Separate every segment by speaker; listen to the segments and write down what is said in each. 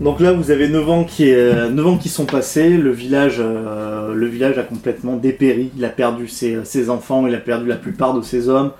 Speaker 1: Donc là, vous avez 9 ans qui, euh, 9 ans qui sont passés, le village, euh, le village a complètement dépéri, il a perdu ses, euh, ses enfants, il a perdu la plupart de ses hommes.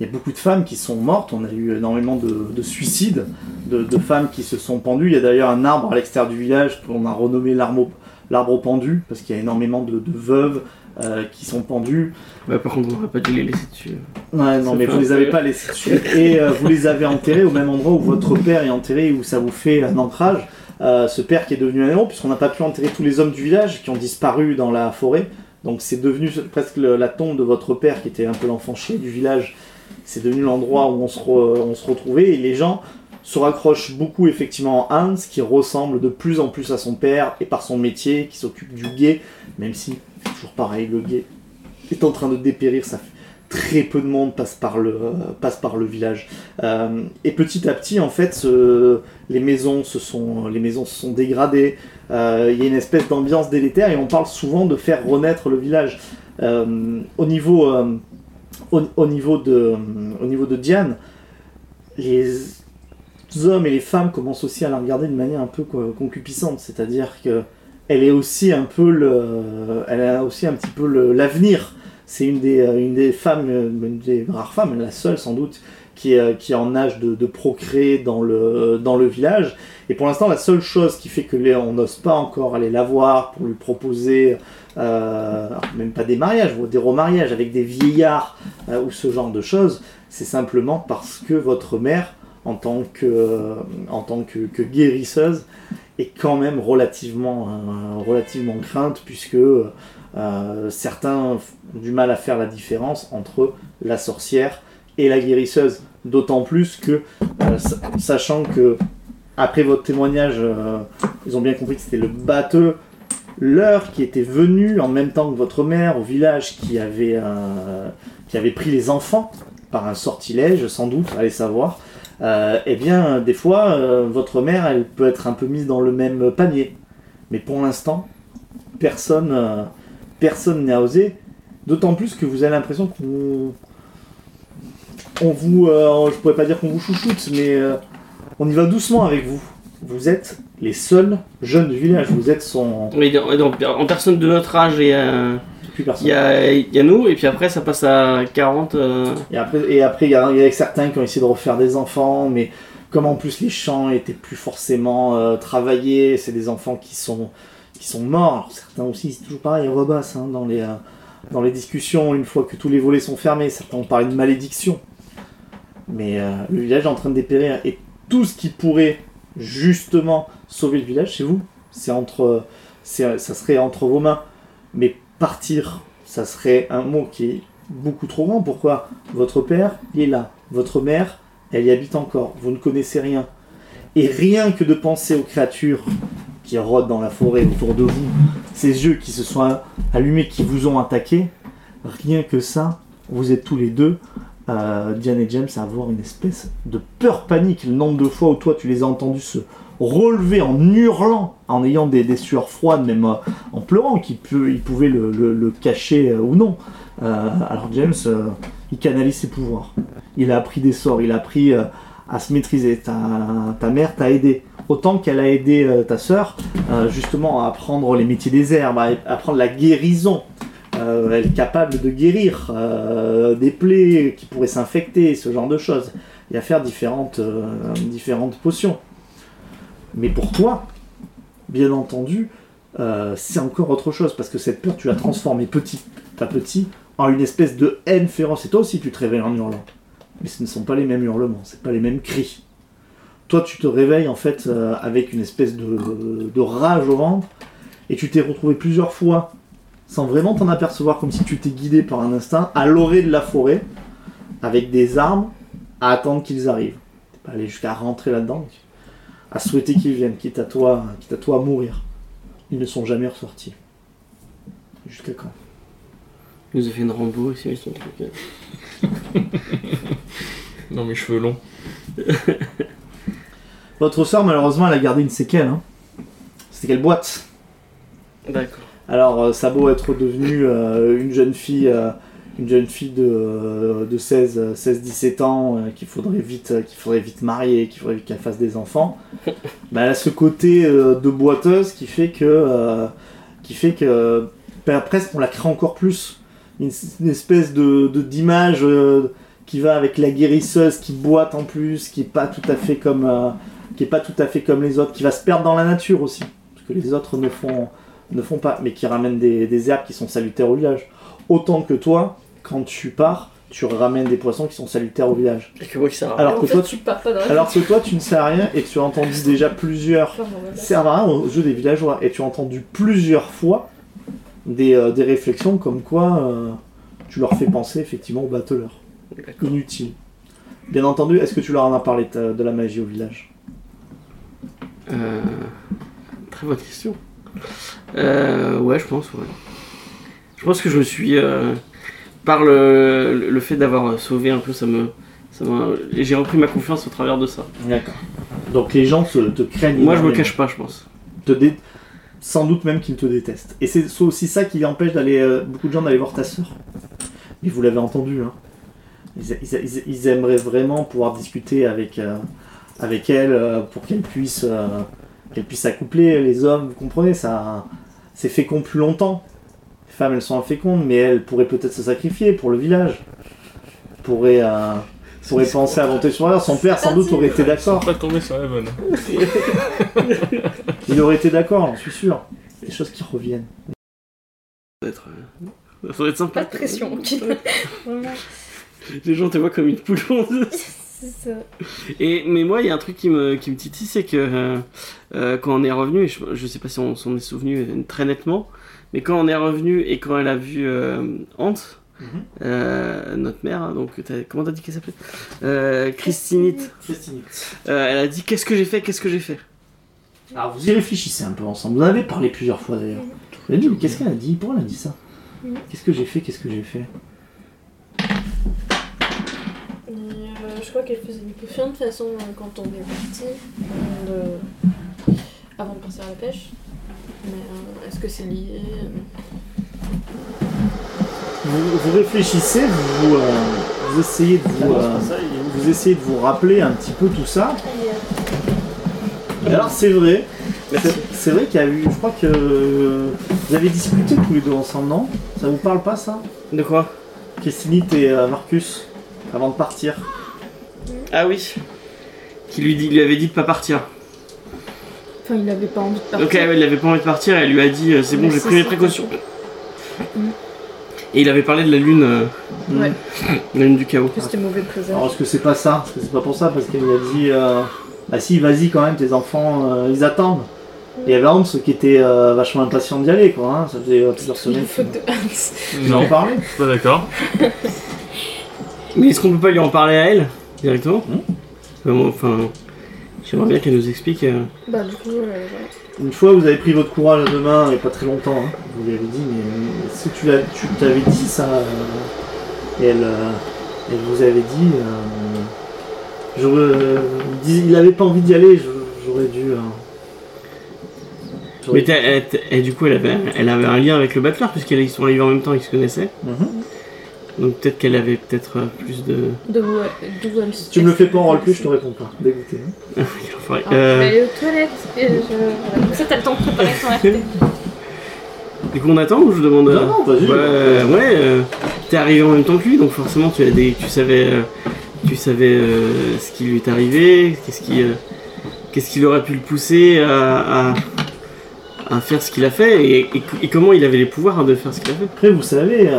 Speaker 1: Il y a beaucoup de femmes qui sont mortes, on a eu énormément de, de suicides, de, de femmes qui se sont pendues. Il y a d'ailleurs un arbre à l'extérieur du village qu'on a renommé l'arbre au- l'arbre au pendu, parce qu'il y a énormément de, de veuves euh, qui sont pendues.
Speaker 2: Bah, par contre, on va pas dû les laisser dessus.
Speaker 1: Ouais, non,
Speaker 2: Ça
Speaker 1: mais
Speaker 2: fait
Speaker 1: vous
Speaker 2: un
Speaker 1: les avez
Speaker 2: peu-
Speaker 1: pas laissés dessus et euh, vous les avez enterrés au même endroit où votre père est enterré, où ça vous fait un ancrage. Euh, ce père qui est devenu un héros, puisqu'on n'a pas pu enterrer tous les hommes du village qui ont disparu dans la forêt. Donc c'est devenu presque le- la tombe de votre père qui était un peu l'enfant chier du village. C'est devenu l'endroit où on se, re- on se retrouvait et les gens se raccrochent beaucoup effectivement à Hans qui ressemble de plus en plus à son père et par son métier qui s'occupe du guet, même si c'est toujours pareil, le guet est en train de dépérir, ça très peu de monde passe par le, euh, passe par le village. Euh, et petit à petit, en fait, ce- les, maisons se sont, les maisons se sont dégradées. Euh, Il y a une espèce d'ambiance délétère et on parle souvent de faire renaître le village. Euh, au, niveau, euh, au, au niveau de, au niveau de Diane, les hommes et les femmes commencent aussi à la regarder de manière un peu quoi, concupiscente. C'est-à-dire que elle est aussi un peu le, elle a aussi un petit peu le- l'avenir c'est une des, euh, une des femmes, euh, une des rares femmes, la seule sans doute, qui, est, euh, qui est en âge de, de procréer dans le, dans le village. Et pour l'instant, la seule chose qui fait que les- on n'ose pas encore aller la voir pour lui proposer, euh, alors, même pas des mariages, ou des remariages avec des vieillards euh, ou ce genre de choses, c'est simplement parce que votre mère, en tant que, euh, en tant que, que guérisseuse, est quand même relativement, euh, relativement crainte puisque euh, certains ont du mal à faire la différence entre la sorcière et la guérisseuse. D'autant plus que, euh, sa- sachant que, après votre témoignage, euh, ils ont bien compris que c'était le batteux, l'heure qui était venue en même temps que votre mère au village qui avait, euh, qui avait pris les enfants par un sortilège, sans doute, allez savoir. Euh, eh bien, des fois, euh, votre mère, elle peut être un peu mise dans le même panier. Mais pour l'instant, personne. euh, personne n'a osé. D'autant plus que vous avez l'impression qu'on. On vous. euh, je pourrais pas dire qu'on vous chouchoute, mais euh, on y va doucement avec vous. Vous êtes les seuls jeunes du village. Vous êtes sans.
Speaker 2: Mais dans- dans- en personne de notre âge, il y a,
Speaker 1: Plus
Speaker 2: il
Speaker 1: personne.
Speaker 2: y, a, il y a nous, et puis après, ça passe à 40. euh,
Speaker 1: Et après, et après, il y, a- il y a certains qui ont essayé de refaire des enfants, mais comme en plus les champs étaient plus forcément euh, travaillés, c'est des enfants qui sont qui sont morts. Certains aussi, c'est toujours pareil, rebasse hein, dans les euh, dans les discussions une fois que tous les volets sont fermés. Certains ont parlé de malédiction, mais euh, le village est en train de dépérir et tout ce qui pourrait justement sauver le village, c'est vous. C'est entre, c'est, ça serait entre vos mains. Mais partir, ça serait un mot qui est beaucoup trop grand. Pourquoi votre père, il est là. Votre mère, elle y habite encore. Vous ne connaissez rien. Et rien que de penser aux créatures qui rôdent dans la forêt autour de vous, ces yeux qui se sont allumés, qui vous ont attaqué, rien que ça, vous êtes tous les deux, euh, Diane et James, à avoir une espèce de peur panique. Le nombre de fois où toi, tu les as entendus se relever en hurlant, en ayant des, des sueurs froides, même euh, en pleurant, qu'ils pu- ils pouvaient le, le- le cacher euh, ou non. Euh, alors James, euh, il canalise ses pouvoirs. Il a appris des sorts, il a appris euh, à se maîtriser. Ta, ta mère t'a aidé. Autant qu'elle a aidé euh, ta sœur, euh, justement, à apprendre les métiers des herbes, à à apprendre la guérison. Euh, elle est capable de guérir euh, des plaies qui pourraient s'infecter, ce genre de choses. Et à faire différentes, euh, différentes potions. Mais pour toi, bien entendu, euh, c'est encore autre chose, parce que cette peur, tu la transformée petit à petit en une espèce de haine féroce. Et toi aussi, tu te réveilles en hurlant. Mais ce ne sont pas les mêmes hurlements, c'est pas les mêmes cris. Toi, tu te réveilles en fait euh, avec une espèce de, de rage au ventre, et tu t'es retrouvé plusieurs fois sans vraiment t'en apercevoir, comme si tu t'es guidé par un instinct, à l'orée de la forêt, avec des armes, à attendre qu'ils arrivent. T'es pas allé jusqu'à rentrer là-dedans, à souhaiter qu'ils viennent, quitte à toi, quitte à toi à mourir. Ils ne sont jamais ressortis. Jusqu'à quand
Speaker 2: Il nous a fait une Rambo aussi avec son truc. euh.
Speaker 3: Non, mes cheveux longs.
Speaker 1: Votre sœur, malheureusement, elle a gardé une séquelle. Hein. C'était quelle boîte
Speaker 2: D'accord.
Speaker 1: Alors, euh, ça a beau être devenue euh, une jeune fille, euh, une jeune fille de, euh, de 16, euh, 16, 17 ans, euh, qu'il faudrait vite, euh, qu'il faudrait vite marier, qu'il faudrait vite qu'elle fasse des enfants. bah, elle a ce côté euh, de boiteuse qui fait que, euh, qui fait que, bah, presque, on la crée encore plus. Une, une espèce de de- d'image euh, qui va avec la guérisseuse qui boite en plus, qui est pas tout à fait comme, euh, qui est pas tout à fait comme les autres, qui va se perdre dans la nature aussi, parce que les autres ne font ne font pas, mais qui ramènent des, des herbes qui sont salutaires au village. Autant que toi, quand tu pars, tu ramènes des poissons qui sont salutaires au village.
Speaker 2: Et que moi qui sert à rien.
Speaker 1: Alors
Speaker 4: en
Speaker 1: que
Speaker 4: fait,
Speaker 1: toi, tu,
Speaker 4: tu pars pas dans la
Speaker 1: alors que toi, tu ne sais rien et que tu as entendu déjà plusieurs
Speaker 4: nature, voilà.
Speaker 1: servent à rien au jeu des villageois et tu as entendu plusieurs fois des, euh, des réflexions comme quoi euh, tu leur fais penser effectivement aux battleurs.
Speaker 2: D'accord.
Speaker 1: Inutile. Bien entendu, est-ce que tu leur en as parlé de, de la magie au village
Speaker 2: Euh, Très bonne question. Euh, ouais, je pense, ouais. Je pense que je me suis. euh, Par le, le fait d'avoir sauvé un peu, ça me. Ça m'a- et j'ai repris ma confiance au travers de ça.
Speaker 1: D'accord. Donc les gens se- te craignent.
Speaker 2: Moi, je me
Speaker 1: énormément.
Speaker 2: cache pas, je pense.
Speaker 1: te dé- sans doute même qu'il te déteste. Et c'est aussi ça qui empêche d'aller euh, beaucoup de gens d'aller voir ta sœur. Mais vous l'avez entendu, hein. Ils, ils- ils- ils aimeraient vraiment pouvoir discuter avec, euh, avec elle euh, pour qu'elle puisse euh, qu'elle puisse accoupler les hommes. Vous comprenez, ça c'est fécond plus longtemps. Les femmes, elles sont infécondes, mais elles pourraient peut-être se sacrifier pour le village. Pourraient, euh, pourraient penser à monter sur elle. Son père, sans doute, aurait été d'accord.
Speaker 3: Pas tomber sur la bonne.
Speaker 1: Il aurait été d'accord, j'en suis sûr. Des choses qui reviennent.
Speaker 2: Peut-être. euh, Ça doit être sympa.
Speaker 4: Pas de pression, ok. Voilà.
Speaker 2: Les gens te voient comme une poule ronde.
Speaker 4: C'est ça.
Speaker 2: Et, mais moi, il y a un truc qui me, qui me titille, c'est que euh, euh, quand on est revenu, et je, je sais pas si on s'en est souvenu euh, très nettement, mais quand on est revenu et quand elle a vu euh, Hans,
Speaker 1: Mhm.
Speaker 2: euh, notre mère, donc t'as- comment t'as dit qu'elle s'appelait euh, Christinite, Euh, elle a dit Qu'est-ce que j'ai fait Qu'est-ce que j'ai fait
Speaker 1: Alors vous y réfléchissez un peu ensemble. Vous en avez parlé plusieurs fois d'ailleurs. Vous avez dit, mais qu'est-ce qu'elle a dit Pourquoi elle a dit ça
Speaker 4: Mhm.
Speaker 1: Qu'est-ce que j'ai fait Qu'est-ce que j'ai fait
Speaker 4: Et, euh, je crois qu'elle faisait une potion de toute façon euh, quand on est parti, avant de, avant de partir à la pêche. Mais euh, est-ce que c'est lié euh,
Speaker 1: vous, vous réfléchissez, vous, euh, vous essayez de vous, euh, vous essayez de vous rappeler un petit peu tout ça. Et alors c'est vrai, c'est- c'est vrai qu'il y a eu, je crois que euh, vous avez discuté tous les deux ensemble, non Ça vous parle pas ça
Speaker 2: De quoi
Speaker 1: Christinite et euh, Marcus, avant de partir.
Speaker 2: Ah oui Qui lui, dit, lui avait dit de pas partir.
Speaker 4: Enfin, il n'avait pas envie de partir.
Speaker 2: Donc elle, avait pas envie de partir, elle lui a dit euh, C'est bon,
Speaker 4: Mais
Speaker 2: j'ai
Speaker 4: c'est
Speaker 2: pris mes
Speaker 4: ça.
Speaker 2: précautions.
Speaker 4: Mhm.
Speaker 2: Et il avait parlé de la lune, euh,
Speaker 4: Ouais,
Speaker 2: la lune du chaos.
Speaker 4: que c'était mauvais présage.
Speaker 1: Alors est-ce que c'est pas ça Est-ce que c'est pas pour ça Parce qu'elle lui a dit euh, Bah si, vas-y quand même, tes enfants, euh, ils attendent. Et il y avait Hans qui était euh, vachement impatient d'y aller, quoi. hein. Ça faisait euh, plusieurs
Speaker 4: C'est
Speaker 1: semaines
Speaker 4: une faute de Hans.
Speaker 1: qu'ils en
Speaker 3: Non,
Speaker 1: parlaient.
Speaker 3: pas d'accord.
Speaker 2: Mais est-ce qu'on peut pas lui en parler à elle directement
Speaker 1: Hmm.
Speaker 2: Euh, moi, Enfin, j'aimerais bien qu'elle nous explique. euh.
Speaker 4: Bah, du coup, euh, voilà.
Speaker 1: Une fois, vous avez pris votre courage à deux mains, il n'y a pas très longtemps. hein. Vous lui avez dit, mais est-ce que tu l'as- tu t'avais dit ça euh, et elle, euh, elle vous avait dit, euh, j'aurais, euh, dis- il n'avait pas envie d'y aller, je- j'aurais dû. euh, j'aurais-
Speaker 2: Mais t'as- elle- t'as- et du coup, elle avait, elle avait un lien avec le battleur puisqu'ils sont arrivés en même temps, ils se connaissaient.
Speaker 1: Mhm.
Speaker 2: Donc peut-être qu'elle avait peut-être euh, plus de.
Speaker 4: De où, d'où elle
Speaker 1: Si tu me le fais pas en roleplay, je te réponds pas. Dégoûté. hein.
Speaker 2: Enfin,
Speaker 4: Ah, je vais
Speaker 2: euh,
Speaker 4: aller aux toilettes et je. Voilà. Comme ça, t'as le temps de préparer ton RT.
Speaker 2: du coup, on attend ou je demande euh,
Speaker 1: Non, non, vas-y.
Speaker 2: bah, euh, ouais, euh, t'es arrivé en même temps que lui, donc forcément tu as des, tu savais, euh, tu savais euh, ce qui lui est arrivé, qu'est-ce qui, euh, qu'est-ce qui aurait pu le pousser à, à, à faire ce qu'il a fait et, et- et comment il avait les pouvoirs de faire ce qu'il a fait.
Speaker 1: Après, vous savez, euh,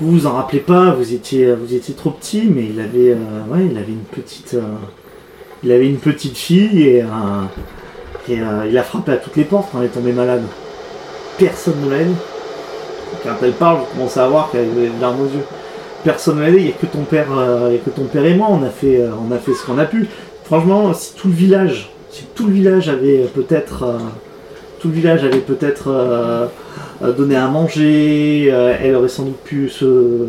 Speaker 1: vous vous en rappelez pas, vous étiez, vous étiez trop petit, mais il avait, euh, ouais, il avait une petite, euh, il avait une petite fille et, euh, et, euh, il a frappé à toutes les portes quand il est tombé malade. Personne ne l'a aidé. Quand elle parle, vous commencez à voir qu'elle a des larmes aux yeux. Personne ne l'a aidé. Il n'y a que ton père, euh, il y a que ton père et moi. On a fait, euh, on a fait ce qu'on a pu. Franchement, si tout le village, si tout le village avait peut-être, euh, tout le village avait peut-être euh, euh, donner à manger. euh, elle aurait sans doute pu se,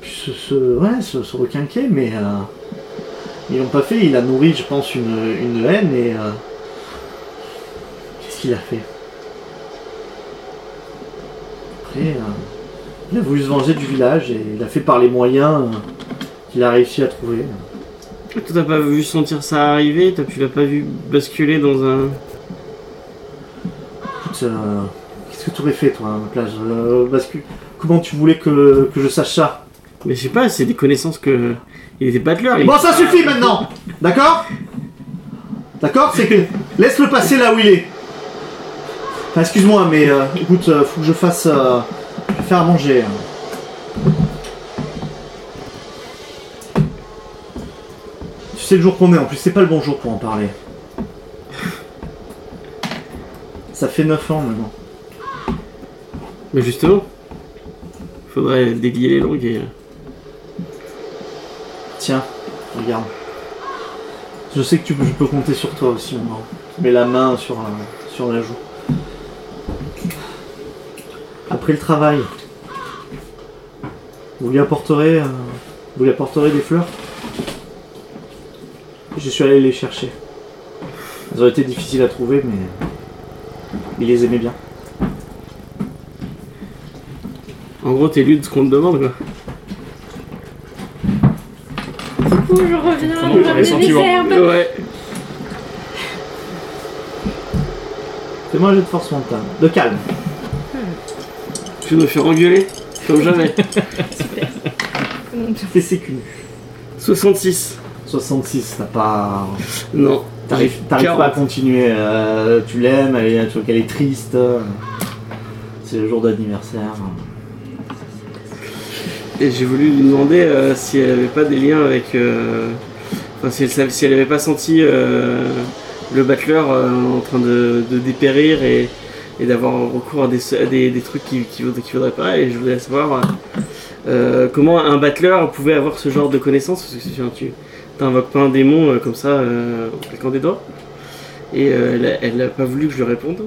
Speaker 1: pu se, se- ouais, se, se requinquer, mais euh, ils l'ont pas fait. Il a nourri, je pense, une, une haine et. euh, Qu'est-ce qu'il a fait Après, euh, il a voulu se venger du village et il a fait par les moyens euh, qu'il a réussi à trouver.
Speaker 2: Toi, t'as pas vu sentir ça arriver, t'as- tu l'as pas vu basculer dans un.
Speaker 1: Écoute, euh, Qu'est-ce que tu aurais fait, toi, à ma place Euh, parce que- Comment tu voulais que, que je sache ça
Speaker 2: Mais je sais pas, c'est des connaissances que. Il était battleur, il
Speaker 1: Bon, ça suffit maintenant D'accord D'accord C'est que. Laisse le passer là où il est Enfin, Excuse-moi, mais euh, écoute, euh, faut que je fasse. euh, je vais faire à manger. hein. Tu sais le jour qu'on est, en plus, c'est pas le bon jour pour en parler. Ça fait 9 ans maintenant.
Speaker 2: Mais justement, faudrait délier les langues et. euh,
Speaker 1: Tiens, regarde. Je sais que tu, peux- je peux compter sur toi aussi, mon grand. Tu mets la main sur, la- sur la joue. Après le travail, vous lui apporterez, euh, vous lui apporterez des fleurs Je suis allé les chercher. Elles ont été difficiles à trouver, mais il les aimait bien.
Speaker 2: En gros, t'es lu de ce qu'on te demande, quoi.
Speaker 4: Ouh, je reviens,
Speaker 3: Comment
Speaker 4: je
Speaker 3: j'aurais
Speaker 4: reviens
Speaker 3: senti,
Speaker 4: des
Speaker 3: bon.
Speaker 4: herbes.
Speaker 2: Ouais.
Speaker 1: Fais-moi un jeu de force mentale, de calme.
Speaker 2: Tu me fais engueuler, comme jamais.
Speaker 1: Fais sécu.
Speaker 2: 66.
Speaker 1: 66, t'as pas.
Speaker 2: Non.
Speaker 1: T'arrives t'arrives pas à
Speaker 2: 40.
Speaker 1: continuer, euh, tu l'aimes, elle est- tu vois qu'elle est triste. euh, C'est le jour d'anniversaire.
Speaker 2: Et j'ai voulu lui demander euh, si elle avait pas des liens avec. euh, Enfin, si elle, savait- si elle avait pas senti euh, le battleur euh, en train de, de dépérir et, et d'avoir recours à des, à des, des trucs qui, qui, vaud- qui vaudraient pas. Et je voulais savoir euh, comment un battleur pouvait avoir ce genre de connaissances. Parce que enfin, tu t'invoques pas un démon euh, comme ça euh, en claquant des doigts. Et euh, elle a- elle n'a pas voulu que je lui réponde.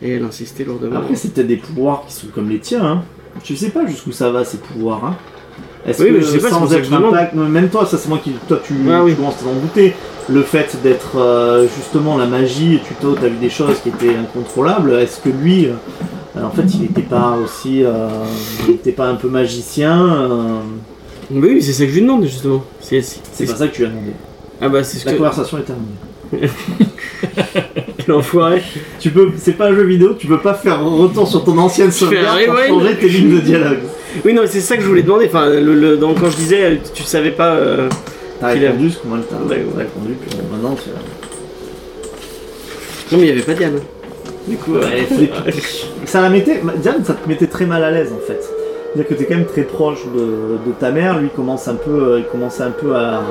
Speaker 2: Et elle insistait lourdement.
Speaker 1: Après, c'est peut-être des pouvoirs qui sont comme les tiens. Hein. Je sais pas jusqu'où ça va ces pouvoirs. Hein. Est-ce
Speaker 2: Oui,
Speaker 1: que
Speaker 2: mais je sais pas, c'est pour
Speaker 1: sans
Speaker 2: ça que je
Speaker 1: être
Speaker 2: demande.
Speaker 1: impact, même toi, ça c'est moi qui. Toi, tu,
Speaker 2: Ah oui.
Speaker 1: tu commences à t'en douter. Le fait d'être euh, justement la magie, tu t'as t'as vu des choses qui étaient incontrôlables. Est-ce que lui, euh, en fait, il n'était pas aussi. euh, il n'était pas un peu magicien euh,
Speaker 2: Mais oui, c'est ça que je lui demande justement. C'est c'est-
Speaker 1: C'est pas ça que tu lui as demandé.
Speaker 2: Ah bah c'est ce
Speaker 1: La
Speaker 2: que
Speaker 1: conversation est terminée.
Speaker 2: l'enfoiré.
Speaker 1: Tu peux, c'est pas un jeu vidéo, tu peux pas faire retour sur ton ancienne sauvegarde
Speaker 2: fais un
Speaker 1: pour
Speaker 2: rewind.
Speaker 1: changer tes lignes de dialogue.
Speaker 2: Oui non, mais c'est ça que je voulais demander. Enfin, le, le- dans- quand je disais, euh, tu savais pas. euh,
Speaker 1: T'as
Speaker 2: Qu'il a-
Speaker 1: répondu ce qu'on m'a t'as
Speaker 2: D'accord.
Speaker 1: t'as répondu, puis bon, maintenant tu
Speaker 2: Non mais il y avait pas Diane. Du coup, euh,
Speaker 1: Elle flippe. Ça la mettait, Diane, ça te mettait très mal à l'aise en fait. C'est-à-dire que t'es quand même très proche de, de ta mère, lui commence un peu, euh, il commençait un peu à,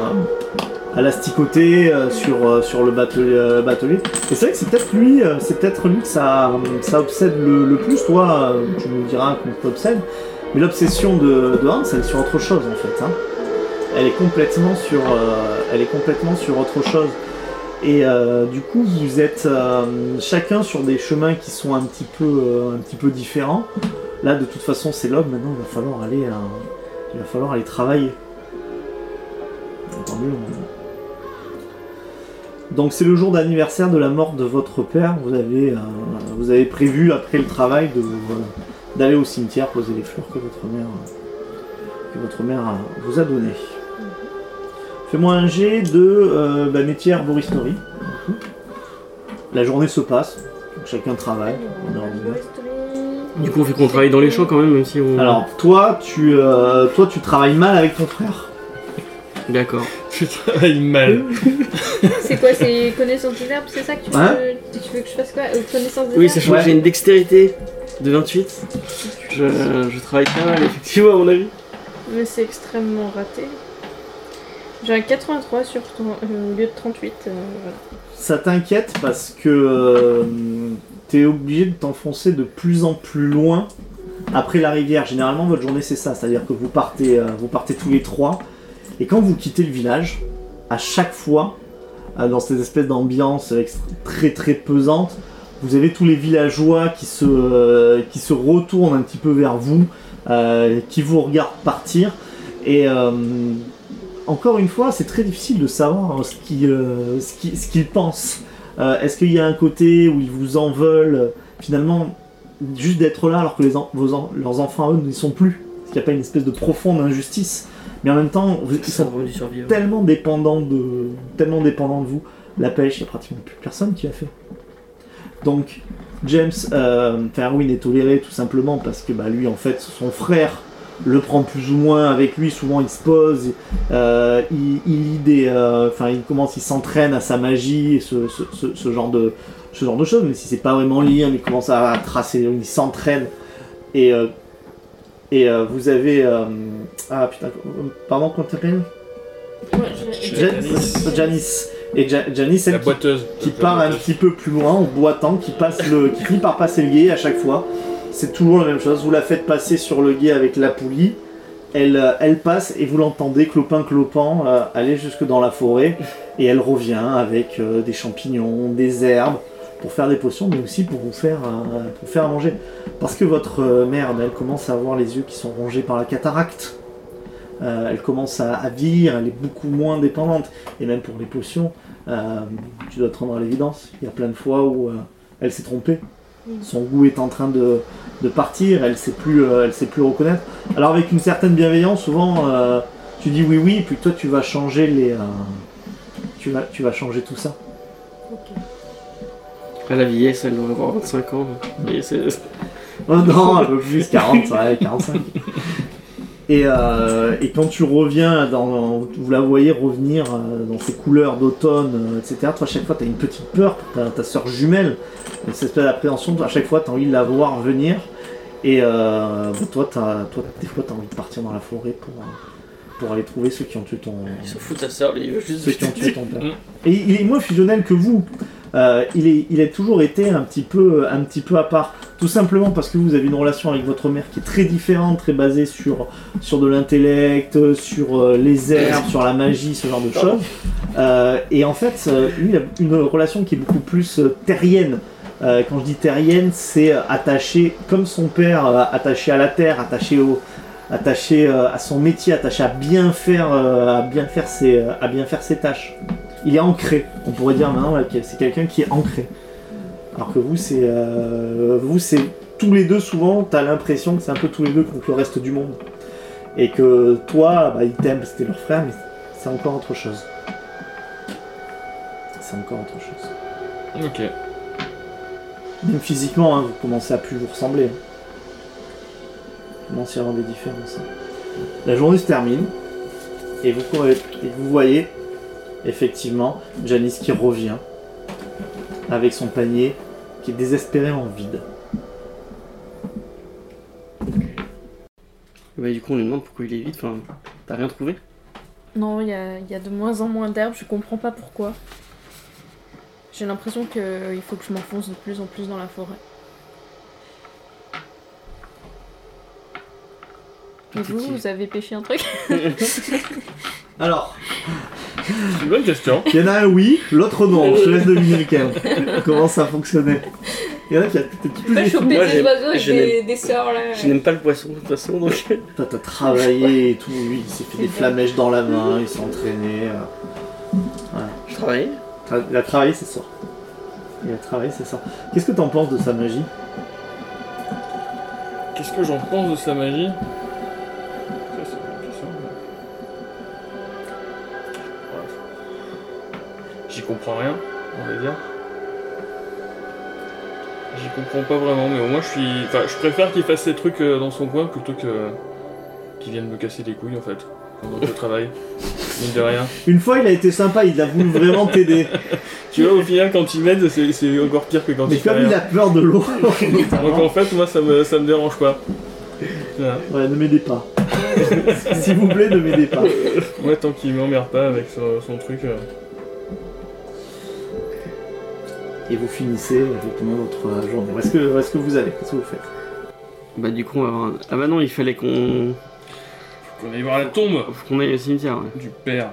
Speaker 1: à l'asticoter euh, sur, euh, sur le batelier. euh, batelier. Et c'est vrai que c'est peut-être lui, euh, c'est peut-être lui que ça, euh, ça obsède le, le plus. Toi, euh, tu nous diras qu'on t'obsède. Mais l'obsession de, de Hans, elle est sur autre chose en fait. hein. Elle est complètement sur, euh, elle est complètement sur autre chose. Et euh, du coup, vous êtes euh, chacun sur des chemins qui sont un petit peu, euh, un petit peu différents. Là, de toute façon, c'est l'homme. Maintenant, il va falloir aller, euh, il va falloir aller travailler. Entendu, on- Donc, c'est le jour d'anniversaire de la mort de votre père. Vous avez, euh, vous avez prévu après le travail de vous, euh, d'aller au cimetière poser les fleurs que votre mère, euh, que votre mère euh, vous a données. Fais-moi un jet de euh, bah, métier herboristerie. La journée se passe, donc chacun travaille. on est en binôme.
Speaker 2: du coup, on fait qu'on travaille dans les champs quand même, même si on.
Speaker 1: Alors toi, tu, euh, toi, tu travailles mal avec ton frère.
Speaker 2: D'accord.
Speaker 3: Tu travailles mal.
Speaker 4: C'est quoi, c'est connaissance des herbes, c'est ça que tu veux,
Speaker 1: Hein
Speaker 4: tu veux que je fasse quoi Euh, Connaissance des
Speaker 2: Oui,
Speaker 4: herbes
Speaker 2: sachant
Speaker 1: Ouais.
Speaker 2: que j'ai une dextérité de 28. Je, je travaille pas mal, effectivement, à mon avis.
Speaker 4: Mais c'est extrêmement raté. J'ai un 83 sur ton, euh, au lieu de 38. euh, voilà.
Speaker 1: Ça t'inquiète parce que euh, t'es obligé de t'enfoncer de plus en plus loin après la rivière. Généralement, votre journée c'est ça, c'est-à-dire que vous partez, euh, vous partez tous les trois, et quand vous quittez le village, à chaque fois, euh, dans cette espèce d'ambiance extr- très très pesante, Vous avez tous les villageois qui se, euh, qui se retournent un petit peu vers vous, euh, qui vous regardent partir. Et euh, encore une fois, c'est très difficile de savoir hein, ce qu'ils euh, ce qui- ce qu'ils pensent. Euh, Est-ce qu'il y a un côté où ils vous en veulent euh, finalement juste d'être là alors que les en- vos en- leurs enfants à eux n'y sont plus Est-ce qu'il n'y a pas une espèce de profonde injustice Mais en même temps, vous, ils
Speaker 2: Ils sont
Speaker 1: sont
Speaker 2: rendus survivants.
Speaker 1: tellement dépendants de tellement dépendants de vous. La pêche, il n'y a pratiquement plus personne qui l'a fait. Donc James, euh, enfin, Erwin est toléré tout simplement parce que bah, lui en fait son frère le prend plus ou moins avec lui. Souvent il se pose, euh, il, il lit des, euh, enfin il commence, il s'entraîne à sa magie et ce, ce- ce- ce genre de ce genre de choses. Mais si c'est pas vraiment lié, hein, il commence à tracer, il s'entraîne et euh, et euh, vous avez euh, ah putain euh, pardon comment t'appelles
Speaker 4: Ouais, je l'ai-
Speaker 3: Jan-
Speaker 1: Janice. Janice. Et Ja- Janice,
Speaker 3: La
Speaker 1: elle qui,
Speaker 3: boiteuse.
Speaker 1: qui
Speaker 3: La
Speaker 1: part un
Speaker 3: boiteuse.
Speaker 1: petit peu plus loin en boitant, qui, passe le, qui finit par passer le guet à chaque fois. C'est toujours la même chose. Vous la faites passer sur le guet avec la poulie. Elle, euh, elle passe et vous l'entendez clopin clopin euh, aller jusque dans la forêt. Et elle revient avec euh, des champignons, des herbes pour faire des potions, mais aussi pour vous faire, euh, pour faire à manger. Parce que votre euh, mère, ben, elle commence à avoir les yeux qui sont rongés par la cataracte. Euh, elle commence à, à vieillir, elle est beaucoup moins dépendante. Et même pour les potions, euh, tu dois te rendre à l'évidence. Il y a plein de fois où euh, elle s'est trompée.
Speaker 4: Mm.
Speaker 1: Son goût est en train de, de partir, elle sait plus, euh, elle sait plus reconnaître. Alors avec une certaine bienveillance, souvent euh, tu dis oui oui, puis toi tu vas changer les, euh, tu vas, tu vas changer tout ça.
Speaker 4: Ok.
Speaker 2: Après la vieillesse, elle doit avoir 25 ans. Mais c'est-
Speaker 1: Oh non, un peu plus, 40, ouais, 45. Et, euh, et quand tu reviens, dans, vous la voyez revenir euh, dans ses couleurs d'automne, euh, etc. Toi, à chaque fois, tu as une petite peur pour ta, ta soeur jumelle, cette espèce d'appréhension. À chaque fois, tu as envie de la voir venir. Et euh, toi, t'as- toi, des fois, tu as envie de partir dans la forêt pour, euh, pour aller trouver ceux qui ont tué ton,
Speaker 2: Ils s'en foutent de sa sœur, lui, il veut juste
Speaker 1: ceux qui ont tué ton père.
Speaker 3: Mm.
Speaker 1: Et il est moins fusionnel que vous. Euh, il, est, il a toujours été un petit, peu, euh, un petit peu à part. Tout simplement parce que vous avez une relation avec votre mère qui est très différente, très basée sur, sur de l'intellect, sur euh, les herbes, sur la magie, ce genre de choses. Euh, et en fait, euh, lui, il a une relation qui est beaucoup plus euh, terrienne. Euh, quand je dis terrienne, c'est euh, attaché, comme son père, euh, attaché à la terre, attaché au, attaché euh, à son métier, attaché à bien faire, euh, à bien faire ses, euh, à bien faire ses tâches. Il est ancré. On pourrait dire maintenant ouais, que c'est quelqu'un qui est ancré. Alors que vous, c'est, euh, vous, c'est tous les deux souvent. T'as l'impression que c'est un peu tous les deux contre le reste du monde. Et que toi, bah, ils t'aiment parce que t'es leur frère, mais c'est encore autre chose. C'est encore autre chose.
Speaker 3: Ok.
Speaker 1: Même physiquement, hein, vous commencez à plus vous ressembler. Hein. Il commence à y avoir des différences. hein. La journée se termine et vous, courez- et vous voyez effectivement Janice qui revient avec son panier qui est désespérément vide.
Speaker 2: Bah, du coup, on lui demande pourquoi il est vide. Enfin, t'as rien trouvé
Speaker 4: Non, il y a, il y a de moins en moins d'herbes, je comprends pas pourquoi. J'ai l'impression que euh, il faut que je m'enfonce de plus en plus dans la forêt. Et vous,
Speaker 2: Petit.
Speaker 4: vous avez pêché un truc
Speaker 1: Alors,
Speaker 3: C'est une bonne question.
Speaker 1: il y en a un oui, l'autre non. Je te laisse deviner lequel. Comment ça fonctionnait Il y en a qui a peut-être plus
Speaker 4: Pas choper
Speaker 2: Moi,
Speaker 4: des
Speaker 2: j'ai-
Speaker 4: oiseaux avec
Speaker 2: je
Speaker 4: des, des sorts là.
Speaker 2: Je n'aime pas le poisson, de toute façon, donc.
Speaker 1: Toi, t'as travaillé et tout. Lui, il s'est fait des
Speaker 4: C'est ça.
Speaker 1: flamèches dans la main, il s'est entraîné. euh.
Speaker 2: Je travaille.
Speaker 1: Tra- Il a travaillé ses sorts. Il a travaillé ses sorts. Qu'est-ce que t'en penses de sa magie
Speaker 3: Qu'est-ce que j'en pense de sa magie Ça, c'est une bonne question. Ouais. J'y comprends rien, on va dire. J'y comprends pas vraiment, mais au moins je suis. Enfin, je préfère qu'il fasse ses trucs euh, dans son coin plutôt que. qu'il vienne me casser les couilles en fait. Pendant que je travaille. Mine de rien.
Speaker 1: Une fois, il a été sympa, il a voulu vraiment t'aider.
Speaker 3: Tu vois, au final, quand il m'aide, c'est c'est encore pire que quand
Speaker 1: Mais
Speaker 3: il fait
Speaker 1: comme il
Speaker 3: rien.
Speaker 1: a peur de l'eau,
Speaker 3: Donc en fait, moi, ça me, ça me dérange pas. Voilà.
Speaker 1: ouais, ne m'aidez pas. S'il vous plaît, ne m'aidez pas.
Speaker 3: Moi, tant qu'il m'emmerde pas avec son, son truc. euh,
Speaker 1: Et vous finissez effectivement votre euh, journée. Où est-ce que, où est-ce que vous allez Qu'est-ce que vous faites
Speaker 2: Bah, du coup, on va avoir un- Ah, bah non, il fallait qu'on.
Speaker 3: On va y voir la tombe
Speaker 2: Faut qu'on aille au cimetière, ouais.
Speaker 3: du père.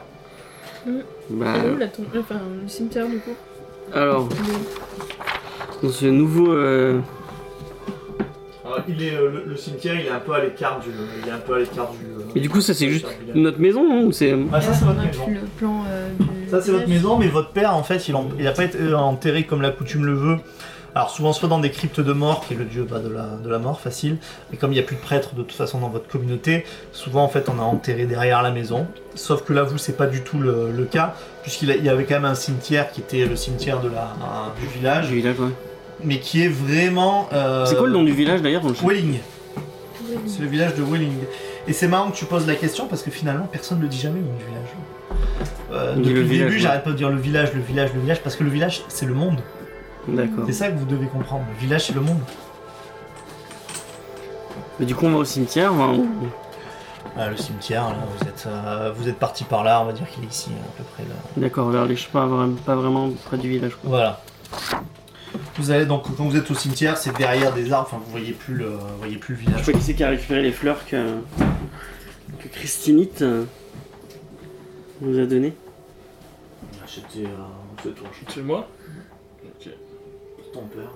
Speaker 2: Bah.
Speaker 4: Ah, Et où la tombe Enfin, le cimetière du coup.
Speaker 2: Alors, dans ce nouveau. euh,
Speaker 1: Alors, il est, euh, le, le cimetière, il est un peu à l'écart du. Il est un peu à l'écart du. euh,
Speaker 2: Mais du coup, ça, c'est
Speaker 1: du
Speaker 2: juste
Speaker 1: cercle.
Speaker 2: notre maison, non Ou c'est.
Speaker 1: Ah, ça, c'est
Speaker 4: on
Speaker 1: votre
Speaker 4: a
Speaker 1: maison.
Speaker 4: plus le plan euh, du.
Speaker 1: Ça, c'est votre
Speaker 4: village.
Speaker 1: maison, mais votre père, en fait, il n'a pas été euh, enterré comme la coutume le veut. Alors, souvent, soit dans des cryptes de mort, qui est le dieu bah, de, la, de la mort, facile, mais comme il n'y a plus de prêtres de toute façon dans votre communauté, souvent, en fait, on a enterré derrière la maison. Sauf que là, vous, c'est pas du tout le, le cas, puisqu'il a- il y avait quand même un cimetière qui était le cimetière de la, du village,
Speaker 2: village, ouais.
Speaker 1: mais qui est vraiment. euh,
Speaker 2: C'est quoi le nom du village d'ailleurs dans le-
Speaker 1: Welling.
Speaker 4: Oui.
Speaker 1: C'est le village de Welling. Et c'est marrant que tu poses la question parce que finalement personne ne le dit jamais le nom du village. Euh,
Speaker 2: On dit
Speaker 1: depuis
Speaker 2: le
Speaker 1: le,
Speaker 2: village,
Speaker 1: début,
Speaker 2: ouais.
Speaker 1: j'arrête pas de dire le village, le village, le village, parce que le village, c'est le monde.
Speaker 2: D'accord.
Speaker 1: C'est ça que vous devez comprendre. Le village, c'est le monde.
Speaker 2: Mais du coup, on va au cimetière. on va-
Speaker 1: Ah, le cimetière, là, vous êtes, euh, vous êtes parti par là, on va dire qu'il est ici, hein, à peu près là.
Speaker 2: D'accord, vers les. Je sais pas, vra- pas vraiment près du village. quoi.
Speaker 1: Voilà. Vous allez donc, quand vous êtes au cimetière, c'est derrière des arbres, enfin, vous voyez plus le, vous voyez plus le
Speaker 2: Je
Speaker 1: village.
Speaker 2: sais pas qui c'est qui a récupéré les fleurs que, que Christinite euh, nous a donné.
Speaker 1: C'était toi,
Speaker 3: C'est moi Ok.
Speaker 1: ton père.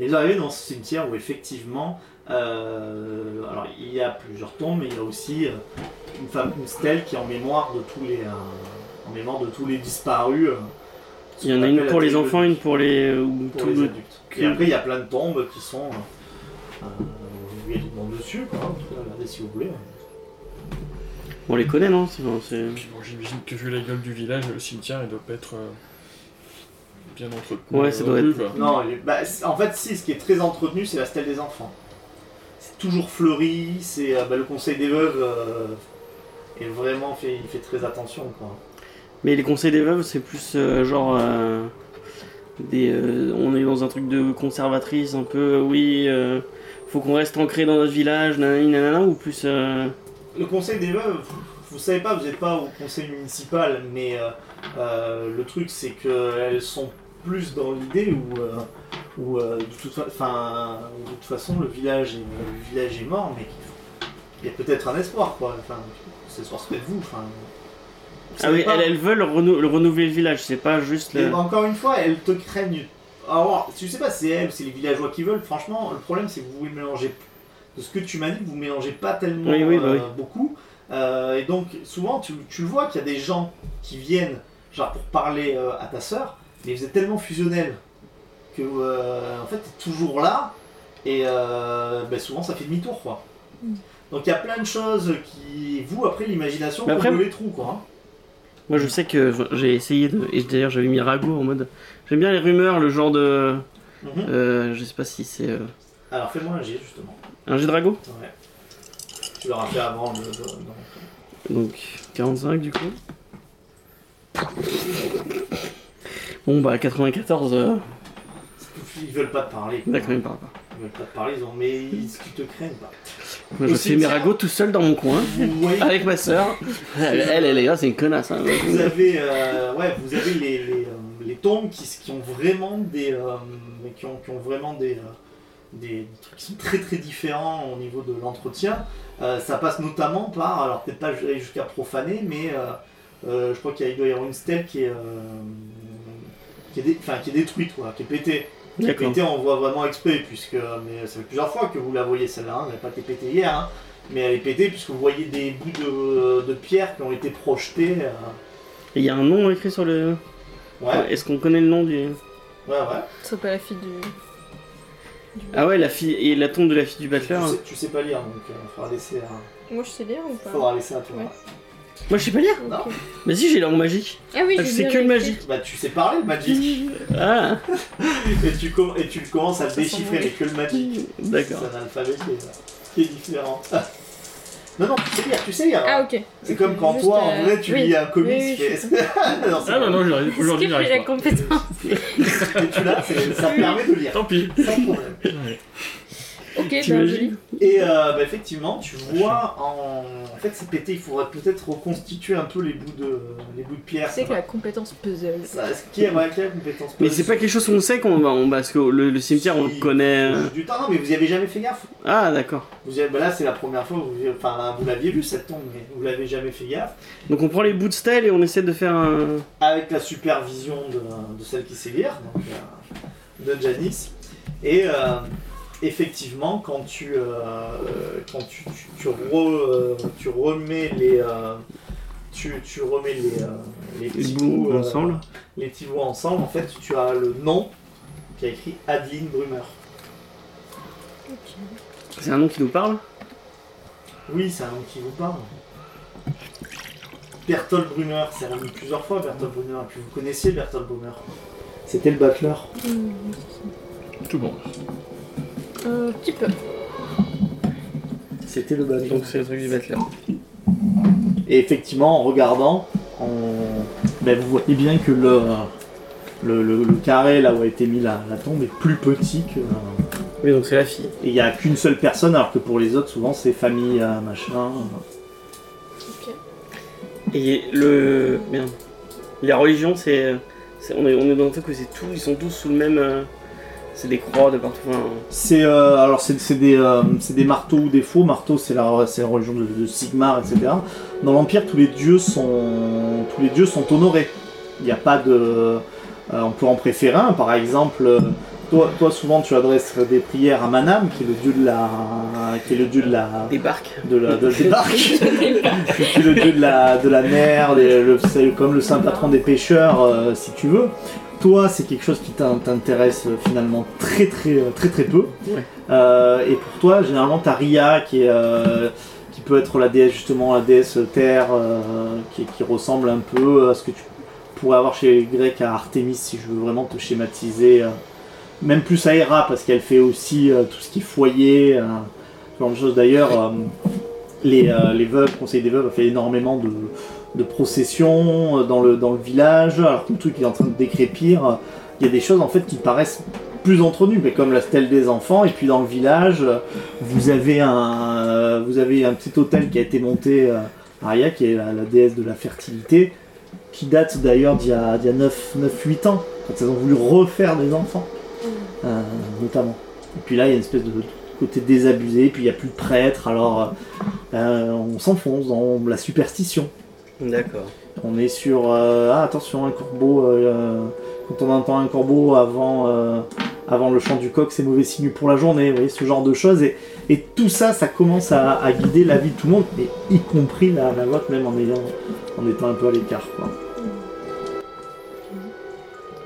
Speaker 1: Et vous arrivez dans ce cimetière où effectivement, euh, alors il y a plusieurs tombes, mais il y a aussi euh, une, femme, une stèle qui est en mémoire de tous les, euh, en mémoire de tous les disparus. euh,
Speaker 2: Il y en a une pour les enfants, une pour les. euh, ou
Speaker 1: pour
Speaker 2: tout
Speaker 1: les
Speaker 2: le-
Speaker 1: adultes. Et après il y a plein de tombes qui sont, euh, euh, vous pouvez aller dedans dessus, quoi, regardez si vous voulez.
Speaker 2: On les connaît, non C'est- bon, c'est-
Speaker 3: Puis bon, j'imagine que vu la gueule du village, le cimetière, il doit pas être euh, bien entretenu.
Speaker 2: Ouais, ça
Speaker 3: non
Speaker 2: doit
Speaker 3: plus,
Speaker 2: être-
Speaker 3: quoi.
Speaker 1: Non, il est- bah, c'est- en fait, si, ce qui est très entretenu, c'est la stèle des enfants. C'est toujours fleuri, c'est euh, bah, le conseil des veuves euh, est vraiment fait, il fait très attention. Quoi.
Speaker 2: Mais les conseils des veuves, c'est plus euh, genre. euh, des, euh, on est dans un truc de conservatrice, un peu. euh, oui, euh, faut qu'on reste ancré dans notre village, nanani, nanana, ou plus. euh,
Speaker 1: Le conseil des veuves, vous, vous savez pas, vous n'êtes pas au conseil municipal, mais euh, euh, le truc, c'est qu'elles sont plus dans l'idée où, euh, où, euh, de, toute fa- enfin, où de toute façon le village est, le village est mort, mais il y a peut-être un espoir. Quoi. Enfin, c'est ce que vous. Enfin, vous
Speaker 2: Ah
Speaker 1: savez
Speaker 2: oui,
Speaker 1: pas.
Speaker 2: elles, elles veulent renou- le renouveler le village, c'est pas juste.
Speaker 1: Et
Speaker 2: le-
Speaker 1: encore une fois, elles te craignent. Alors, je sais pas si c'est elles, c'est les villageois qui veulent. Franchement, le problème, c'est que vous vous mélangez. De ce que tu m'as dit, vous mélangez pas tellement
Speaker 2: Oui, oui, bah
Speaker 1: euh,
Speaker 2: oui.
Speaker 1: beaucoup. Euh, et donc, souvent, tu, tu le vois qu'il y a des gens qui viennent, genre pour parler euh, à ta sœur, mais vous êtes tellement fusionnels que, euh, en fait, t'es toujours là. Et euh, ben, souvent, ça fait demi-tour, quoi.
Speaker 4: Mm.
Speaker 1: Donc, il y a plein de choses qui, vous, après l'imagination,
Speaker 2: Mais
Speaker 1: vous
Speaker 2: après-
Speaker 1: les trous, quoi. hein.
Speaker 2: Moi je sais que enfin, j'ai essayé de. Et d'ailleurs j'avais mis Rago en mode. J'aime bien les rumeurs, le genre de.
Speaker 1: Mhm.
Speaker 2: euh, je sais pas si c'est. euh,
Speaker 1: Alors, fais-moi un jet, justement.
Speaker 2: Un jet de Rago
Speaker 1: Ouais. Tu l'auras fait avant le. le- non.
Speaker 2: Donc 45 du coup. Bon bah 94, euh,
Speaker 1: Ils veulent pas te parler. quoi.
Speaker 2: d'accord, il me parle pas.
Speaker 1: Ils veulent pas te parler, ils ont. Mais ils ils te craignent pas. Au
Speaker 2: Moi, je fais mes
Speaker 1: cimetière.
Speaker 2: ragots tout seul dans mon coin,
Speaker 1: Vous voyez,
Speaker 2: avec ma soeur. Elle, elle, elle est là, c'est une connasse. hein.
Speaker 1: vous avez, euh, ouais, vous avez les, les, euh, les tombes qui, s- qui ont vraiment des. euh, qui, ont, qui ont vraiment des. euh, des trucs qui sont très très différents au niveau de l'entretien. Euh, ça passe notamment par, alors peut-être pas aller jusqu'à profaner, mais euh, euh, je crois qu'il y a- il doit y avoir une stèle qui est, euh, qui est, dé- enfin, qui est détruite, quoi, qui est pétée.
Speaker 2: D'accord.
Speaker 1: TPT, on voit vraiment exprès, puisque mais ça fait plusieurs fois que vous la voyez celle-là, hein, elle n'a pas été pétée hier, hein, mais elle est pétée puisque vous voyez des bouts de, de pierre qui ont été projetés. euh,
Speaker 2: Et Il y a un nom écrit sur le.
Speaker 1: Ouais,
Speaker 2: Est-ce qu'on connaît le nom du.
Speaker 1: ouais, ouais.
Speaker 4: C'est pas la fille du. du-
Speaker 2: Ah ouais, la fille et la tombe de la fille du hein.
Speaker 1: Tu
Speaker 2: battleur.
Speaker 1: sais, tu sais pas lire, donc il faudra laisser à,
Speaker 4: Moi je sais lire ou pas
Speaker 1: faudra laisser à toi.
Speaker 4: Ouais.
Speaker 2: Moi je sais pas lire.
Speaker 4: Ok.
Speaker 1: Non.
Speaker 2: Mais si j'ai langue magique.
Speaker 4: Ah oui,
Speaker 2: Ah,
Speaker 4: j'ai
Speaker 2: je sais
Speaker 4: bien
Speaker 2: que le
Speaker 4: écrit.
Speaker 2: magique.
Speaker 1: Bah tu sais parler le magic
Speaker 2: Ah
Speaker 1: et tu, com- et tu commences à le
Speaker 4: Ça sent
Speaker 1: déchiffrer
Speaker 4: bon.
Speaker 1: avec que le magic. C'est
Speaker 2: D'accord.
Speaker 1: un alphabet qui est, qui est différent. non non tu sais lire, tu sais lire.
Speaker 4: Ah ok.
Speaker 1: C'est comme quand
Speaker 4: Juste,
Speaker 1: toi en
Speaker 4: euh,
Speaker 1: vrai tu
Speaker 4: oui.
Speaker 1: lis un comics.
Speaker 4: Oui, oui,
Speaker 1: mais-
Speaker 4: je
Speaker 1: Non, c'est
Speaker 3: Ah non,
Speaker 1: pas-
Speaker 3: non, j'y arrive- aujourd'hui
Speaker 4: Skip, j'ai
Speaker 3: j'arrive
Speaker 4: la
Speaker 3: pas.
Speaker 4: compétence.
Speaker 1: Mais tu l'as, c'est- ça te permet de lire.
Speaker 3: Tant pis.
Speaker 1: Sans problème.
Speaker 3: Ouais.
Speaker 4: Ok, bah, je lis.
Speaker 2: T'imagines
Speaker 1: Et euh, bah, effectivement, tu vois en... en fait c'est pété. Il faudrait peut-être reconstituer un peu les bouts de les bouts de pierre.
Speaker 4: Tu sais que la compétence puzzle.
Speaker 1: Ça, ce qui est ouais, quelle compétence
Speaker 2: Mais c'est pas quelque chose qu'on sait qu'on va. on- parce que le, le cimetière on le
Speaker 1: Si.
Speaker 2: connaît. euh.
Speaker 1: Juste du temps. Non, mais vous y avez jamais fait gaffe.
Speaker 2: Ah d'accord.
Speaker 1: Vous y avez- bah, là, c'est la première fois. que Vous, enfin, là, vous l'aviez vu cette tombe, mais vous l'avez jamais fait gaffe.
Speaker 2: Donc on prend les bouts de stèle et on essaie de faire un.
Speaker 1: Avec la supervision de, de celle qui sait lire. Donc, euh, de Janice. Et euh, effectivement, quand tu, euh, quand tu, tu, tu re- euh, tu remets les. euh, tu, tu remets les, euh, les
Speaker 2: Ils
Speaker 1: petits
Speaker 2: bouent
Speaker 1: bouts, euh,
Speaker 2: ensemble.
Speaker 1: les petits bouts ensemble, en fait, tu as le nom qui a écrit Adeline Brummer.
Speaker 2: C'est un nom qui nous parle
Speaker 1: Oui, c'est un nom qui vous parle. Bertolt Brunner, c'est revenu plusieurs fois, Bertolt Brunner. Et puis vous connaissiez Bertolt Brunner C'était le battleur.
Speaker 3: Tout bon.
Speaker 4: Euh, Un petit peu.
Speaker 1: C'était le battleur.
Speaker 5: Donc c'est le truc du Butler.
Speaker 1: Et effectivement, en regardant, on- ben, vous voyez bien que le, le, le- le carré là où a été mis la, la tombe est plus petit que. euh,
Speaker 5: Oui, donc c'est la fille.
Speaker 1: Et il n'y a qu'une seule personne, alors que pour les autres, souvent, c'est famille, euh, machin.
Speaker 4: Ok.
Speaker 5: Et le. Merde. La religion, c'est. c'est- On est, on est dans un truc où c'est tout, ils sont tous sous le même. euh, C'est des croix de partout. Enfin,
Speaker 1: C'est euh, alors c'est c'est des, euh, c'est des marteaux ou des faux. Marteau c'est la c'est la religion de, de Sigmar etc. Dans l'empire tous les dieux sont tous les dieux sont honorés. Il n'y a pas de euh, on peut en préférer un par exemple. euh, Toi, toi souvent tu adresses des prières à Manam qui est le dieu de la qui est le dieu de la
Speaker 5: des barques.
Speaker 1: de la de, des barques. qui est le dieu de la de la mer des- le- c'est comme le saint patron des pêcheurs euh, si tu veux. Toi c'est quelque chose qui t'in- t'intéresse euh, finalement très très euh, très très peu.
Speaker 5: Ouais.
Speaker 1: Euh, et pour toi, généralement, t'as Ria qui, est, euh, qui peut être la déesse, justement, la déesse terre, euh, qui, qui ressemble un peu à ce que tu pourrais avoir chez les Grecs à Artémis, si je veux vraiment te schématiser. euh. même plus à Hera, parce qu'elle fait aussi euh, tout ce qui est foyer, euh, ce genre de choses. D'ailleurs, euh, les, euh, les veuves, le conseil des veuves, a fait énormément de, de processions euh, dans le, dans le village, alors que le truc est en train de décrépir. Il y a des choses en fait qui paraissent plus entretenues, mais comme la stèle des enfants, et puis dans le village, euh, vous avez un, euh, vous avez un petit hôtel qui a été monté euh, à Aria, qui est la, la déesse de la fertilité, qui date d'ailleurs d'il y a, d'il y a 9 9-8 ans, quand ils ont voulu refaire des enfants euh, notamment. Et puis là, il y a une espèce de côté désabusé, puis il n'y a plus de prêtre, alors euh, on s'enfonce dans la superstition.
Speaker 5: D'accord.
Speaker 1: On est sur. euh, ah, attention, un corbeau. euh, quand on entend un corbeau avant, euh, avant le chant du coq, c'est mauvais signe pour la journée. Vous voyez, ce genre de choses. Et, et tout ça, ça commence à, à guider la vie de tout le monde, et y compris la, la vôtre, même en, ayant, en étant un peu à l'écart. quoi.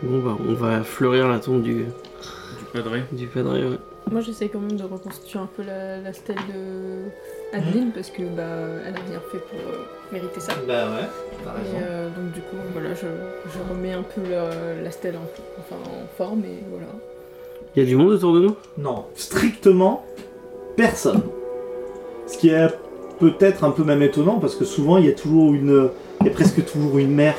Speaker 2: Bon, bah, on va fleurir la tombe du,
Speaker 3: Du padré.
Speaker 2: du padre. ouais.
Speaker 4: Moi, j'essaie quand même de reconstituer un peu la, la stèle de
Speaker 1: Hein
Speaker 4: Adeline parce que bah elle a rien fait pour euh, mériter ça.
Speaker 1: Bah ouais, t'as
Speaker 4: Et, euh, donc du coup, voilà, je, je remets un peu la, la stèle en, enfin, en forme et voilà.
Speaker 2: Il y a du monde autour de nous
Speaker 1: Non, strictement personne. Ce qui est peut-être un peu même étonnant parce que souvent il y a toujours une, il y a presque toujours une mère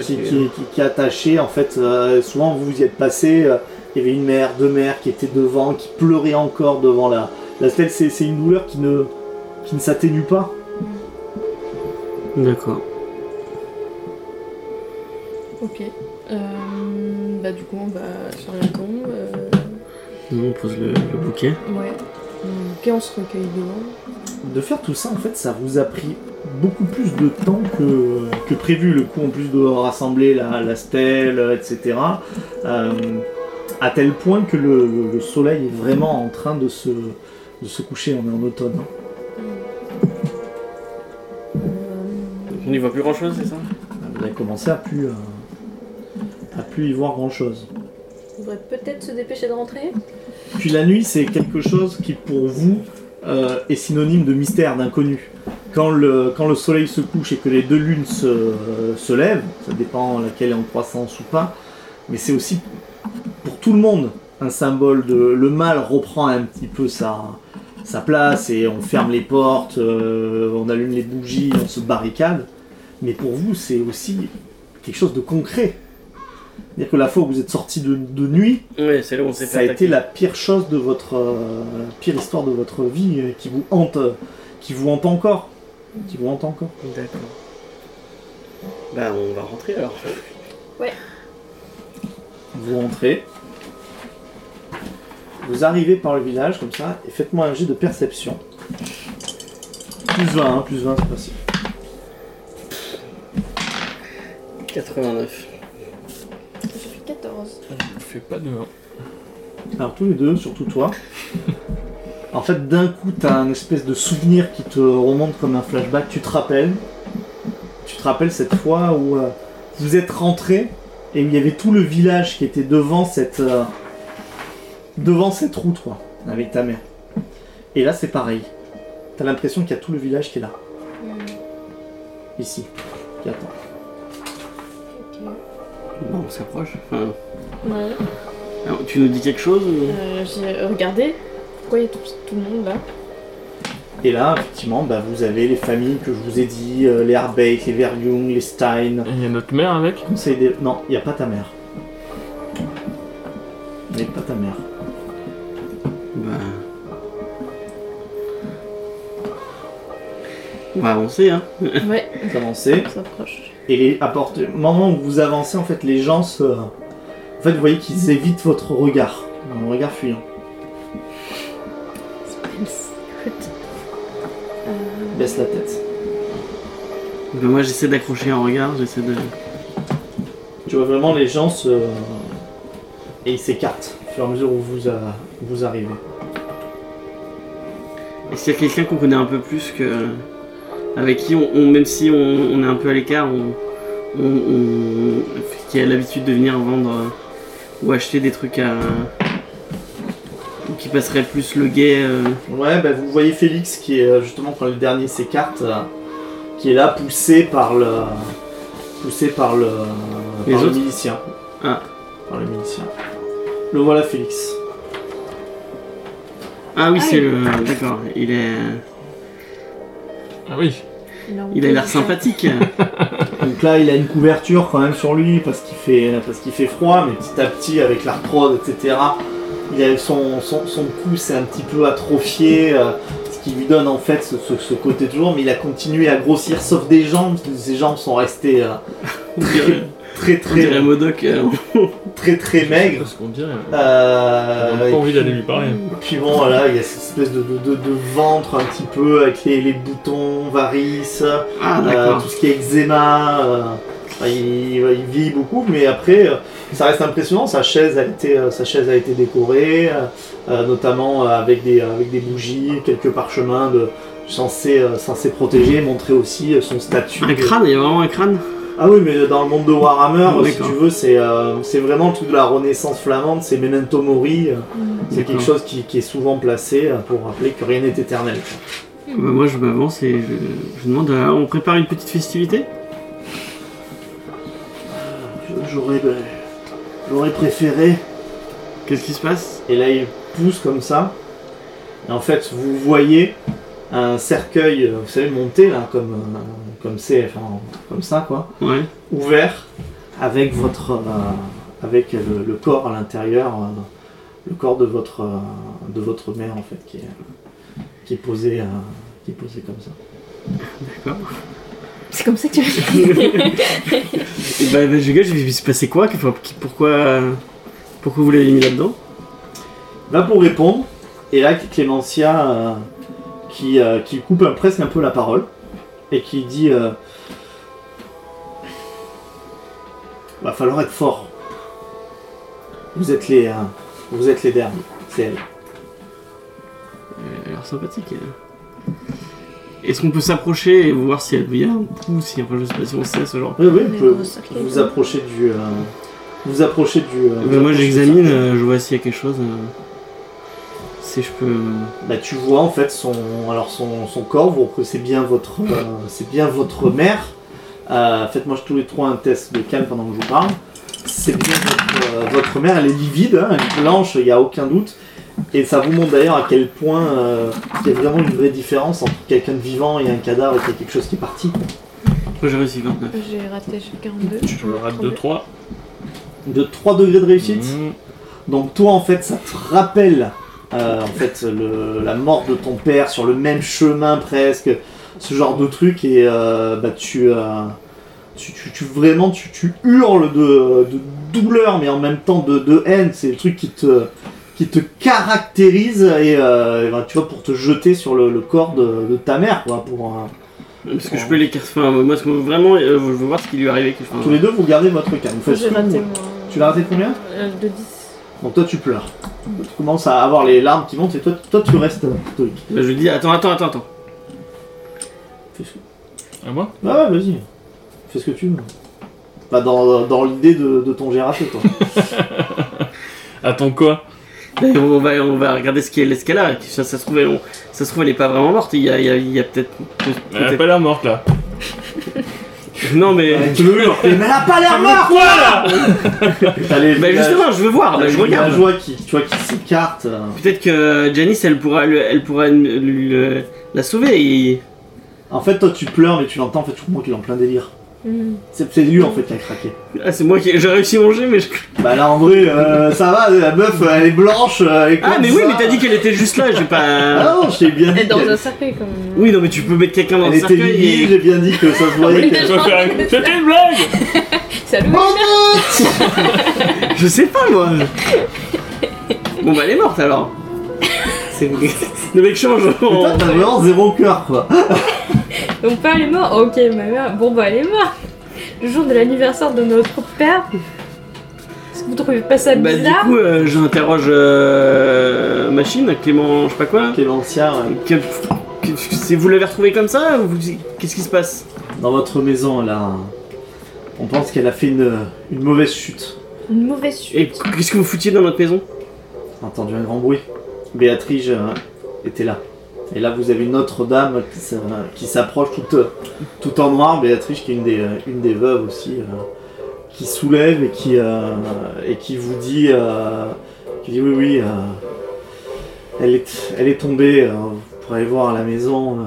Speaker 1: qui, qui,
Speaker 2: Ok.
Speaker 1: qui- qui est attachée. En fait, euh, souvent vous y êtes passé, euh, il y avait une mère, deux mères qui étaient devant, qui pleuraient encore devant la, la stèle. C'est c'est une douleur qui ne, qui ne s'atténue pas.
Speaker 2: D'accord.
Speaker 4: Ok. Euh, bah du coup, on va sur la tombe. euh,
Speaker 2: Nous, on pose le, le bouquet.
Speaker 4: ouais. Ok, on se recueille devant.
Speaker 1: De faire tout ça, en fait, ça vous a pris beaucoup plus de temps que, que prévu. Le coup, en plus de rassembler la, la stèle, etc. Euh, à tel point que le, le- le soleil est vraiment en train de se, de se coucher. On est en automne. hein.
Speaker 4: Euh,
Speaker 5: Donc on n'y voit plus grand chose, c'est ça
Speaker 1: Vous avez commencé à plus, euh, à plus y voir grand-chose.
Speaker 4: on devrait peut-être se dépêcher de rentrer.
Speaker 1: Puis la nuit, c'est quelque chose qui, pour vous, euh, est synonyme de mystère, d'inconnu. Quand le, quand le soleil se couche et que les deux lunes se, euh, se lèvent, ça dépend laquelle est en croissance ou pas, mais c'est aussi pour tout le monde un symbole de le mal reprend un petit peu sa, sa place et on ferme les portes, euh, on allume les bougies, on se barricade. Mais pour vous, c'est aussi quelque chose de concret. C'est-à-dire que la fois où vous êtes sorti de- de nuit,
Speaker 5: Oui, c'est là où on s'est fait
Speaker 1: ça a
Speaker 5: attaquer.
Speaker 1: été la pire chose de votre euh, la pire histoire de votre vie euh, qui vous hante euh, qui vous hante encore qui vous hante encore
Speaker 5: D'accord. Bah, on va rentrer alors.
Speaker 1: vous rentrez vous arrivez par le village comme ça et faites-moi un jet de perception plus 20 hein, plus 20 c'est facile
Speaker 5: 89.
Speaker 4: J'ai fait 14.
Speaker 3: fais pas de.
Speaker 1: Alors tous les deux, surtout toi. En fait, d'un coup, t'as un espèce de souvenir qui te remonte comme un flashback. Tu te rappelles. Tu te rappelles cette fois où euh, vous êtes rentrés et il y avait tout le village qui était devant cette euh, devant cette route, quoi, avec ta mère. Et là, c'est pareil. T'as l'impression qu'il y a tout le village qui est là, ici, qui attend.
Speaker 2: Bon, on s'approche. Enfin,
Speaker 4: Ouais.
Speaker 2: alors, tu nous dis quelque chose ou-
Speaker 4: Euh, J'ai regardé. Pourquoi il y a tout, tout le monde là
Speaker 1: Et là, effectivement, bah, vous avez les familles que je vous ai dit, euh, les Arbeck, les Verjung, les Stein.
Speaker 3: Et il y a notre mère avec
Speaker 1: Conseil des- Non, il n'y a pas ta mère. Il n'y a pas ta mère.
Speaker 2: Bah... On va avancer, hein.
Speaker 4: Ouais,
Speaker 1: Vous avancez.
Speaker 4: on s'approche.
Speaker 1: Et les- à part- au moment où vous avancez, en fait, les gens se... En fait, vous voyez qu'ils évitent votre regard. Un regard fuyant.
Speaker 4: C'est pas une secrète.
Speaker 1: Ils
Speaker 4: Euh,
Speaker 1: baissent la tête.
Speaker 2: Bah, moi, j'essaie d'accrocher un regard, j'essaie de...
Speaker 1: Tu vois vraiment les gens se... Et ils s'écartent au fur et à mesure où vous, euh, vous arrivez.
Speaker 2: Est-ce qu'il y a quelqu'un qu'on connaît un peu plus que. Avec qui, on, on- même si on, on est un peu à l'écart, on, on- on- qui a l'habitude de venir vendre euh, ou acheter des trucs à. ou qui passerait plus le guet. euh,
Speaker 1: Ouais, bah, vous voyez Félix qui est euh, justement quand le dernier s'écarte, euh, qui est là poussé par le. poussé par le.
Speaker 2: Les
Speaker 1: par le
Speaker 2: autres
Speaker 1: milicien.
Speaker 2: Ah.
Speaker 1: Par le milicien. Le voilà Félix.
Speaker 2: Ah oui,
Speaker 4: Ah,
Speaker 2: c'est
Speaker 4: il-
Speaker 2: le. D'accord, il est.
Speaker 3: Ah oui
Speaker 4: en
Speaker 2: Il a l'air
Speaker 4: dessous.
Speaker 2: sympathique.
Speaker 1: Donc là, il a une couverture quand même sur lui parce qu'il fait, parce qu'il fait froid, mais petit à petit, avec la prod, etc., il a, son, son, son cou s'est un petit peu atrophié, euh, ce qui lui donne en fait ce, ce- ce côté toujours, mais il a continué à grossir, sauf des jambes, parce que ses jambes sont restées euh,
Speaker 2: on dirait,
Speaker 1: très
Speaker 2: on
Speaker 1: très
Speaker 2: dirait Modoc. euh,
Speaker 1: très très maigres.
Speaker 3: C'est ce qu'on dirait. hein.
Speaker 1: Euh,
Speaker 3: On n'a
Speaker 1: et
Speaker 3: pas envie
Speaker 1: puis-
Speaker 3: d'aller lui parler.
Speaker 1: Et puis bon, voilà, il y a cette espèce de, de, de- de ventre un petit peu avec les, les boutons, varices, euh,
Speaker 2: Ah d'accord.
Speaker 1: tout ce qui est eczéma. euh, enfin, il, il vieillit beaucoup, mais après, euh, ça reste impressionnant. Sa chaise a été, euh, sa chaise a été décorée, euh, euh, notamment euh, avec des, avec des bougies, quelques parchemins de censés, euh, censés protéger, montrer aussi euh, son statut.
Speaker 2: Un
Speaker 1: de-
Speaker 2: crâne, il y a vraiment un crâne.
Speaker 1: ah oui, mais dans le monde de Warhammer,
Speaker 2: Oh,
Speaker 1: si
Speaker 2: d'accord.
Speaker 1: tu veux, c'est euh, c'est vraiment le truc de la Renaissance flamande, c'est Memento Mori, euh, c'est quelque
Speaker 2: D'accord.
Speaker 1: chose qui, qui est souvent placé euh, pour rappeler que rien n'est éternel.
Speaker 2: Bah, moi je m'avance et je, je demande euh, on prépare une petite festivité
Speaker 1: Je- J'aurais ben, j'aurais préféré.
Speaker 2: Qu'est-ce qui se passe
Speaker 1: Et là, il pousse comme ça. Et en fait, vous voyez un cercueil, euh, vous savez, monté là, comme euh, comme c'est, enfin, comme ça quoi,
Speaker 2: Ouais.
Speaker 1: ouvert, avec votre, euh, avec le, le corps à l'intérieur, euh, le corps de votre, euh, de votre mère en fait, qui est, qui est posé, euh, qui est posé comme ça.
Speaker 4: C'est comme ça que tu vas
Speaker 2: Et bah, bah, je gueule, je vais se passer quoi Enfin, qui- Pourquoi, euh, pourquoi vous l'avez mis là-dedans
Speaker 1: va pour répondre. Et là, Clémentia euh, qui, euh, qui coupe un- presque un peu la parole et qui dit euh, Va falloir être fort. Vous êtes les, euh, vous êtes les derniers. C'est elle.
Speaker 2: Elle a l'air sympathique. elle. Est-ce qu'on peut s'approcher et voir si elle il y a un pouls, si enfin je sais pas si on sait ce genre.
Speaker 1: Oui, oui, vous
Speaker 4: Les
Speaker 1: pouvez
Speaker 4: gros cercles,
Speaker 1: vous
Speaker 4: quoi.
Speaker 1: approchez du. euh, vous approchez du. euh,
Speaker 2: Bah,
Speaker 1: vous
Speaker 2: moi
Speaker 1: approchez du
Speaker 2: j'examine,
Speaker 1: cercle.
Speaker 2: euh, je vois s'il y a quelque chose. euh, si je peux. euh,
Speaker 1: Bah, tu vois en fait son, alors son, son corps, vous reconna- c'est bien votre, euh, c'est bien votre mère. Euh, Faites-moi tous les trois un test de calme pendant que je vous parle. C'est bien votre, euh, votre mère, elle est livide, hein, elle est blanche, il n'y a aucun doute. Et ça vous montre d'ailleurs à quel point euh, il y a vraiment une vraie différence entre quelqu'un de vivant et un cadavre et qu'il y a quelque chose qui est parti.
Speaker 2: Moi j'ai réussi 29.
Speaker 4: J'ai raté, j'ai 42.
Speaker 3: Je me rate de 3.
Speaker 1: De 3 degrés de réussite.
Speaker 3: Mmh.
Speaker 1: Donc toi en fait ça te rappelle euh, en fait le- la mort de ton père sur le même chemin presque, ce genre de truc et euh, bah tu, euh, tu, tu- tu- vraiment tu, tu hurles de, de douleur mais en même temps de, de haine, c'est le truc qui te qui te caractérise et, euh, et ben, tu vois pour te jeter sur le, le corps de, de ta mère quoi pour euh,
Speaker 2: Parce que je peux l'écarter. Enfin, moi ce que- vraiment, euh, je veux voir ce qui lui est arrivé. que je- enfin,
Speaker 1: tous les deux vous gardez votre calme. Vous faites
Speaker 4: J'ai
Speaker 1: tout.
Speaker 4: raté moi.
Speaker 1: Tu l'as raté de combien
Speaker 4: Euh, De 10.
Speaker 1: Donc toi tu pleures. Tu commences à avoir les larmes qui montent et toi, toi tu restes euh, stoïque.
Speaker 2: Bah, je lui dis attends, attends, attends, attends.
Speaker 3: À moi
Speaker 1: Ah ouais, vas-y. Fais ce que tu veux. Bah, dans, dans l'idée de, de ton GRAC quoi.
Speaker 3: Attends quoi
Speaker 2: Bah, on, va, on va regarder ce qu'elle est, ce qu'elle a. Ça, ça se trouve, elle, on- ça se trouve, elle est pas vraiment morte. Il y a, il y a- il y a peut-être. peut-
Speaker 3: Elle a
Speaker 2: peut-être-
Speaker 3: pas l'air morte là.
Speaker 2: non mais.
Speaker 1: Tu le mur. Mais elle a pas l'air morte
Speaker 3: Quoi là
Speaker 1: T'as les
Speaker 2: Bah justement, je veux voir. Bah, je regarde.
Speaker 1: joie qui, tu vois, qui s'écarte. euh,
Speaker 2: Peut-être que Janice, elle pourra, le- elle pourra le- le- la sauver. et-
Speaker 1: En fait, toi, tu pleures, mais tu l'entends, en fait, tu comprends qu'il est en plein délire.
Speaker 4: Mm.
Speaker 1: C'est c'est lui, en fait, qui a craqué.
Speaker 2: Ah, c'est moi qui j'ai réussi à manger, mais je...
Speaker 1: Bah là, en vrai, euh, ça va, la meuf, elle est blanche, euh, elle est
Speaker 2: ah
Speaker 1: comme
Speaker 2: mais oui,
Speaker 1: ça.
Speaker 2: mais t'as dit qu'elle était juste là. J'ai pas.
Speaker 1: Ah non, je t'ai bien dit.
Speaker 4: Et dans
Speaker 1: qu'elle-
Speaker 4: un cercueil quand même.
Speaker 2: Oui, non, mais tu peux mettre quelqu'un
Speaker 1: Elle
Speaker 2: dans le
Speaker 1: était
Speaker 2: cercueil.
Speaker 1: liée,
Speaker 2: et-
Speaker 1: j'ai bien dit que ça se voyait.
Speaker 4: Oui,
Speaker 1: qu'elle-
Speaker 4: déjà.
Speaker 3: Faut faire un- C'était une blague
Speaker 4: Salut
Speaker 2: Je sais pas moi. bon bah elle est morte alors. C'est le mec change.
Speaker 1: Mais toi,
Speaker 2: en-
Speaker 1: t'as vraiment zéro cœur, quoi.
Speaker 4: Donc pas elle est morte. Ok, ma mère. Bon bah elle est morte. Le jour de l'anniversaire de notre père. Est-ce que vous trouvez pas ça
Speaker 2: Bah du
Speaker 4: bizarre
Speaker 2: coup euh, j'interroge euh, machine Clément je sais pas quoi. là.
Speaker 1: Quel ancien, ouais.
Speaker 2: Que- que- c'est- vous l'avez retrouvé comme ça ou vous- Qu'est-ce qui se passe
Speaker 1: Dans votre maison, là, on pense qu'elle a fait une, une mauvaise chute.
Speaker 4: Une mauvaise chute.
Speaker 2: Et qu'est-ce que vous foutiez dans notre maison
Speaker 1: On a entendu un grand bruit. Béatrice euh, était là. Et là, vous avez une autre dame qui s'a- qui s'approche toute, euh, tout en noir. Béatrice, qui est une des, euh, une des veuves aussi, euh, qui soulève et qui, euh, et qui vous dit, euh, qui dit oui, oui, euh, elle, est, elle est tombée. euh, vous pourrez voir à la maison. euh,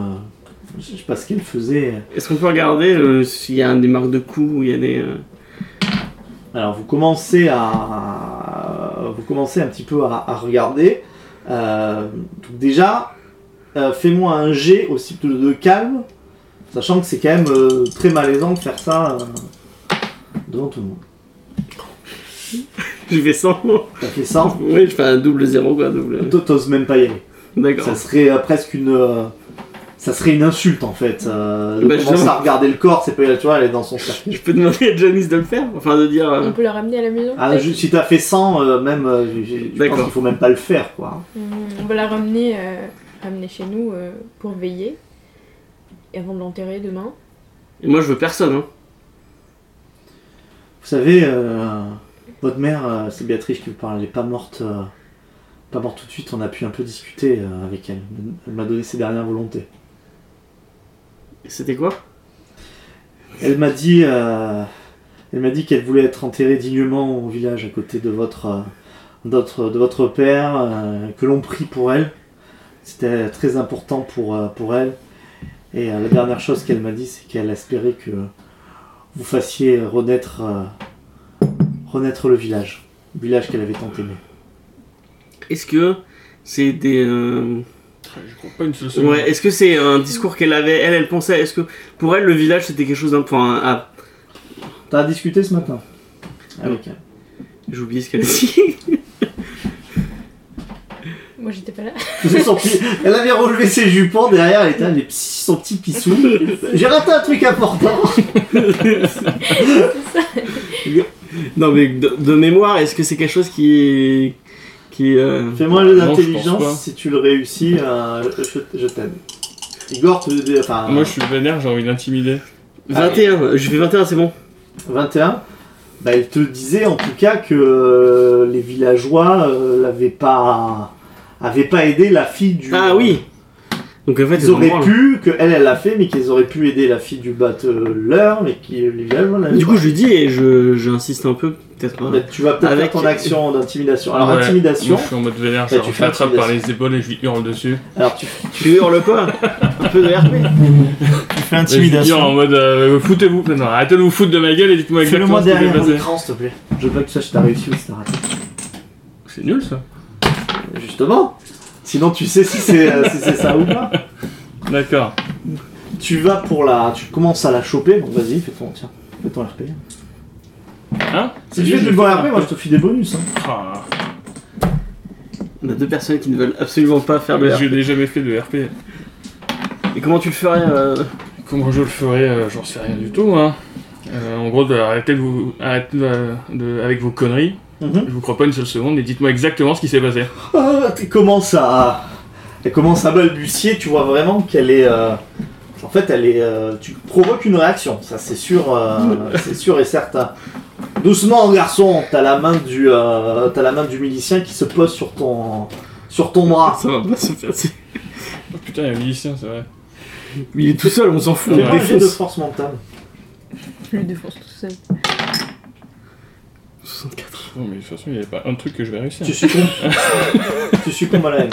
Speaker 1: je sais pas ce qu'elle faisait.
Speaker 2: Est-ce qu'on peut regarder euh, s'il y a un des marques de coups ou il y a des... euh,
Speaker 1: Alors vous commencez à vous commencez un petit peu à, à regarder. Euh, donc déjà, euh, fais-moi un jet aussi de, de calme, sachant que c'est quand même euh, très malaisant de faire ça euh, devant tout le monde.
Speaker 2: Je vais sans...
Speaker 1: T'as fait ça,
Speaker 2: oui je fais un double zéro quoi, double...
Speaker 1: toi t'oses même pas y aller.
Speaker 2: D'accord.
Speaker 1: Ça serait euh, presque une euh, ça serait une insulte en fait. Euh, de
Speaker 2: Bah,
Speaker 1: commencer
Speaker 2: justement.
Speaker 1: à regarder le corps, c'est pas tu vois, elle est dans son cercle.
Speaker 2: Je peux demander à Janice de le faire Enfin de dire... euh,
Speaker 4: On peut la ramener à la maison
Speaker 1: Ah,
Speaker 4: peut-être
Speaker 1: ju- si t'as fait 100, euh, même, euh, j- j- je pense
Speaker 2: D'accord.
Speaker 1: qu'il faut même pas le faire quoi.
Speaker 4: Hum, On va la ramener, euh, ramener chez nous euh, pour veiller. Et avant de l'enterrer demain.
Speaker 2: et moi je veux personne hein.
Speaker 1: Vous savez, euh, votre mère, euh, c'est Béatrice qui vous parle, elle n'est pas morte, euh, pas morte tout de suite, on a pu un peu discuter euh, avec elle. Elle m'a donné ses dernières volontés.
Speaker 2: C'était quoi
Speaker 1: Elle m'a dit, euh, elle m'a dit qu'elle voulait être enterrée dignement au village à côté de votre, euh, d'autre- de votre père, euh, que l'on prie pour elle. C'était très important pour, euh, pour elle. Et euh, la dernière chose qu'elle m'a dit, c'est qu'elle espérait que vous fassiez renaître, euh, renaître le village, le village qu'elle avait tant aimé.
Speaker 2: Est-ce que c'est des... euh,
Speaker 3: Je crois pas une seule seconde.
Speaker 2: Ouais, est-ce que c'est un discours qu'elle avait Elle, elle pensait, est-ce que pour elle, le village, c'était quelque chose d'important Ah,
Speaker 1: T'as discuté ce matin avec elle.
Speaker 2: j'ai oublié ce qu'elle a dit.
Speaker 4: Moi j'étais pas là.
Speaker 1: Faisait son petit- Elle avait relevé ses jupons derrière, elle était là, les petits- son petit pissou. J'ai raté un truc important.
Speaker 2: non, mais de, de mémoire, est-ce que c'est quelque chose qui... qui euh,
Speaker 1: Fais-moi un jeu
Speaker 3: Non, je pense pas.
Speaker 1: d'intelligence, si tu le réussis, euh, je, je t'aide. Igor, tu- enfin,
Speaker 3: Moi je suis vénère, j'ai envie d'intimider.
Speaker 2: Ah, 21, je fais 21, c'est bon.
Speaker 1: 21, bah, elle te disait en tout cas que euh, les villageois euh, l'avaient pas, avaient pas aidé la fille du.
Speaker 2: Ah oui Donc en fait,
Speaker 1: Ils
Speaker 2: ils ont
Speaker 1: auraient
Speaker 2: droit, là.
Speaker 1: pu, que elle, elle l'a fait, mais qu'ils auraient pu aider la fille du batteleur, mais que les villageois l'avaient
Speaker 2: Du
Speaker 1: pas.
Speaker 2: coup, je lui dis et je, j'insiste un peu, peut-être. hein.
Speaker 1: Bah, tu vas peut-être
Speaker 2: Avec-
Speaker 1: faire ton action d'intimidation. Alors,
Speaker 3: Ouais,
Speaker 1: intimidation,
Speaker 3: moi, je suis en mode vénère,
Speaker 1: Bah,
Speaker 3: je
Speaker 1: tu
Speaker 3: je
Speaker 1: fais
Speaker 3: l'attrape par
Speaker 1: intimidation.
Speaker 3: les épaules et je lui hurle dessus.
Speaker 1: alors tu,
Speaker 2: Tu hurles quoi Un peu de RP
Speaker 1: tu fais
Speaker 3: Et Je lui hurle en mode euh, foutez-vous. Non, non, arrêtez de vous foutre de ma gueule et dites-moi exactement
Speaker 1: Fais-le-moi
Speaker 3: ce qui s'est
Speaker 1: derrière
Speaker 3: passé.
Speaker 1: l'écran, s'il te plaît. Je veux pas que tu saches si t'as réussi ou si t'as raté.
Speaker 3: C'est nul ça.
Speaker 1: Euh, Justement. Sinon, tu sais si c'est euh, si c'est ça ou pas.
Speaker 3: D'accord.
Speaker 1: Tu vas pour la. Tu commences à la choper. Bon, vas-y, fais ton. Tiens, fais ton RP.
Speaker 3: Hein
Speaker 1: Si tu fais
Speaker 3: Je
Speaker 1: du bon
Speaker 3: fais
Speaker 1: RP, moi je te file des bonus. Hein.
Speaker 3: Ah,
Speaker 2: On a deux personnes qui ne veulent absolument pas faire de
Speaker 3: mais je
Speaker 2: RP.
Speaker 3: n'ai jamais fait de RP.
Speaker 2: Et comment tu le ferais euh,
Speaker 3: Comment je le ferais euh, J'en sais rien du tout. Hein. Euh, en gros, de- arrêtez de vous. Arrêtez de- de- avec vos conneries.
Speaker 1: Mhm.
Speaker 3: Je vous crois pas une seule seconde, mais dites-moi exactement ce qui s'est passé.
Speaker 1: Ah, elle commence à, elle commence à balbutier. Tu vois vraiment qu'elle est, euh, en fait, elle est, euh, tu provoques une réaction. Ça, c'est sûr, euh, c'est sûr et certain. Doucement, garçon, t'as la main du, euh, t'as la main du milicien qui se pose sur ton, sur ton bras.
Speaker 2: Ah, Ça va pas se passer.
Speaker 3: Oh putain, il y a un milicien, c'est vrai.
Speaker 2: Il est tout seul, on s'en fout.
Speaker 1: Fais
Speaker 2: on
Speaker 1: pas un
Speaker 2: le
Speaker 1: jet de
Speaker 2: défonce.
Speaker 1: force mentale.
Speaker 4: Je le défonce tout seul.
Speaker 2: 64.
Speaker 3: Non, Oh, mais de toute façon, il n'y avait pas un truc que je vais réussir.
Speaker 1: Tu succombes. tu succombes à la haine.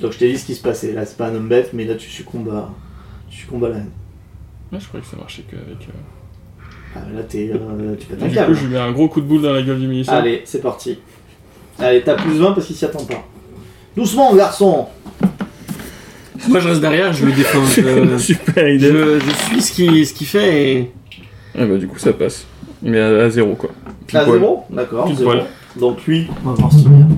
Speaker 1: Donc je t'ai dit ce qui se passait. Là, c'est pas un homme bête, mais là, tu succombes à, tu succombes à la haine.
Speaker 3: Moi, je croyais que ça marchait qu'avec. euh,
Speaker 1: Ah, là, t'es, euh, tu pètes un
Speaker 3: Du coup,
Speaker 1: câble.
Speaker 3: je lui mets un gros coup de boule dans la gueule du milicien.
Speaker 1: Allez, c'est parti. Allez, t'as plus 20 parce qu'il s'y attend pas. Doucement, garçon
Speaker 2: Moi, je reste derrière, je le défends. Je,
Speaker 3: Super
Speaker 2: je- je suis ce qu'il ce qu'il fait et.
Speaker 3: Ah bah, du coup, ça passe. Mais à, à zéro, quoi. Pile
Speaker 1: À
Speaker 3: poil.
Speaker 1: zéro D'accord,
Speaker 3: Pile
Speaker 1: zéro.
Speaker 3: poil.
Speaker 1: Donc lui, on va voir s'il vient.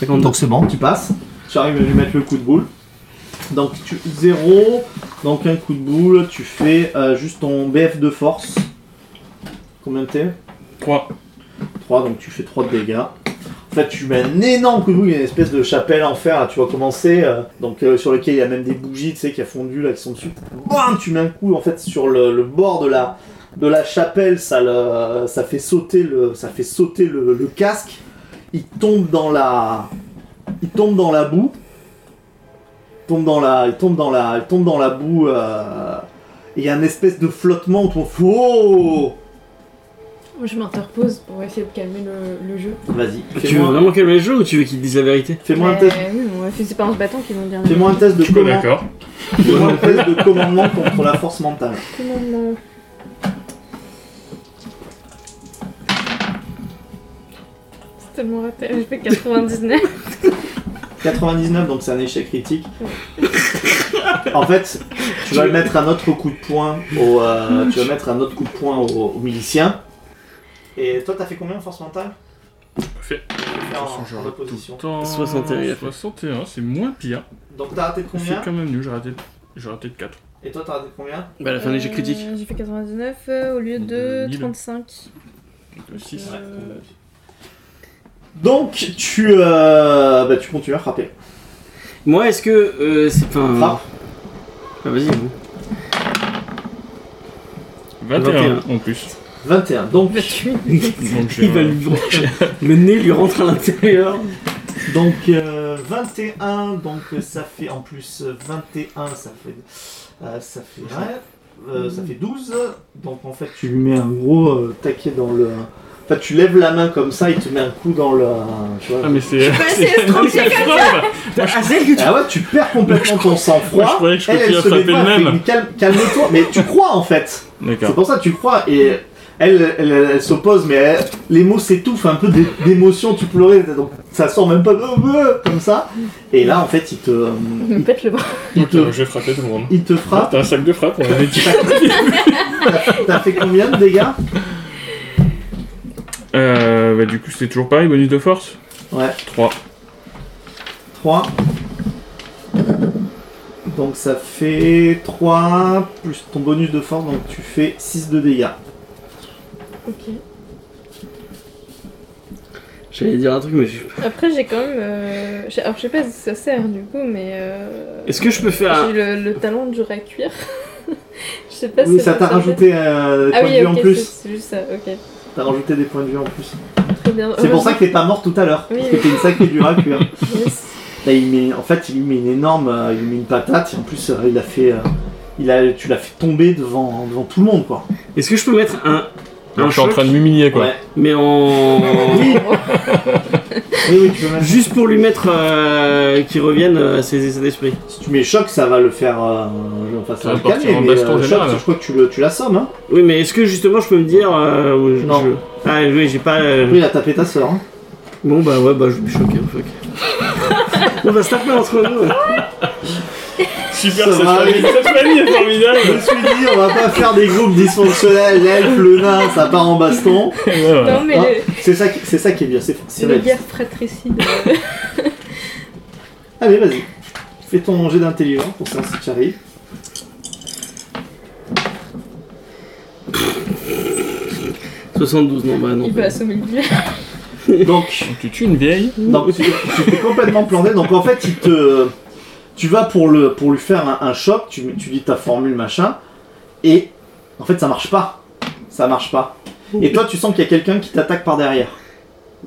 Speaker 2: 52.
Speaker 1: Donc c'est bon, tu passes. Tu arrives à lui mettre le coup de boule. Donc tu 0, donc un coup de boule, tu fais euh, juste ton BF de force. Combien de t'es
Speaker 3: Trois.
Speaker 1: 3, donc tu fais 3 de dégâts. En fait, tu mets un énorme coup de boule, il y a une espèce de chapelle en fer, là, tu vois commencer, euh, donc euh, sur lequel il y a même des bougies, tu sais, qui a fondu, là, qui sont dessus. Bam tu mets un coup, en fait, sur le, le bord de la, de la chapelle, ça, le- ça fait sauter, le, ça fait sauter le, le casque. Il tombe dans la... Il tombe dans la boue. Il tombe dans la... Il tombe dans la, il tombe dans la boue. euh, et il y a un espèce de flottement autour. Oh
Speaker 4: Je m'interpose pour essayer de calmer le, le jeu.
Speaker 1: Vas-y,
Speaker 2: Tu veux
Speaker 1: fais-moi
Speaker 2: vraiment calmer le jeu ou tu veux qu'il te dise la vérité
Speaker 1: fais-moi un
Speaker 4: Mais
Speaker 1: test
Speaker 4: Oui, mais on va faire- c'est pas en se battant qu'ils vont dire.
Speaker 1: Fais-moi un test de,
Speaker 3: Je suis pas
Speaker 1: command...
Speaker 3: d'accord.
Speaker 1: Fais-moi un test de commandement contre la force mentale.
Speaker 4: Commandement. C'est tellement raté. Je fais 99.
Speaker 1: 99, donc c'est un échec critique. En fait, tu vas mettre un autre coup de poing au, euh, tu vas mettre un autre coup de poing au, au milicien. Et toi, t'as fait combien en force mentale
Speaker 3: Fait.
Speaker 1: Fais en- en
Speaker 3: J'aurais tout
Speaker 1: opposition.
Speaker 3: le temps.
Speaker 2: 61, il a fait.
Speaker 3: 61, c'est moins pire.
Speaker 1: Donc t'as raté de
Speaker 3: C'est
Speaker 1: combien
Speaker 3: quand même nul, j'ai raté, j'ai raté de 4.
Speaker 1: Et toi, t'as raté de combien
Speaker 2: Bah, à la fin des jeux critiques.
Speaker 4: Euh, J'ai fait 99 euh, au lieu de
Speaker 3: 2000.
Speaker 4: 35.
Speaker 3: 6.
Speaker 4: Euh,
Speaker 1: Donc tu, euh, bah, tu continues à frapper.
Speaker 2: Moi, est-ce que. euh, c'est pas un.
Speaker 1: Frappe.
Speaker 2: Ah, vas-y. bon.
Speaker 3: 21, en plus.
Speaker 1: 21. Donc,
Speaker 4: Bah,
Speaker 3: Donc, j'ai- euh,
Speaker 2: Il va lui brancher. Le nez lui rentre à l'intérieur.
Speaker 1: donc euh, 21, donc euh, ça fait en plus euh, 21, ça fait Euh, ça fait ouais, euh, ça fait 12. Donc en fait, tu lui mets un gros euh, taquet dans le. Enfin, tu lèves la main comme ça, il te met un coup dans le. tu vois.
Speaker 3: Ah, mais c'est.
Speaker 4: pas assez estropiée
Speaker 3: c'est affreux.
Speaker 2: Ah, celle que tu.
Speaker 1: Ah ouais, tu perds complètement ton
Speaker 3: Moi, je
Speaker 1: sang-froid.
Speaker 3: croyais que je
Speaker 1: Elle, elle
Speaker 3: continuais à
Speaker 1: se
Speaker 3: frapper
Speaker 1: débat,
Speaker 3: le
Speaker 1: elle fait,
Speaker 3: même.
Speaker 1: mais calme- Calme-toi, mais tu crois en fait. C'est
Speaker 3: D'accord.
Speaker 1: pour ça que tu crois et elle, elle, elle- elle s'oppose, mais elle- les mots s'étouffent un peu d'é- d'émotion. Tu pleurais, donc ça sort même pas comme ça. Et là, en fait, il te, euh,
Speaker 4: Me pète le bras.
Speaker 1: il
Speaker 3: Ok,
Speaker 1: te,
Speaker 3: je vais frapper euh, tout le monde.
Speaker 1: il te
Speaker 3: Ah,
Speaker 1: frappe.
Speaker 3: T'as un sac de frappe, on avait dit.
Speaker 1: T'as fait combien de dégâts
Speaker 3: Euh, bah, du coup, c'est toujours pareil, bonus de force
Speaker 1: Ouais.
Speaker 3: 3.
Speaker 1: 3. Donc ça fait 3 plus ton bonus de force, donc tu fais 6 de dégâts.
Speaker 4: Ok.
Speaker 2: J'allais dire un truc, mais je.
Speaker 4: Après, j'ai quand même. euh, j'ai- Alors, je sais pas si ça sert du coup, mais. euh,
Speaker 2: Est-ce que je peux faire. un-
Speaker 4: J'ai le, le talent du à cuir. je sais pas
Speaker 1: Oui,
Speaker 4: si
Speaker 1: ça t'a
Speaker 4: va
Speaker 1: rajouté euh, des
Speaker 4: Ah
Speaker 1: points de
Speaker 4: oui,
Speaker 1: vue
Speaker 4: ok,
Speaker 1: en
Speaker 4: c'est-
Speaker 1: plus.
Speaker 4: c'est juste ça, ok.
Speaker 1: T'as rajouté des points de vue en plus.
Speaker 4: Très bien.
Speaker 1: C'est pour ça que t'es pas mort tout à l'heure.
Speaker 4: Oui,
Speaker 1: parce que
Speaker 4: oui.
Speaker 1: t'es une sacrée du hein. cuir.
Speaker 4: Yes.
Speaker 1: Là, il met, en fait, il lui met une énorme, euh, il lui met une patate. Et en plus, euh, il a fait, euh, il a, tu l'as fait tomber devant, devant tout le monde, quoi.
Speaker 2: Est-ce que je peux mettre un.
Speaker 3: Donc,
Speaker 2: un
Speaker 3: je suis en
Speaker 2: choc,
Speaker 3: train de m'humilier, quoi.
Speaker 1: Ouais.
Speaker 2: Mais en.
Speaker 1: Oui. oui, oui, tu peux mettre-
Speaker 2: Juste pour lui mettre. euh, qu'il revienne à ses essais d'esprit.
Speaker 1: Si tu mets choc, ça va le faire, euh, enfin, ça
Speaker 3: Ça
Speaker 1: va
Speaker 3: va
Speaker 1: le
Speaker 3: partir
Speaker 1: calmer.
Speaker 3: en
Speaker 1: Mais
Speaker 3: baston
Speaker 1: euh, choc,
Speaker 3: général. hein.
Speaker 1: je crois que tu le, tu l'assommes, hein.
Speaker 2: Oui, mais est-ce que justement je peux me dire. euh, je-
Speaker 1: Non.
Speaker 2: je- Ah, oui, j'ai pas. euh,
Speaker 1: Oui, il a tapé ta sœur. hein.
Speaker 2: Bon, bah ouais, bah je suis choqué, fuck. On va se taper bah, entre nous.
Speaker 3: Super,
Speaker 1: Ça
Speaker 3: cette
Speaker 1: va.
Speaker 3: famille, cette famille est
Speaker 1: Je
Speaker 3: formidable.
Speaker 1: me suis dit, on va pas faire des groupes dysfonctionnels, l'elfe, le nain, ça part en baston.
Speaker 3: Ouais, ouais.
Speaker 2: Ah.
Speaker 4: Non, mais
Speaker 1: Hein
Speaker 4: le-
Speaker 1: C'est ça, qui- c'est ça qui est bien, c'est c'est
Speaker 4: les
Speaker 1: réaliste.
Speaker 4: guerres fratricides. euh,
Speaker 1: Allez, vas-y. Fais ton jet d'intelligence pour savoir si tu arrives.
Speaker 2: 72, non, bah non.
Speaker 4: Il peut assommer le village.
Speaker 1: Donc,
Speaker 3: Tu tues une vieille
Speaker 1: donc tu, tu t'es complètement planté. Donc en fait, il te, tu vas pour, le, pour lui faire un, un choc, tu, tu dis ta formule machin, et en fait, ça marche pas. Ça marche pas. Et toi, tu sens qu'il y a quelqu'un qui t'attaque par derrière.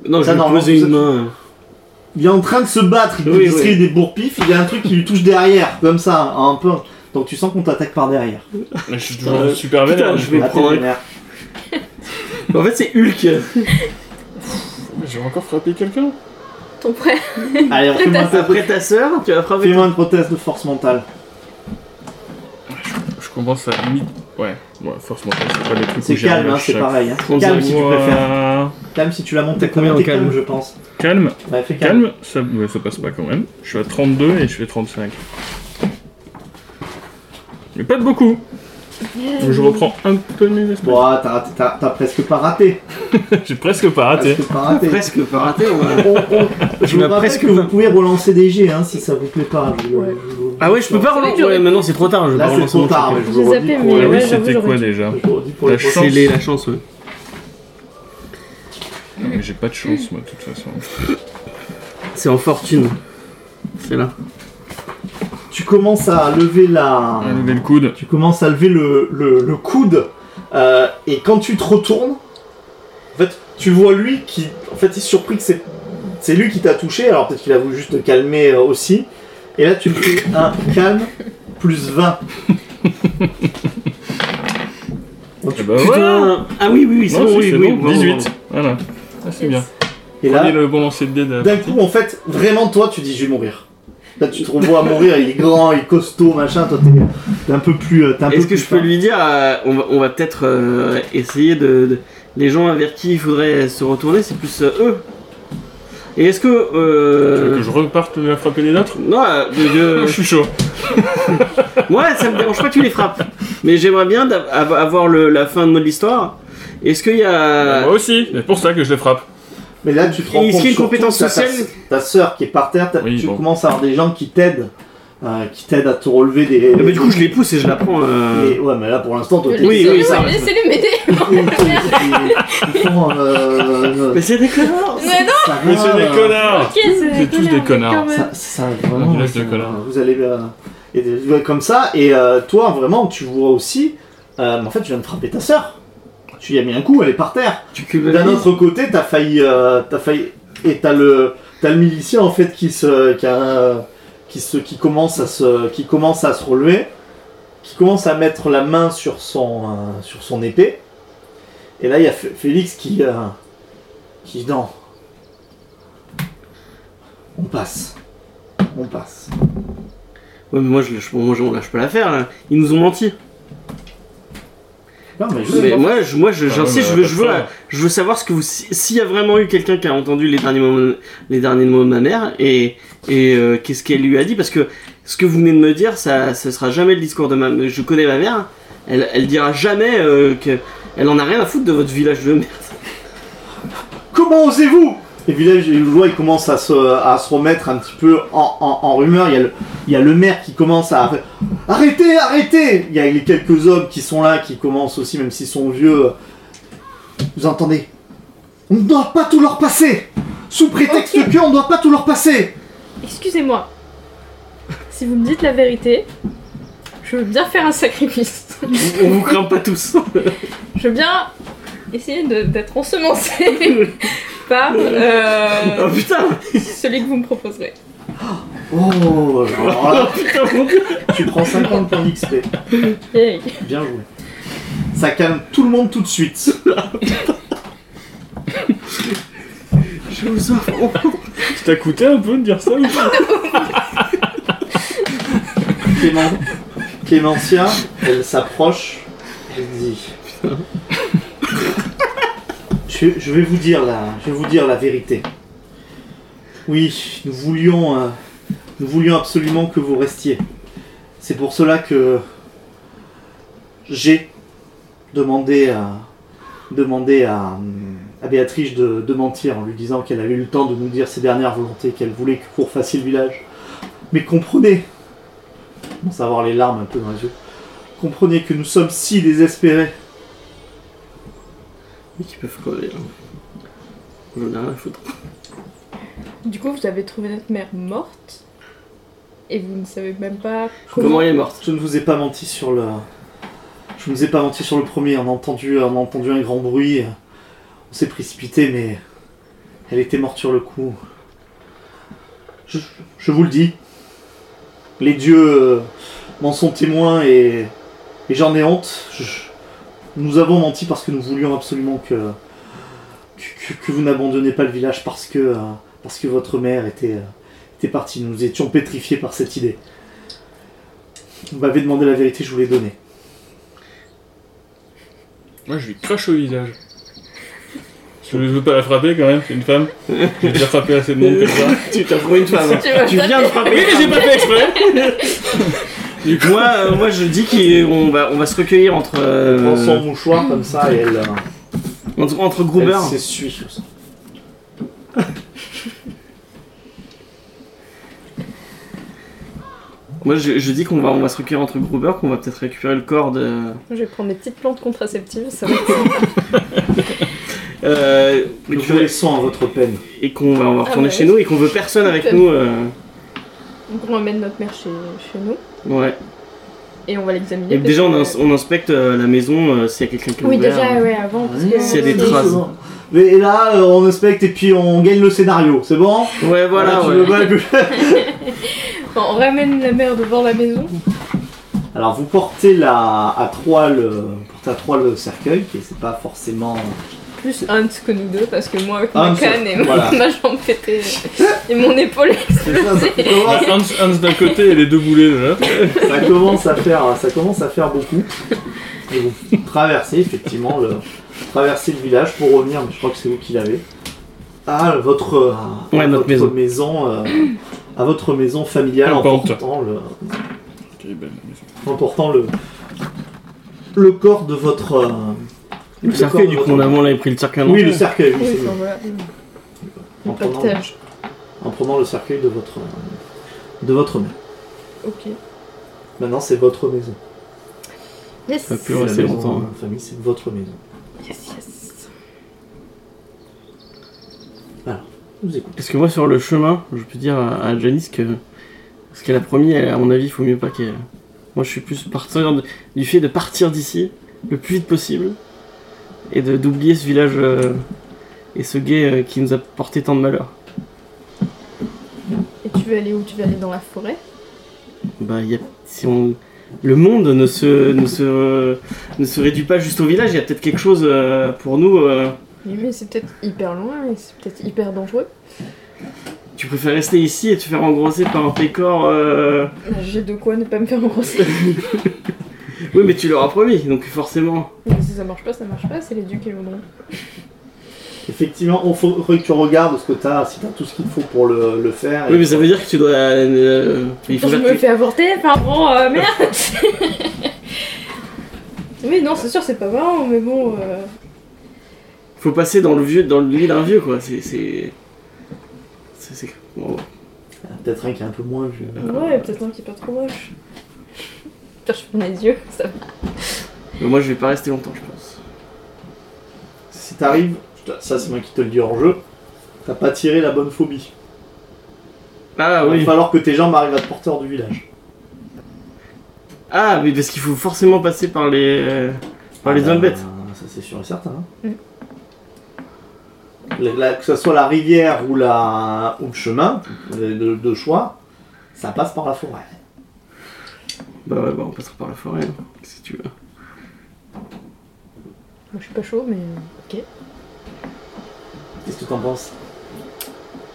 Speaker 2: Non, je
Speaker 1: Ça,
Speaker 2: vais
Speaker 1: normalement,
Speaker 2: poser
Speaker 1: vous
Speaker 2: une
Speaker 1: êtes-
Speaker 2: main. euh.
Speaker 1: Il est en train de se battre, il te
Speaker 2: Oui,
Speaker 1: distrait des bourpifs, il y a un truc qui lui touche derrière, comme ça, un peu. Donc tu sens qu'on t'attaque par derrière.
Speaker 3: Je suis toujours
Speaker 2: Euh,
Speaker 3: super
Speaker 2: putain,
Speaker 3: vénère.
Speaker 2: je vais-
Speaker 3: mais-
Speaker 1: Ah, t'es
Speaker 2: prendre-
Speaker 1: vénère.
Speaker 2: En fait, c'est Hulk.
Speaker 3: Mais J'ai encore frappé quelqu'un
Speaker 4: Ton frère.
Speaker 1: Allez, fais-moi un-
Speaker 2: Après ta sœur, tu vas frapper.
Speaker 1: fais-moi une prothèse de force mentale.
Speaker 3: Je commence à limite. Ouais, ouais, forcément, c'est pas les trucs
Speaker 1: C'est
Speaker 3: où j'ai
Speaker 1: calme,
Speaker 3: un
Speaker 1: hein, c'est
Speaker 3: chat.
Speaker 1: pareil. hein.
Speaker 2: Trente
Speaker 1: Calme si tu
Speaker 3: Ouah.
Speaker 1: préfères. Calme si tu la montes.
Speaker 2: T'as combien en
Speaker 1: T'es
Speaker 2: calme
Speaker 1: je pense.
Speaker 3: Calme,
Speaker 1: Ouais, fais calme.
Speaker 3: calme, ça, ouais, ça passe pas quand même. Je suis à 32 et je fais 35. Mais pas de beaucoup. Donc je reprends un peu mes esprits.
Speaker 1: Bon, ah, t'as raté- t'as- t'as presque pas raté.
Speaker 3: J'ai presque pas raté.
Speaker 1: Presque pas raté.
Speaker 2: Presque pas raté, on va-
Speaker 1: On- on-
Speaker 2: Tu
Speaker 1: Je vous
Speaker 2: m'as
Speaker 1: rappelle
Speaker 2: presque
Speaker 1: que vous
Speaker 2: pas-
Speaker 1: pouvez relancer des jets hein, si ça vous plaît pas. Je-
Speaker 4: Ouais.
Speaker 1: je-
Speaker 2: Ah ouais, je peux pas
Speaker 4: Ça va
Speaker 2: relancer.
Speaker 4: durer.
Speaker 2: Ouais, maintenant c'est trop tard, je vais
Speaker 1: Là
Speaker 2: pas
Speaker 1: c'est
Speaker 2: relancer
Speaker 1: trop
Speaker 2: mon
Speaker 1: tard,
Speaker 2: truc.
Speaker 1: mais je
Speaker 4: Je
Speaker 1: vous
Speaker 4: les
Speaker 1: redis
Speaker 4: ai
Speaker 1: pour les-
Speaker 3: Ah
Speaker 4: fait, mais
Speaker 3: oui,
Speaker 4: ouais, j'avoue,
Speaker 3: c'était
Speaker 4: j'aurais
Speaker 3: quoi
Speaker 4: dû.
Speaker 3: déjà
Speaker 1: je vous redis pour
Speaker 3: La
Speaker 1: les prochains.
Speaker 2: C'est
Speaker 3: chance.
Speaker 2: les- la chance, ouais.
Speaker 3: Non, mais j'ai pas de chance, moi, de toute façon.
Speaker 2: C'est en fortune. C'est là.
Speaker 1: Tu commences à lever la.
Speaker 2: Ah.
Speaker 3: On a levé Ah, le coude.
Speaker 1: Tu commences à lever le, le- le coude euh, et quand tu te retournes, en fait, tu vois lui qui, en fait, il est surpris que c'est, c'est lui qui t'a touché. Alors peut-être qu'il a voulu juste te calmer euh, aussi. Et là, tu me fais un calme plus 20.
Speaker 3: Ah bah voilà
Speaker 2: Putain Ah oui, oui, oui, c'est
Speaker 3: Non,
Speaker 2: bon,
Speaker 3: si,
Speaker 2: oui,
Speaker 3: c'est
Speaker 2: oui.
Speaker 3: bon,
Speaker 2: bon, bon,
Speaker 3: 18. Voilà. Ah, c'est bien.
Speaker 1: Et là,
Speaker 3: Prenez le bon lancer de dés
Speaker 2: Bah,
Speaker 3: de la
Speaker 1: D'un
Speaker 3: partie.
Speaker 1: coup, en fait, vraiment, toi, tu dis je vais mourir. Là, tu te revois mourir, il est grand, il est costaud, machin. Toi, t'es, t'es un peu plus. euh, t'es un peu
Speaker 2: Est-ce que
Speaker 1: plus
Speaker 2: je peux
Speaker 1: fin.
Speaker 2: lui dire, euh, on va, on va peut-être euh, essayer de, de- Les gens vers qui il faudrait se retourner, c'est plus euh, eux. Et est-ce que...
Speaker 3: Tu veux
Speaker 2: euh,
Speaker 3: que je reparte à frapper les autres
Speaker 2: Non, euh, de- de-
Speaker 3: Je suis chaud.
Speaker 2: Ouais, ça me dérange pas que tu les frappes. Mais j'aimerais bien d'av- av- avoir le- la fin de mode l'histoire. Est-ce qu'il y
Speaker 3: Bah,
Speaker 2: a...
Speaker 3: Moi aussi, c'est pour ça que je les frappe.
Speaker 2: Ah.
Speaker 1: Mais là, tu te rends
Speaker 2: Est-ce
Speaker 1: compte.
Speaker 2: qu'il y a une
Speaker 1: surtout
Speaker 2: compétence
Speaker 1: que t'as ta-
Speaker 2: sociale
Speaker 1: Ta sœur qui est par terre, t'as-
Speaker 3: Oui,
Speaker 1: tu
Speaker 3: bon.
Speaker 1: commences à avoir des gens qui t'aident, euh, qui t'aident à te relever des.
Speaker 2: Ah bah, du coup, je les pousse et je la prends... euh,
Speaker 1: Et- ouais, mais là pour l'instant, toi, t'es-
Speaker 2: Oui, oui, ça
Speaker 4: Laissez-le, Laissez-le m'aider.
Speaker 1: Ils font, euh,
Speaker 2: Mais c'est des connards
Speaker 4: Mais non,
Speaker 1: ça
Speaker 3: Mais
Speaker 1: va,
Speaker 3: c'est des
Speaker 1: là.
Speaker 2: Ah,
Speaker 3: connards
Speaker 4: ok, c'est
Speaker 3: C'est tous des connards.
Speaker 4: mais quand même.
Speaker 1: Ça, ça, vraiment,
Speaker 3: Un village de
Speaker 1: ça-
Speaker 3: connards.
Speaker 1: Vous allez euh, et des- ouais, comme ça, et euh, toi, vraiment, tu vois aussi. euh, en fait, tu viens de frapper ta sœur. Tu y as mis un coup, elle est par terre.
Speaker 2: Tu
Speaker 1: D'un
Speaker 2: culpabilises
Speaker 1: autre côté, t'as failli, euh, t'as failli, et t'as le, t'as le milicien en fait qui se, qui, a un- qui se, qui commence à se, qui commence à se relever, qui commence à mettre la main sur son, euh, sur son épée. Et là, il y a F- Félix qui, euh, qui non. On passe, on passe.
Speaker 2: Ouais, mais moi, je, lâche- moi, je- on lâche pas l'affaire, là. Ils nous ont menti.
Speaker 1: Non, mais je-
Speaker 2: Mais moi, je, moi, je-
Speaker 3: Ah,
Speaker 2: j'insiste,
Speaker 3: mais
Speaker 2: je veux, je
Speaker 3: pas de
Speaker 2: veux,
Speaker 3: ça.
Speaker 2: euh, je veux savoir ce que vous, si- s'il y a vraiment eu quelqu'un qui a entendu les derniers mots, les derniers mots de ma mère et, et euh, qu'est-ce qu'elle lui a dit parce que ce que vous venez de me dire, ça, ce sera jamais le discours de ma, je connais ma mère, elle, elle dira jamais euh, que, elle en a rien à foutre de votre village de merde.
Speaker 1: Comment osez-vous Et puis là, je je vois, il commence à se, à se remettre un petit peu en, en- en rumeur. Il y, a le, il y a le maire qui commence à. Arrêtez, arrêtez Il y a les quelques hommes qui sont là, qui commencent aussi, même s'ils sont vieux. Vous entendez On ne doit pas tout leur passer Sous prétexte
Speaker 4: Ok.
Speaker 1: que on ne doit pas tout leur passer
Speaker 4: euh, Excusez-moi. Si vous me dites la vérité, je veux bien faire un sacrifice.
Speaker 2: On vous craint pas tous.
Speaker 4: Je veux bien essayer de- d'être ensemencée par
Speaker 2: Oh
Speaker 4: euh,
Speaker 2: putain,
Speaker 4: celui que vous me proposerez.
Speaker 1: Oh alors là,
Speaker 2: putain mon gars.
Speaker 1: Tu prends 50 points d'XP.
Speaker 4: Yay.
Speaker 1: Bien joué. Ça calme tout le monde tout de suite.
Speaker 2: je vous offre. oh,
Speaker 3: Ça t'a coûté un peu de dire ça ou pas
Speaker 1: Clément, Clémentia, elle s'approche, elle dit je, je vais vous dire la, je vais vous dire la vérité. Oui, nous voulions, euh, nous voulions absolument que vous restiez. C'est pour cela que j'ai demandé à, demandé à, hum, à Béatrice de, de mentir en lui disant qu'elle avait eu le temps de nous dire ses dernières volontés, qu'elle voulait que vous refassiez le village. Mais comprenez, commence à avoir les larmes un peu dans les yeux. Comprenez que nous sommes si désespérés.
Speaker 2: et qui peuvent crever. hein. J'en ai rien à foutre.
Speaker 4: Du coup, vous avez trouvé notre mère morte et vous ne savez même pas
Speaker 2: Comment elle est morte
Speaker 1: Je ne vous ai pas menti sur le. Je ne vous ai pas menti sur le premier. On a entendu, on a entendu un grand bruit. On s'est précipité, mais elle était morte sur le coup. Je, je vous le dis. Les dieux euh, m'en sont témoins et, et j'en ai honte. Je- je- nous avons menti parce que nous voulions absolument que que, que- que vous n'abandonniez pas le village parce que euh, parce que votre mère était euh, était partie. Nous étions pétrifiés par cette idée. Vous m'avez demandé la vérité, je vous l'ai donnée.
Speaker 3: Moi, je lui crache au visage. Je ne veux pas la frapper quand même, c'est une femme. J'ai déjà frappé assez de monde comme ça.
Speaker 2: Tu t'as trouvé une femme. hein.
Speaker 4: Tu vas
Speaker 2: tu viens de frapper.
Speaker 3: Oui, mais j'ai pas fait exprès Du coup,
Speaker 2: Moi, euh, moi je dis qu'on va, on va se recueillir entre, euh,
Speaker 1: Elle prend son mouchoir comme ça et elle, euh,
Speaker 2: entre, entre
Speaker 1: elle
Speaker 2: groupers.
Speaker 1: s'essuie. sur ça.
Speaker 2: Moi je, je dis qu'on va, on va se recueillir entre groupers, qu'on va peut-être récupérer le corps de.
Speaker 4: Je vais prendre des petites plantes contraceptives, ça va être
Speaker 2: Euh,
Speaker 1: Nous vous
Speaker 2: récupérer-
Speaker 1: laissons à votre peine.
Speaker 2: et qu'on va, on va retourner
Speaker 4: Ah ouais.
Speaker 2: chez nous et qu'on veut personne avec nous. euh,
Speaker 4: Donc on emmène notre mère chez, chez nous
Speaker 2: Ouais.
Speaker 4: et on va l'examiner.
Speaker 2: Et
Speaker 4: parce
Speaker 2: déjà on,
Speaker 4: que-
Speaker 2: ins- on inspecte euh, la maison euh, s'il y a quelqu'un qui a
Speaker 4: Oui,
Speaker 2: ouvert. hein.
Speaker 4: déjà, ouais, avant. Parce que...
Speaker 2: S'il y a des traces.
Speaker 1: Mais et là, euh, on inspecte et puis on gagne le scénario. C'est bon Ah,
Speaker 2: Ouais, voilà.
Speaker 1: Tu
Speaker 2: ouais.
Speaker 1: veux pas que-
Speaker 4: Enfin, on ramène la mère devant la maison.
Speaker 1: Alors vous portez la à trois le vous portez à trois le cercueil qui c'est pas forcément
Speaker 4: Plus Hans que nous deux, parce que moi, avec
Speaker 1: Hans,
Speaker 4: ma canne et
Speaker 1: voilà.
Speaker 4: ma, ma jambe pétée et mon épaule
Speaker 1: C'est ça, ça fait comment
Speaker 3: bah, Hans, Hans d'un côté et les deux boulets de l'autre.
Speaker 1: ça commence à faire ça commence à faire beaucoup et vous traversez effectivement le traversez le village pour revenir mais je crois que c'est vous qui l'avez à votre euh, à
Speaker 2: Ouais, notre
Speaker 1: votre
Speaker 2: maison.
Speaker 1: euh, à votre maison familiale en
Speaker 3: Importante.
Speaker 1: portant le
Speaker 2: ben,
Speaker 1: en portant le le corps de votre euh,
Speaker 2: Le cercueil,
Speaker 1: corps de
Speaker 2: du
Speaker 1: votre-
Speaker 2: coup, on a, on avait pris le cercueil. en
Speaker 1: oui le
Speaker 2: entier.
Speaker 1: cercueil oui,
Speaker 4: Oui,
Speaker 1: c'est
Speaker 4: enfin,
Speaker 1: bon.
Speaker 4: voilà.
Speaker 1: en
Speaker 4: Le
Speaker 1: prenant,
Speaker 4: pactage.
Speaker 1: en prenant le cercueil de votre euh, de votre mère
Speaker 4: Ok.
Speaker 1: maintenant c'est votre maison
Speaker 4: Yes.
Speaker 2: Pas plus
Speaker 1: C'est la
Speaker 2: rester
Speaker 1: maison,
Speaker 2: longtemps. hein.
Speaker 1: euh, famille c'est votre maison
Speaker 4: Yes, yes.
Speaker 1: Je vous écoute
Speaker 2: Parce que moi, sur le chemin, je peux dire à à Janice que ce qu'elle a promis, elle, à mon avis, il faut mieux pas qu'elle. Moi, je suis plus partenaire de- du fait de partir d'ici le plus vite possible et de- d'oublier ce village euh, et ce guet euh, qui nous a porté tant de malheur.
Speaker 4: Et tu veux aller où Tu veux aller dans la forêt
Speaker 2: Bah, il y a- si on, le monde ne se, ne, se, ne se réduit pas juste au village, il y a peut-être quelque chose euh, pour nous. euh.
Speaker 4: Oui, mais c'est peut-être hyper loin et c'est peut-être hyper dangereux.
Speaker 2: Tu préfères rester ici et te faire engrosser par un pécor. euh,
Speaker 4: J'ai de quoi ne pas me faire engrosser.
Speaker 2: Oui, mais tu leur as promis, donc forcément.
Speaker 4: Mais si ça marche pas, ça marche pas, c'est les dieux qui le voudront.
Speaker 1: Effectivement, on faut que tu regardes ce que t'as, si t'as tout ce qu'il faut pour le, le faire.
Speaker 2: Oui, mais ça veut dire que tu dois. euh, il faut
Speaker 4: je
Speaker 2: faire
Speaker 4: me
Speaker 2: tes-
Speaker 4: fais avorter, enfin bon, euh, merde Oui, non, c'est sûr, c'est pas marrant, mais bon... euh,
Speaker 2: faut passer dans le vieux, dans le lit d'un vieux, quoi. C'est. C'est. c'est- c'est- bon,
Speaker 1: Il y en a Peut-être un qui est un peu moins vieux.
Speaker 2: Euh.
Speaker 4: Ouais, peut-être un petit peu trop moche. Putain, je ferme les yeux, ça va.
Speaker 2: mais moi, je vais pas rester longtemps, je pense.
Speaker 1: Si t'arrives, putain, ça c'est moi qui te le dis hors jeu, t'as pas tiré la bonne phobie.
Speaker 2: Ah
Speaker 1: Il
Speaker 2: oui.
Speaker 1: va falloir que tes jambes arrivent à te porter hors du village.
Speaker 2: Ah, mais parce qu'il faut forcément passer par les. euh, par les
Speaker 1: Ah,
Speaker 2: hommes bêtes.
Speaker 1: Ça c'est sûr et certain. hein.
Speaker 4: Mm.
Speaker 1: La- la- que ce soit la rivière ou, la, ou le chemin, les deux deux choix, ça passe par la forêt.
Speaker 2: Bah ouais, bah on passera par la forêt, hein, si tu veux.
Speaker 4: Moi, je suis pas chaud, mais... Ok.
Speaker 1: Qu'est-ce que t'en penses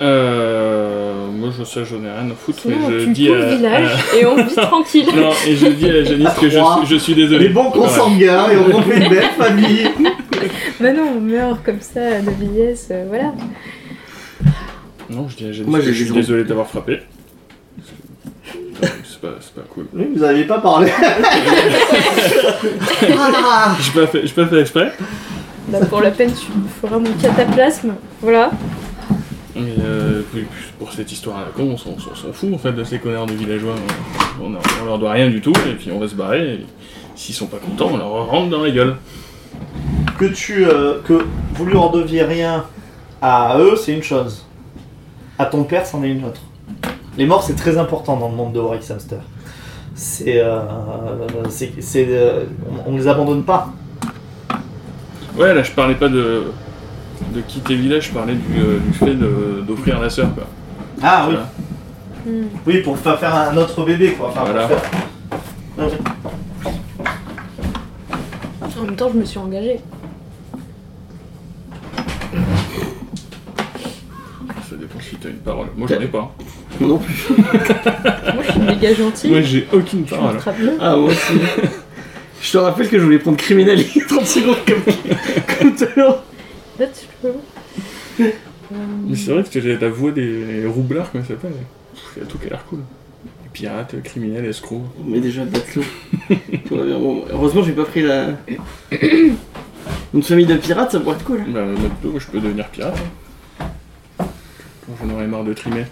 Speaker 3: Euh, moi, je sais, j'en ai rien à foutre,
Speaker 4: Sinon,
Speaker 3: mais je
Speaker 4: tu
Speaker 3: dis
Speaker 4: tout le
Speaker 2: euh,
Speaker 3: à. à-
Speaker 4: village et on vit tranquille.
Speaker 3: Non, et je dis à Janice que je suis, je suis
Speaker 1: Les
Speaker 3: désolé.
Speaker 1: bons
Speaker 3: Ouais.
Speaker 1: consanguins et on en fait une belle famille.
Speaker 4: Bah non, on meurt comme ça, de vieillesse, euh, voilà.
Speaker 3: Non, je dis à Janice
Speaker 2: Moi,
Speaker 3: que
Speaker 2: j'ai
Speaker 3: je suis
Speaker 2: raison.
Speaker 3: désolé d'avoir frappé. Parce que- C'est pas, c'est pas cool.
Speaker 1: Oui, vous n'aviez pas parlé. Ah
Speaker 3: J'ai pas, fait- j'ai pas fait exprès.
Speaker 4: Bah pour la peine, tu me feras mon cataplasme, voilà.
Speaker 3: Mais euh, puis- puis pour cette histoire à la con, on s'en, on s'en fout en fait de ces connards de villageois. On, on- on leur doit rien du tout et puis on va se barrer. et S'ils sont pas contents, on leur rentre dans la gueule.
Speaker 1: Que tu euh, que vous lui redeviez rien à eux, c'est une chose. À ton père, c'en est une autre. Les morts, c'est très important dans le monde de Warwick Hamster. C'est, euh, c'est, c'est, euh, on, on les abandonne pas.
Speaker 3: Ouais, là, je parlais pas de, de quitter le village, je parlais du, euh, du fait de- d'offrir la sœur, quoi.
Speaker 1: Ah oui,
Speaker 3: Voilà.
Speaker 6: Hmm.
Speaker 1: oui, pour pas faire un autre bébé, quoi. Enfin, pour
Speaker 3: Voilà.
Speaker 1: faire-
Speaker 6: En même temps, je me suis engagée.
Speaker 3: Ça dépend si t'as une parole. Moi, j'en ai pas.
Speaker 2: Moi non plus.
Speaker 6: Moi, je suis méga gentille.
Speaker 3: Moi, j'ai aucune
Speaker 6: je suis
Speaker 3: parole.
Speaker 6: ultra bien.
Speaker 2: Ah, moi aussi. je te rappelle que je voulais prendre criminel il y a 30 secondes comme, comme tout à l'heure.
Speaker 6: Là, tu peux voir. Euh,
Speaker 3: Mais c'est vrai que j'ai la voix des roublards, comme ça s'appelle. Il y a tout qui a l'air cool. Les pirates, euh, criminels, escrocs.
Speaker 2: Mais déjà, Batlo. Tout va bien. Bon, heureusement, j'ai pas pris la. Une famille de pirates, ça pourrait être cool. hein.
Speaker 3: Bah, moi, plutôt, moi, je peux devenir pirate. hein. Quand j'en aurais marre de trimer.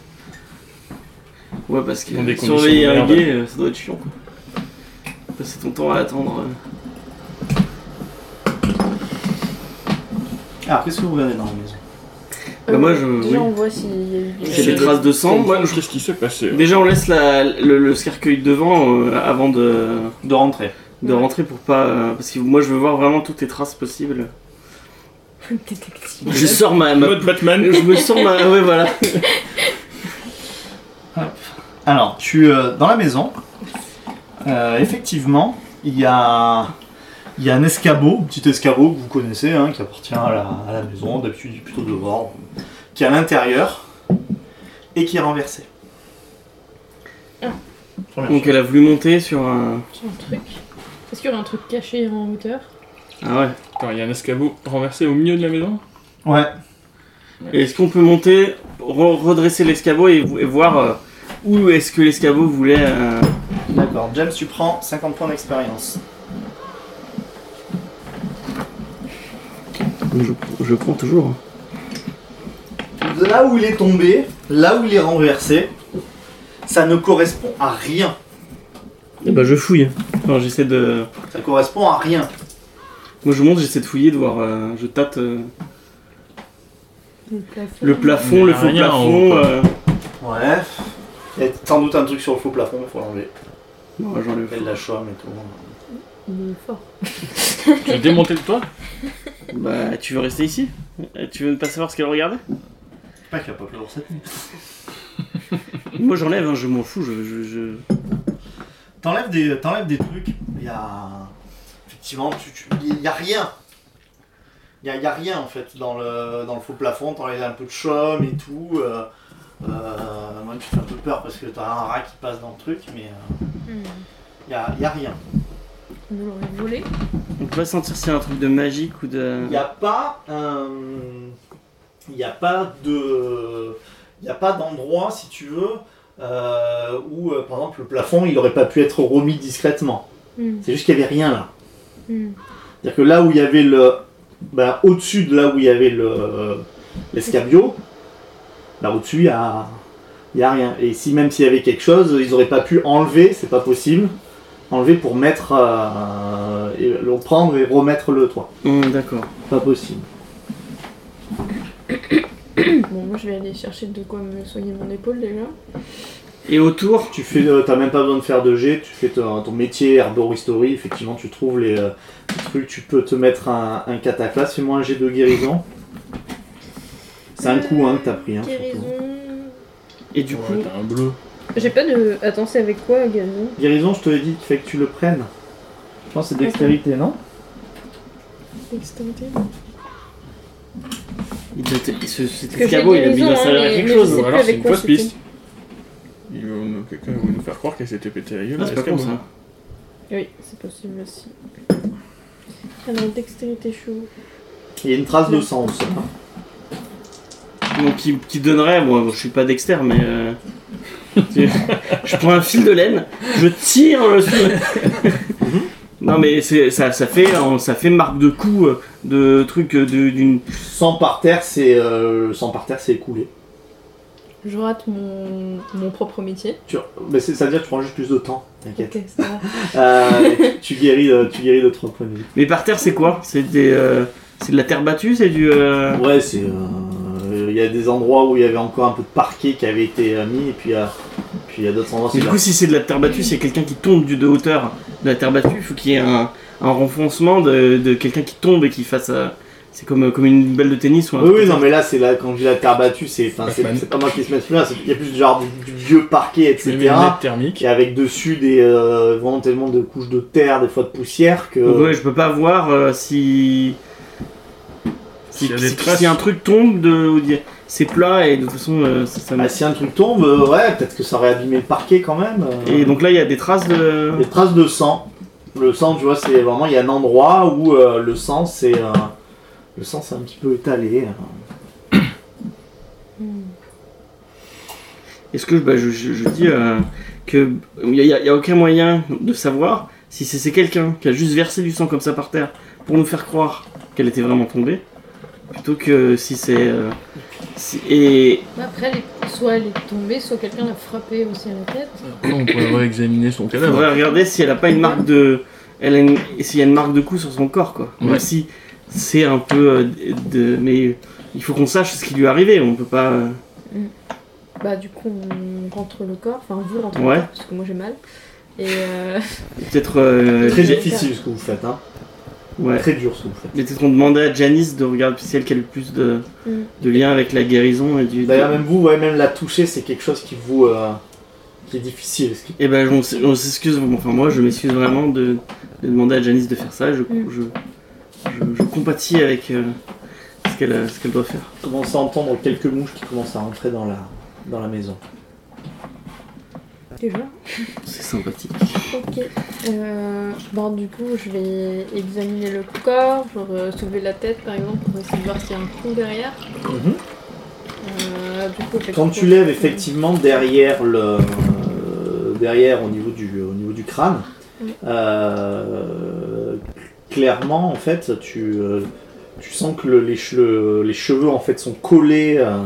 Speaker 2: Ouais, parce que
Speaker 3: Dans des conditions
Speaker 2: surveiller
Speaker 3: de
Speaker 2: un
Speaker 3: merde.
Speaker 2: gay, euh, ça doit être chiant. Quoi. Passer ton temps à attendre. euh.
Speaker 1: Alors, Ah, qu'est-ce que vous verrez dans la maison
Speaker 2: Bah, moi, je-
Speaker 4: Euh, Déjà,
Speaker 2: oui.
Speaker 4: on voit s'il y a eu du-
Speaker 2: J'ai des traces de sang. Moi, je-
Speaker 3: Qu'est-ce qui s'est passé hein
Speaker 2: Déjà, on laisse la- le, le cercueil devant euh, avant de,
Speaker 1: De rentrer.
Speaker 2: de rentrer pour pas. euh, parce que moi, je veux voir vraiment toutes les traces possibles.
Speaker 6: Détective.
Speaker 2: Je sors ma. ma-
Speaker 3: Mode Batman
Speaker 2: je me sors ma. Ouais, voilà.
Speaker 1: Alors, tu euh, dans la maison. euh, effectivement, il y a, il y a un escabeau, un petit escabeau que vous connaissez, hein, qui appartient à la, à la maison, d'habitude il est plutôt dehors, qui est à l'intérieur et qui est renversé. Première
Speaker 2: Donc, elle a voulu monter sur un.
Speaker 4: J'ai un truc. Est-ce qu'il y aurait un truc caché en hauteur
Speaker 2: Ah ouais.
Speaker 3: Attends, il y a un escabeau renversé au milieu de la maison
Speaker 1: chose. Ouais.
Speaker 2: Et Est-ce qu'on peut monter, re- redresser l'escabeau et, vo- et voir euh, où est-ce que l'escabeau voulait. euh,
Speaker 1: D'accord. James, tu prends 50 points d'expérience.
Speaker 2: Je, je prends toujours. hein.
Speaker 1: De Là où il est tombé, là où il est renversé, ça ne correspond à rien.
Speaker 2: Et bah je fouille. Enfin, j'essaie de.
Speaker 1: Ça correspond à rien.
Speaker 2: Moi je monte, j'essaie de fouiller, de voir. euh, je tâte euh,
Speaker 6: Le plafond.
Speaker 2: le plafond,
Speaker 3: Mais
Speaker 2: le
Speaker 3: y a
Speaker 2: faux
Speaker 3: rien en
Speaker 2: plafond.
Speaker 3: haut, quoi.
Speaker 2: euh,
Speaker 1: Ouais. Il y a sans doute un truc sur le faux plafond, il faut l'enlever.
Speaker 2: Non, j'enlève.
Speaker 1: Elle la chôme et tout.
Speaker 6: Il est fort.
Speaker 3: Tu as démonté le toit
Speaker 2: Bah tu veux rester ici Euh, Tu veux ne pas savoir ce qu'elle regardait
Speaker 1: Pas qu'il n'y a pas pleuvoir cette nuit.
Speaker 2: Moi j'enlève, hein, je m'en fous. Je, je, je-
Speaker 1: T'enlèves des, t'enlèves des trucs, il y a. Effectivement, il n'y a rien. Il n'y a, y a rien en fait dans le, dans le faux plafond. T'enlèves un peu de chaume et tout. euh, euh, moi, tu fais un peu peur parce que t'as un rat qui passe dans le truc, mais euh, il n'y a, y a rien.
Speaker 6: On nous l'aurait volé.
Speaker 2: On peut pas sentir s'il y a un truc de magique ou de.
Speaker 1: Il n'y a pas Il n'y a pas de. Il a pas d'endroit, si tu veux, euh, où euh, par exemple le plafond il aurait pas pu être remis discrètement.
Speaker 6: Hmm.
Speaker 1: C'est juste qu'il n'y avait rien là.
Speaker 6: Hmm.
Speaker 1: C'est-à-dire que là où il y avait le. bah, au-dessus de là où il y avait le l'escabio, là au-dessus, il y a, il y a rien. Et si même s'il y avait quelque chose, ils n'auraient pas pu enlever, c'est pas possible, enlever pour mettre. euh, et le prendre et remettre le toit.
Speaker 2: Hum, D'accord.
Speaker 1: Pas possible.
Speaker 4: Bon, moi je vais aller chercher de quoi me soigner mon épaule déjà.
Speaker 2: Et autour
Speaker 1: Tu fais, euh, t'as même pas besoin de faire de jet, tu fais ton, ton métier herboristerie, effectivement, tu trouves les euh, trucs, tu peux te mettre un, un cataplasme, fais-moi un jet de guérison. C'est un coup hein, que t'as pris. Hein, surtout.
Speaker 4: Guérison.
Speaker 2: Et du coup.
Speaker 3: Ouais, t'as un bleu.
Speaker 6: J'ai pas de. Attends, c'est avec quoi, guérison
Speaker 1: Guérison, je te l'ai dit, qui fait que tu le prennes. Je pense que c'est dextérité, non
Speaker 4: Dextérité.
Speaker 2: il te- ce- Cet
Speaker 6: Parce que j'ai
Speaker 2: escabeau, il a
Speaker 6: guérison,
Speaker 2: bien
Speaker 6: hein,
Speaker 2: servi à
Speaker 6: mais-
Speaker 2: quelque
Speaker 6: mais
Speaker 2: chose.
Speaker 6: sais
Speaker 3: Ou
Speaker 6: plus
Speaker 3: alors c'est
Speaker 6: avec
Speaker 3: une
Speaker 6: quoi
Speaker 3: fausse
Speaker 6: c'était.
Speaker 3: piste. Ils vont nous- Quelqu'un va nous faire croire qu'elle s'était pété la gueule.
Speaker 2: Ah, c'est pas con
Speaker 3: l'escabeau. hein.
Speaker 2: ça.
Speaker 4: Oui, c'est possible aussi. Alors, dextérité chaud.
Speaker 1: Il y a une trace de sang au sol.
Speaker 2: Donc qui, qui donnerait, moi je suis pas dexter mais euh, tu- je prends un fil de laine, je tire le fil. non mais c'est- ça, ça fait euh, ça fait marque de coup euh, de truc euh, de- d'une
Speaker 1: Sang par terre, c'est euh, le sang par terre, c'est écoulé.
Speaker 6: Je rate mon, mon propre métier.
Speaker 1: Tu- Mais c'est- ça veut dire que tu prends juste plus de temps, t'inquiète.
Speaker 6: Ok, ça va.
Speaker 1: Euh, tu, guéris de, tu guéris de 3 points de vie.
Speaker 2: Mais par terre, c'est quoi C'est des, euh, c'est de la terre battue C'est du. euh,
Speaker 1: Ouais, c'est. euh, Il y a des endroits où il y avait encore un peu de parquet qui avait été euh, mis, et puis euh, puis il y a d'autres endroits.
Speaker 2: Mais
Speaker 1: c'est
Speaker 2: du
Speaker 1: là.
Speaker 2: coup, si c'est de la terre battue, c'est quelqu'un qui tombe du de hauteur de la terre battue. Il faut qu'il y ait un, un renfoncement de, de quelqu'un qui tombe et qui fasse. euh, c'est comme, euh, comme une balle de tennis ou un
Speaker 1: Oui,
Speaker 2: truc
Speaker 1: oui,
Speaker 2: comme
Speaker 1: non, mais là, c'est là, quand je dis la terre battue, c'est enfin, c'est-
Speaker 3: Batman.
Speaker 1: c'est pas moi qui se mets là, il y a plus genre du, du vieux parquet,
Speaker 3: Tu lui mets
Speaker 1: etc.
Speaker 3: une lunette thermique.
Speaker 1: Qui est avec dessus des, euh, vraiment tellement de couches de terre, des fois de poussière, que.
Speaker 2: Donc ouais, je peux pas voir euh, si... Si,
Speaker 3: S'il y a des
Speaker 2: si-
Speaker 3: traces.
Speaker 2: si un truc tombe, de, de- c'est plat et de toute façon euh, ça,
Speaker 3: Ah,
Speaker 2: ça me-
Speaker 1: Bah, si un truc tombe, euh, ouais, peut-être que ça aurait abîmé le parquet quand même. euh.
Speaker 2: Et donc là, il y a des traces de...
Speaker 1: Des traces de sang. Le sang, tu vois, c'est vraiment. Il y a un endroit où euh, le sang, c'est. euh, le sang, c'est un petit peu étalé. euh.
Speaker 2: Est-ce que bah, je, je- je dis euh, que il y, a- y a aucun moyen de savoir si c'est c'est quelqu'un qui a juste versé du sang comme ça par terre pour nous faire croire qu'elle était vraiment tombée, plutôt que si c'est... euh, si- et
Speaker 7: Mais Après, elle est- soit elle est tombée, soit quelqu'un l'a frappée aussi à la tête.
Speaker 3: On pourrait examiner son
Speaker 2: Il faudrait regarder si elle a pas une marque de. Elle a une... S'il y a une marque de coup sur son corps, quoi. Même
Speaker 3: Ouais.
Speaker 2: si c'est un peu. euh, de... Mais il faut qu'on sache ce qui lui est arrivé, on peut pas. euh,
Speaker 6: Bah, du coup, on rentre le corps. Enfin, vous rentrez
Speaker 2: Ouais.
Speaker 6: le corps, parce que moi j'ai mal. Et euh,
Speaker 2: Peut-être. euh,
Speaker 1: Très
Speaker 2: Ja-
Speaker 1: difficile ce que vous faites, hein.
Speaker 2: Ouais.
Speaker 1: Très dur ce que vous faites.
Speaker 2: Mais peut-être qu'on demandait à Janice de regarder si c'est elle qui a le plus de,
Speaker 6: Mm.
Speaker 2: de lien avec la guérison et du.
Speaker 1: D'ailleurs, même vous, ouais, même la toucher, c'est quelque chose qui vous. euh, qui est difficile. ce qui-
Speaker 2: Et ben, on s- on s'excuse, enfin moi je m'excuse vraiment de, de demander à Janice de faire ça, je,
Speaker 6: Mm.
Speaker 2: je, je- je compatis avec euh, ce qu'elle a- ce qu'elle doit faire.
Speaker 1: Vous commencez à entendre quelques mouches qui commencent à rentrer dans la, dans la maison.
Speaker 6: déjà.
Speaker 2: C'est sympathique.
Speaker 6: Ok. Euh, bon, du coup, je vais examiner le corps, genre euh, soulever la tête par exemple pour essayer de voir s'il y a un trou derrière.
Speaker 1: Mhm.
Speaker 6: Euh, du coup,
Speaker 1: Quand tu lèves effectivement derrière le euh, derrière au niveau du au niveau du crâne,
Speaker 6: Oui.
Speaker 1: euh, clairement en fait tu euh, tu sens que le- les, che- le- les cheveux en fait sont collés euh,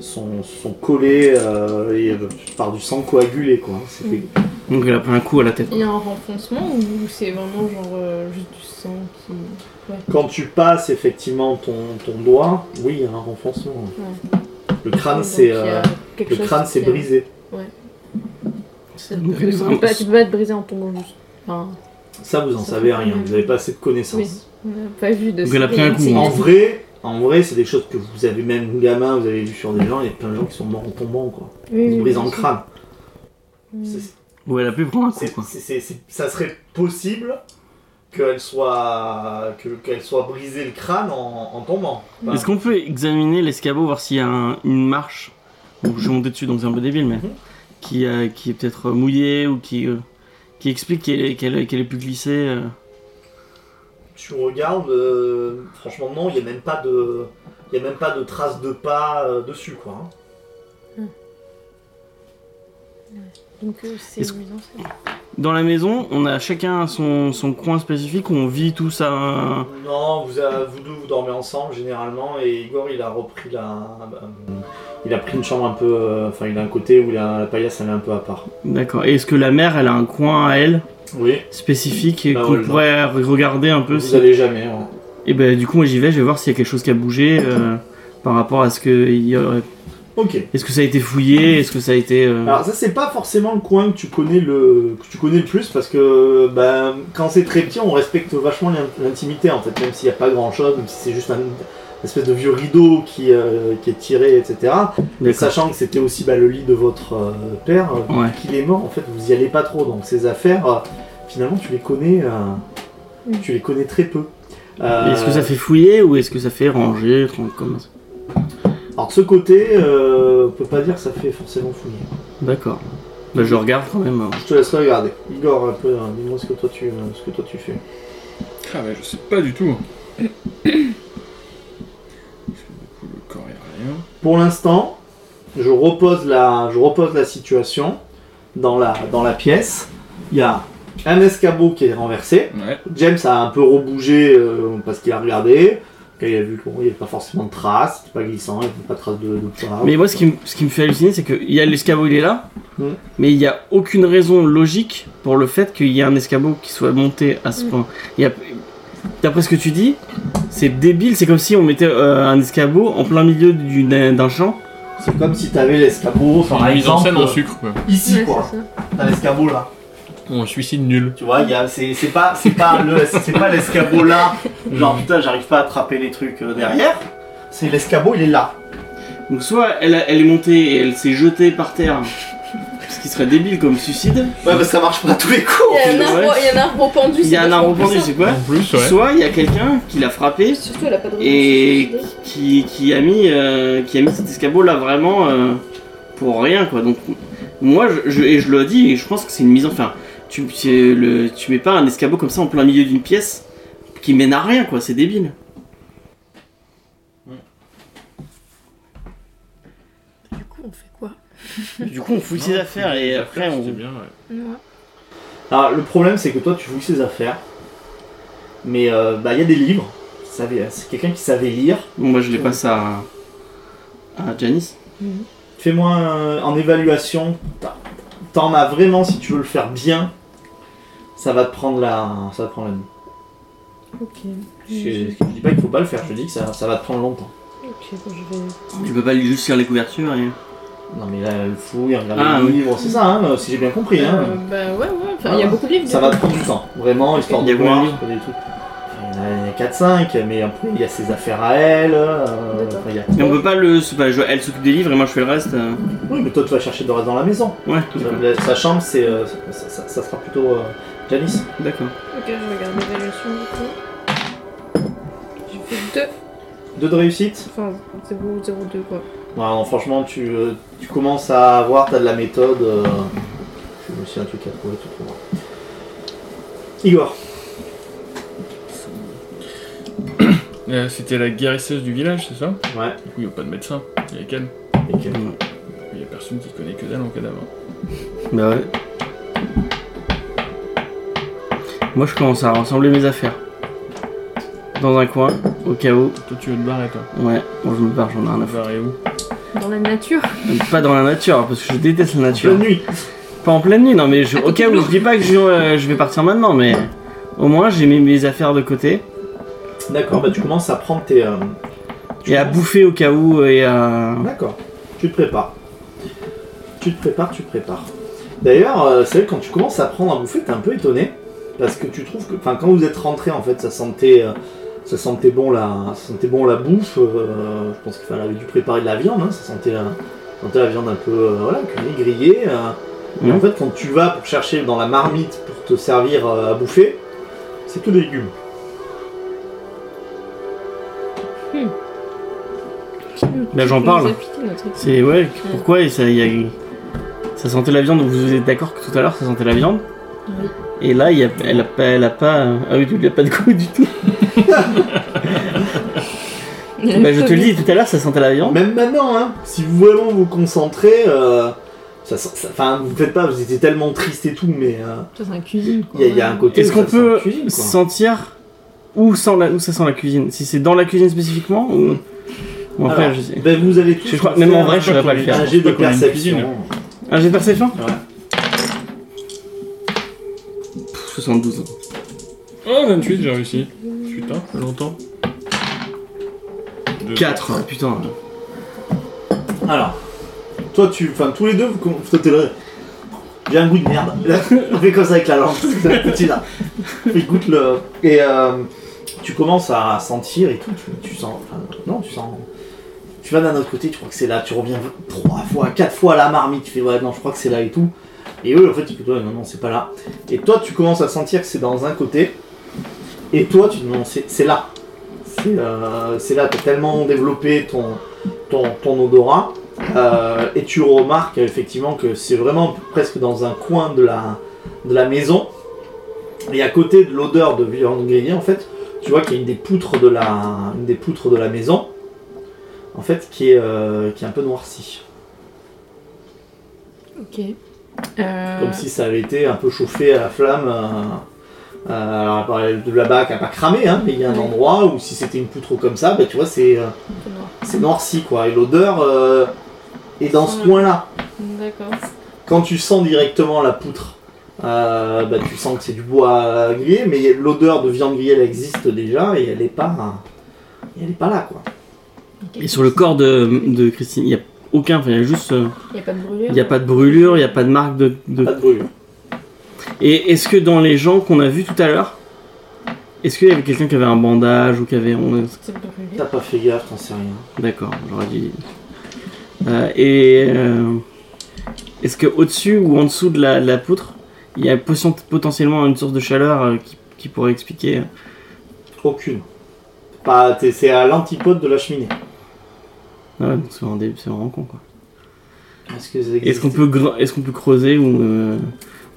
Speaker 1: sont, sont collés euh, et, euh, par du sang coagulé quoi. C'est
Speaker 6: Oui.
Speaker 2: Donc elle a pris un coup à la tête.
Speaker 6: Il y a un renfoncement ou c'est vraiment genre euh, juste du sang qui.
Speaker 1: Quand tu passes effectivement ton, ton doigt, oui, il y a un renfoncement. Le crâne
Speaker 6: Donc,
Speaker 1: c'est
Speaker 6: il y a
Speaker 1: euh,
Speaker 6: quelque
Speaker 1: le
Speaker 6: chose
Speaker 1: crâne c'est
Speaker 6: qui a-
Speaker 1: brisé.
Speaker 6: Ça
Speaker 2: Donc, elle est
Speaker 6: peut- ça peut
Speaker 2: vraiment-
Speaker 6: pas- Tu peux pas être brisé en tombant juste. Enfin,
Speaker 1: Ça vous en
Speaker 6: Ça
Speaker 1: savez
Speaker 6: fait
Speaker 1: rien,
Speaker 6: mal.
Speaker 1: vous n'avez pas assez de connaissances.
Speaker 6: oui, on n'a pas vu de
Speaker 2: Donc, elle a pris un
Speaker 6: c'est-
Speaker 2: coup,
Speaker 6: c'est-
Speaker 1: En vrai, en vrai, c'est des choses que vous avez même gamin, vous avez vu sur des gens, il y a plein de gens qui sont morts en tombant quoi.
Speaker 6: oui,
Speaker 1: Ils se
Speaker 6: oui,
Speaker 1: brisent en
Speaker 6: oui.
Speaker 1: le crâne.
Speaker 6: Mm.
Speaker 1: C'est-
Speaker 2: Ou elle a pu prendre un coup
Speaker 1: c'est-
Speaker 2: quoi.
Speaker 1: c'est- c'est- c'est- ça serait possible qu'elle soit que- qu'elle soit brisée le crâne en, en tombant. Enfin,
Speaker 2: Est-ce qu'on peut examiner l'escabeau, voir s'il y a un- une marche Bon, je vais monter dessus, donc c'est un peu débile, mais
Speaker 1: Mhm.
Speaker 2: qui, euh, qui est peut-être euh, mouillée ou qui, euh, qui explique qu'elle est- qu'elle est- qu'elle ait pu glisser. euh.
Speaker 1: tu regardes, euh, franchement non, il n'y a même pas de il y a même pas de traces de pas euh, dessus quoi. hein.
Speaker 7: Donc, euh, c'est
Speaker 2: Est-ce-
Speaker 7: amusant ça.
Speaker 2: Dans la maison, on a chacun son, son coin spécifique où on vit hein. tous à un.
Speaker 1: Non, vous, euh, vous deux vous dormez ensemble généralement et Igor il a repris la euh, il a pris une chambre un peu euh, enfin il a un côté où la, la paillasse elle est un peu à part.
Speaker 2: D'accord. Et est-ce que la mère, elle a un coin à elle
Speaker 1: Oui.
Speaker 2: spécifique et
Speaker 1: Bah,
Speaker 2: qu'on
Speaker 1: ouais,
Speaker 2: pourrait re- regarder un peu
Speaker 1: Vous
Speaker 2: si...
Speaker 1: allez jamais. hein.
Speaker 2: Et ben du coup, moi j'y vais, je vais voir s'il y a quelque chose qui a bougé euh, par rapport à ce que. il y aurait-
Speaker 1: Ok.
Speaker 2: Est-ce que ça a été fouillé Est-ce que ça a été. euh,
Speaker 1: Alors ça c'est pas forcément le coin que tu connais le que tu connais le plus parce que bah, quand c'est très petit on respecte vachement l'in- l'intimité en fait même s'il n'y a pas grand chose même si c'est juste un une espèce de vieux rideau qui, euh, qui est tiré etc. Et
Speaker 2: D'accord.
Speaker 1: sachant que c'était aussi bah, le lit de votre euh, père euh,
Speaker 2: Ouais.
Speaker 1: qu'il est mort en fait vous y allez pas trop donc ces affaires euh, finalement tu les connais euh,
Speaker 6: Mm.
Speaker 1: tu les connais très peu.
Speaker 2: Mais
Speaker 1: Euh,
Speaker 2: Est-ce que ça fait fouiller ou est-ce que ça fait ranger tran- comme ça
Speaker 1: Alors de ce côté euh, on peut pas dire que ça fait forcément hein. fouiller.
Speaker 2: D'accord. Bah, je regarde quand même. hein.
Speaker 1: Je te laisse regarder. Igor un peu hein, dis-moi ce que toi tu euh, ce que toi tu fais.
Speaker 3: Ah mais je sais pas du tout. hein. Parce que du coup, le corps est rien.
Speaker 1: Pour l'instant, je repose la, je repose la situation dans la, dans la pièce. Il y a un escabeau qui est renversé.
Speaker 3: Ouais.
Speaker 1: James a un peu rebougé euh, parce qu'il a regardé. Et il a vu qu'il n'y avait pas forcément de traces, c'était pas glissant, il n'y avait pas de traces de, de poids.
Speaker 2: Mais moi, ce qui, me- ce qui me fait halluciner, c'est qu'il y a l'escabeau, il est là,
Speaker 1: Mm.
Speaker 2: mais il n'y a aucune raison logique pour le fait qu'il y ait un escabeau qui soit monté à ce
Speaker 6: Mm.
Speaker 2: point. Il y a- D'après ce que tu dis, c'est débile, c'est comme si on mettait euh, un escabeau en plein milieu d'une- d'un champ.
Speaker 1: C'est comme si t'avais l'escabeau, par
Speaker 3: Une mise en
Speaker 1: exemple,
Speaker 3: scène en sucre, quoi.
Speaker 1: ici
Speaker 6: Ouais,
Speaker 1: quoi.
Speaker 6: c'est ça.
Speaker 1: T'as l'escabeau là.
Speaker 3: On suicide nul.
Speaker 1: Tu vois, il y a- c'est c'est pas, c'est pas le- c'est pas l'escabeau là, genre putain, j'arrive pas à attraper les trucs euh, derrière. C'est l'escabeau, il est là.
Speaker 2: Donc, soit elle, a- elle est montée et elle s'est jetée par terre, ce qui serait débile comme suicide.
Speaker 1: Ouais, mais ça marche pas à tous les coups.
Speaker 4: Il y a un arbre- il y a un arbre pendu.
Speaker 2: Il y a
Speaker 4: c'est
Speaker 2: un arbre
Speaker 4: vachement
Speaker 2: pendu,
Speaker 4: plus
Speaker 2: c'est quoi
Speaker 3: En plus, ouais.
Speaker 2: Soit il y a quelqu'un qui l'a frappé
Speaker 4: simple. Surtout, elle a pas de
Speaker 2: et
Speaker 4: ressources.
Speaker 2: qui, qui a mis euh, qui a mis cet escabeau là vraiment euh, pour rien quoi donc moi je, je- et je le dis et je pense que c'est une mise en enfin tu c'est le tu mets pas un escabeau comme ça en plein milieu d'une pièce qui mène à rien quoi c'est débile
Speaker 6: Du coup, on fait quoi
Speaker 2: du coup on fouille ses affaires et après on
Speaker 3: C'était bien, ouais.
Speaker 6: Ouais.
Speaker 1: Alors, le problème, c'est que toi, tu fouilles ses affaires, mais euh, bah, il y a des livres. Savait- C'est quelqu'un qui savait lire.
Speaker 2: bon moi je les passe à à Janice
Speaker 6: Mmh,
Speaker 1: Fais-moi un- en évaluation. T'en- T'en as vraiment, si tu veux le faire bien, ça va te prendre la, ça va te prendre la nuit.
Speaker 7: Ok.
Speaker 1: Je, je dis pas qu'il faut pas le faire, je dis que ça, ça va te prendre longtemps.
Speaker 7: Ok, bon, je vais.
Speaker 2: tu peux pas juste lire les couvertures et...
Speaker 1: Non, mais là, le fouille, regarder
Speaker 2: Ah,
Speaker 1: les
Speaker 2: oui.
Speaker 1: livres, c'est ça, hein, si j'ai bien compris. hein.
Speaker 7: Euh, bah ouais, ouais. Enfin, il y a beaucoup de livres.
Speaker 1: Ça va te prendre du temps, vraiment, histoire
Speaker 2: Il y
Speaker 1: de
Speaker 2: a combien de
Speaker 1: voir
Speaker 2: livres
Speaker 1: des trucs. Enfin, Il y en a- il y en a 4-5, mais après il y a ses affaires à elle. euh,
Speaker 7: D'accord.
Speaker 1: enfin, il y a-
Speaker 2: et on peut pas le c'est pas- je- elle s'occupe des livres et moi je fais le reste euh,
Speaker 1: Oui, mais toi tu vas chercher de reste dans la maison.
Speaker 2: ouais d'accord.
Speaker 1: La- Sa chambre, c'est, euh, ça, ça- ça sera plutôt euh, Janice.
Speaker 2: d'accord
Speaker 6: Ok, je regarde l'évaluation du coup.
Speaker 7: J'ai fait deux.
Speaker 1: Deux de réussite
Speaker 6: Enfin, 0, 0, 2 quoi.
Speaker 1: Non, non, franchement, tu, euh, tu commences à avoir, t'as de la méthode. euh, Je me suis un truc à trouver tout pour moi. Igor,
Speaker 3: Euh, C'était la guérisseuse du village, c'est ça
Speaker 1: ouais,
Speaker 3: Du coup, il n'y a pas de médecin. Il y a qu'elle.
Speaker 1: et quel-
Speaker 3: Il n'y a personne qui connaît que dalle en cadavre.
Speaker 2: bah ouais moi je commence à rassembler mes affaires dans un coin au cas où
Speaker 3: Toi, tu veux te barrer, toi
Speaker 2: Ouais, bon, je me barre, j'en ai rien à
Speaker 3: Te barrer où
Speaker 6: Dans la nature
Speaker 2: foutre. Pas dans la nature, parce que je déteste la nature.
Speaker 1: Bonne nuit
Speaker 2: Pas en pleine nuit, non, mais je,
Speaker 6: À
Speaker 2: au
Speaker 6: côté
Speaker 2: cas
Speaker 6: de
Speaker 2: où,
Speaker 6: l'eau.
Speaker 2: je dis pas que je, euh, je vais partir maintenant, mais au moins j'ai mis mes affaires de côté
Speaker 1: D'accord, bah tu commences à prendre tes. euh, tu
Speaker 2: et à
Speaker 1: commences-
Speaker 2: bouffer au cas où et à.
Speaker 1: D'accord. Tu te prépares. Tu te prépares, tu te prépares. D'ailleurs, euh, c'est vrai que quand tu commences à prendre à bouffer, t'es un peu étonné. Parce que tu trouves que. Enfin, quand vous êtes rentré, en fait, ça sentait. euh, ça sentait bon la. Ça sentait bon la bouffe. euh, je pense qu'il fallait avait dû préparer de la viande, hein, ça sentait la. ça sentait la viande un peu, euh, voilà, cuisinée, grillée. euh. Et
Speaker 2: Mhm.
Speaker 1: en fait, quand tu vas pour chercher dans la marmite pour te servir euh, à bouffer, c'est tout des légumes.
Speaker 2: Là, j'en
Speaker 7: On
Speaker 2: parle.
Speaker 7: nous a piqué notre truc.
Speaker 2: C'est ouais, pourquoi et ça, y a- ça sentait la viande Vous êtes d'accord que tout à l'heure ça sentait la viande
Speaker 7: Oui.
Speaker 2: Et là, il y a- elle, a pas, elle a pas. euh, Ah oui, il a pas de goût du tout. bah, je te le dis, tout à l'heure ça sentait la viande.
Speaker 1: Même maintenant, hein, si vous vraiment vous concentrez, euh, ça, sent- ça- enfin, vous faites pas, vous étiez tellement triste et tout, mais euh,
Speaker 7: Ça, c'est un cuisine. quoi.
Speaker 1: il y, a- il y a un côté.
Speaker 2: Est-ce
Speaker 1: où
Speaker 2: qu'on
Speaker 1: ça sent
Speaker 2: peut
Speaker 1: la cuisine, quoi.
Speaker 2: sentir où, sent la- où ça sent la cuisine Si c'est dans la cuisine spécifiquement ou... Bon, après,
Speaker 1: Alors,
Speaker 2: je sais.
Speaker 1: ben, vous allez tous.
Speaker 2: Je crois-
Speaker 1: me
Speaker 2: même
Speaker 1: faire
Speaker 2: en vrai, je saurais pas le faire.
Speaker 1: Un jet de
Speaker 3: qu'on ait une cuisine.
Speaker 1: perception.
Speaker 2: Un jet de perception
Speaker 1: Ouais.
Speaker 2: Pff, 72.
Speaker 3: Oh, 28, j'ai réussi. Putain, ça longtemps. Deux.
Speaker 2: 4, hein, putain.
Speaker 1: Alors, toi, tu, enfin, tous les deux, vous, com- toi, t'es là. J'ai un goût de merde. On fait comme ça avec la langue. C'est un petit là. Écoute le. Et euh, tu commences à sentir et tout. Tu, tu sens. enfin, non, tu sens. Tu vas d'un autre côté, tu crois que c'est là. Tu reviens trois fois, quatre fois à la marmite. Tu fais ouais, non, je crois que c'est là et tout. Et eux, en fait, ils disent ouais, non, non, c'est pas là. Et toi, tu commences à sentir que c'est dans un côté. Et toi, tu dis non, c'est c'est là. C'est euh, c'est là. T'as tellement développé ton, ton, ton odorat. Euh, et tu remarques effectivement que c'est vraiment presque dans un coin de la, de la maison. Et à côté de l'odeur de viande grillée, en fait, tu vois qu'il y a une des poutres de la, une des poutres de la maison, en fait, qui est, euh, qui est un peu noircie.
Speaker 7: Ok. Euh,
Speaker 1: Comme si ça avait été un peu chauffé à la flamme euh, Euh, alors, elle parlait de la bac, elle n'a pas cramé, hein, mais il y a un endroit où si c'était une poutre comme ça, bah, tu vois, c'est euh,
Speaker 6: peu noir.
Speaker 1: c'est noirci, quoi. Et l'odeur euh, est dans ce
Speaker 6: Ouais.
Speaker 1: coin-là.
Speaker 6: D'accord.
Speaker 1: Quand tu sens directement la poutre, euh, bah, tu sens que c'est du bois grillé, mais l'odeur de viande grillée, elle existe déjà et elle n'est pas, elle est pas là, quoi.
Speaker 2: Et sur le corps de, de Christine, il n'y a aucun, enfin, il y a juste. euh,
Speaker 6: Il n'y a pas de brûlure.
Speaker 2: Il n'y a pas de brûlure, il n'y a pas de marque de. de-
Speaker 1: Pas de brûlure.
Speaker 2: Et est-ce que dans les gens qu'on a vus tout à l'heure, est-ce qu'il y avait quelqu'un qui avait un bandage ou qui avait. on-
Speaker 6: C'est brûlé.
Speaker 1: T'as pas fait gaffe, t'en sais rien.
Speaker 2: D'accord, j'aurais dit. Euh, et. euh, est-ce que au-dessus ou en dessous de la, de la poutre, il y a potent- potentiellement une source de chaleur euh, qui, qui pourrait expliquer.
Speaker 1: Aucune. Pas, t'es- c'est à l'antipode de la cheminée.
Speaker 2: Ah ouais, donc c'est vraiment, des- c'est vraiment con quoi.
Speaker 1: Est-ce que ça
Speaker 2: Est-ce
Speaker 1: existe
Speaker 2: qu'on peut, gre- est-ce qu'on peut creuser ou. euh,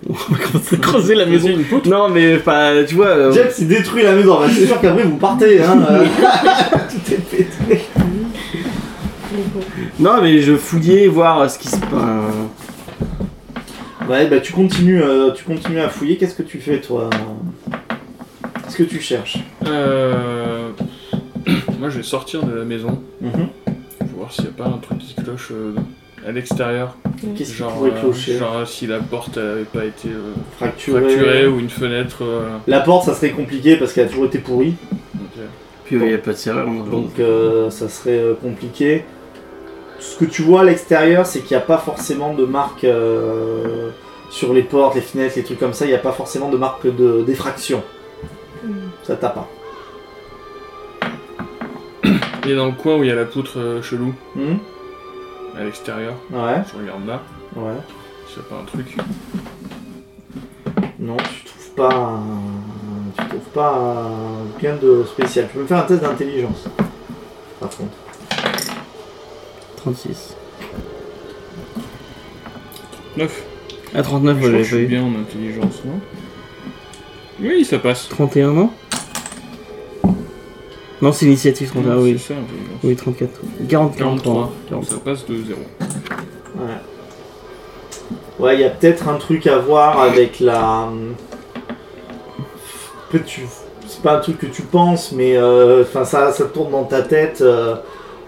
Speaker 2: On va commencer à creuser la maison.
Speaker 3: une poutre
Speaker 2: Non, mais enfin, tu vois. euh,
Speaker 1: Jack s'est détruit la maison, Bah, c'est sûr qu'après vous partez, hein. euh. Tout est pété.
Speaker 2: Non, mais je fouillais voir euh, ce qui se passe.
Speaker 1: Ouais, bah tu continues, euh, tu continues à fouiller. Qu'est-ce que tu fais, toi Qu'est-ce que tu cherches
Speaker 3: Euh... Moi, je vais sortir de la maison
Speaker 1: Mhm.
Speaker 3: pour voir s'il n'y a pas un truc qui cloche euh, à l'extérieur.
Speaker 1: Qu'est-ce qui
Speaker 3: Genre,
Speaker 1: pourrait
Speaker 3: euh,
Speaker 1: clocher
Speaker 3: genre, euh, si la porte n'avait pas été euh,
Speaker 1: Fracturé.
Speaker 3: fracturée ou une fenêtre. euh,
Speaker 1: La porte, ça serait compliqué parce qu'elle a toujours été pourrie.
Speaker 3: donc, euh,
Speaker 2: Puis il n'y a pas de hein, serrure. on-
Speaker 1: Donc euh, ça serait euh, compliqué. Ce que tu vois à l'extérieur, c'est qu'il n'y a pas forcément de marque euh, sur les portes, les fenêtres, les trucs comme ça. Il n'y a pas forcément de marque de d'effraction.
Speaker 4: Hmm.
Speaker 1: Ça t'a pas.
Speaker 3: Et dans le coin où il y a la poutre euh, chelou,
Speaker 1: Hmm
Speaker 3: à l'extérieur,
Speaker 1: ouais,
Speaker 3: je regarde là,
Speaker 1: ouais.
Speaker 3: s'il n'y a pas un truc.
Speaker 1: Non, tu trouves pas. un- Tu trouves pas un bouquin de spécial. Tu peux me faire un test d'intelligence. Par contre.
Speaker 2: 36.
Speaker 3: 9.
Speaker 2: À 39,
Speaker 3: je
Speaker 2: moi
Speaker 3: crois
Speaker 2: j'avais
Speaker 3: que je
Speaker 2: pas
Speaker 3: suis
Speaker 2: eu.
Speaker 3: bien en intelligence, non Oui, ça passe.
Speaker 2: 31 ans Non, c'est l'initiative 31, ah oui.
Speaker 3: C'est ça, intelligence.
Speaker 2: Oui, 34. 40, 43.
Speaker 3: 43. Ça passe de 0.
Speaker 1: Ouais. Ouais, il y a peut-être un truc à voir avec la. Peut- tu- C'est pas un truc que tu penses, mais euh, enfin ça, ça tourne dans ta tête. euh,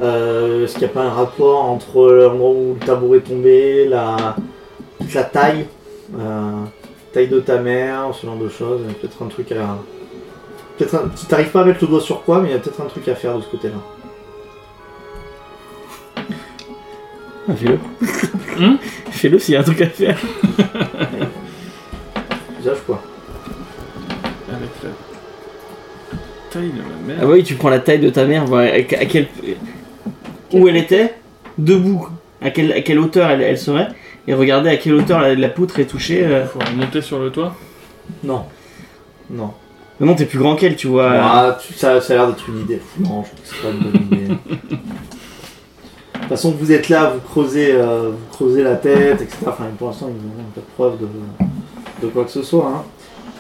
Speaker 1: euh, Est-ce qu'il n'y a pas un rapport entre l'endroit où le tabouret est tombé, la, toute la taille, euh, taille de ta mère, ce genre de choses. Il y a Peut-être un truc à. Peut-être un- Tu t'arrives pas à mettre le doigt sur quoi, mais il y a peut-être un truc à faire de ce côté-là.
Speaker 2: Ah, fais-le.
Speaker 3: Hum
Speaker 2: fais-le s'il y a un truc à faire.
Speaker 1: Visage quoi.
Speaker 3: Avec la taille de ma mère.
Speaker 2: Ah, bah oui, tu prends la taille de ta mère, voir à, à quel. Où elle était Debout. À quelle, à quelle hauteur elle, elle serait Et regarder à quelle hauteur la, la poutre est touchée. euh.
Speaker 3: Faut monter sur le toit
Speaker 1: Non. Non.
Speaker 2: Mais non, t'es plus grand qu'elle, tu vois.
Speaker 1: Ah, tu- ça, ça a l'air d'être une idée. Non, je pense que c'est pas une bonne idée. De toute façon, vous êtes là, vous creusez, euh, vous creusez la tête, etc. Enfin, pour l'instant, ils n'ont pas de preuve de, de quoi que ce soit. hein.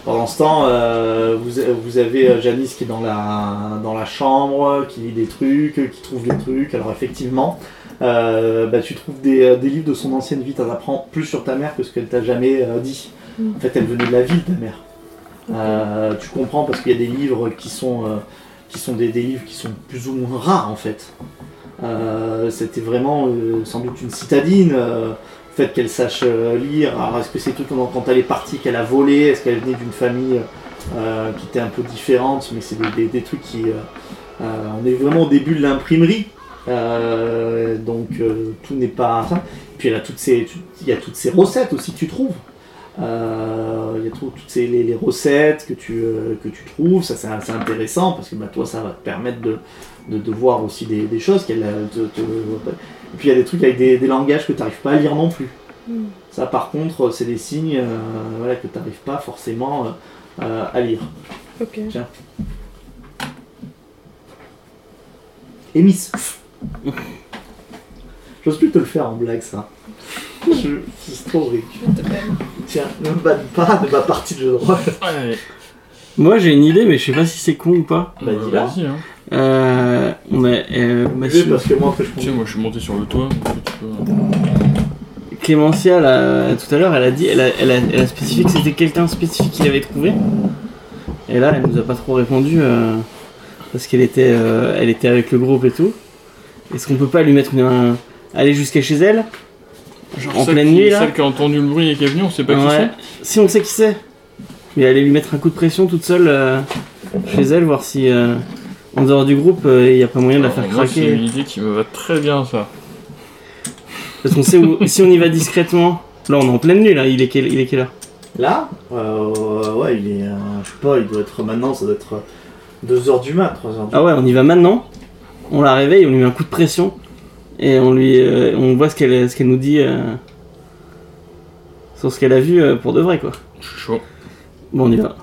Speaker 1: Pendant ce temps, euh, vous, vous avez euh, Janice qui est dans la, dans la chambre, qui lit des trucs, qui trouve des trucs. Alors, effectivement, euh, bah, tu trouves des, euh, des livres de son ancienne vie. Tu apprends plus sur ta mère que ce qu'elle t'a jamais euh, dit. En fait, elle venait de la ville, ta mère. Euh, tu comprends parce qu'il y a des livres qui sont, euh, qui sont des, des livres qui sont plus ou moins rares en fait. Euh, C'était vraiment euh, sans doute une citadine. euh, le fait qu'elle sache euh, lire. Alors est-ce que c'est tout quand, quand elle est partie qu'elle a volé Est-ce qu'elle venait d'une famille euh, qui était un peu différente Mais c'est des, des- des trucs qui. euh, euh, on est vraiment au début de l'imprimerie. Euh, donc euh, tout n'est pas ça. Puis elle a toutes ces, tu- il y a toutes ces recettes aussi que tu trouves. Euh, Il y a tout- toutes ces, les, les recettes que tu, euh, que tu trouves, ça c'est c'est intéressant parce que bah, toi ça va te permettre de, de, de voir aussi des, des choses qu'elle euh, te, te- Et puis il y a des trucs avec des, des langages que tu n'arrives pas à lire non plus. Ça par contre c'est des signes euh, voilà, que tu n'arrives pas forcément euh, euh, à lire.
Speaker 6: Ok.
Speaker 1: Et Miss J'ose plus te le faire en blague ça. Je, c'est trop ridicule.
Speaker 6: Je te bats.
Speaker 1: Tiens, ne me batte pas de ma partie de jeu de rôle.
Speaker 3: Allez,
Speaker 2: Moi j'ai une idée, mais je sais pas si c'est con ou pas.
Speaker 1: Bah, dis là.
Speaker 3: Vas-y, hein.
Speaker 2: Euh, on a. euh, ma-
Speaker 1: Oui, parce que moi après je
Speaker 3: Tu sais,
Speaker 1: continue.
Speaker 3: moi je suis monté sur le toit. donc tu peux-
Speaker 2: Clémentia, là, tout à l'heure, elle a dit, elle a, elle a- elle a spécifié que c'était quelqu'un spécifique qu'il avait trouvé. Et là, elle nous a pas trop répondu euh, parce qu'elle était, euh, elle était avec le groupe et tout. Est-ce qu'on peut pas lui mettre une, aller jusqu'à chez elle
Speaker 3: Genre
Speaker 2: En
Speaker 3: celle
Speaker 2: pleine
Speaker 3: qui-
Speaker 2: nuit, là
Speaker 3: Celle qui a entendu le bruit et qui est venue, on sait pas qui
Speaker 2: Ouais. Si on sait qui c'est, mais aller lui mettre un coup de pression toute seule euh, chez elle, voir si euh, en dehors du groupe, euh, il n'y a pas moyen
Speaker 3: c'est.
Speaker 2: de la faire
Speaker 3: Moi, C'est
Speaker 2: craquer.
Speaker 3: une idée qui me va très bien, ça.
Speaker 2: Parce qu'on sait où, si on y va discrètement. Là, on est en pleine nuit. Là, il est quelle, il est quelle heure
Speaker 1: Là Euh, Ouais, il est. euh, je sais pas, il doit être maintenant, ça doit être 2h du mat, 3h du mat.
Speaker 2: Ah ouais, on y va maintenant. On la réveille, on lui met un coup de pression et on lui, euh, on voit ce qu'elle, ce qu'elle nous dit euh, sur ce qu'elle a vu euh, pour de vrai quoi.
Speaker 3: Je suis chaud.
Speaker 2: Bon, on y va.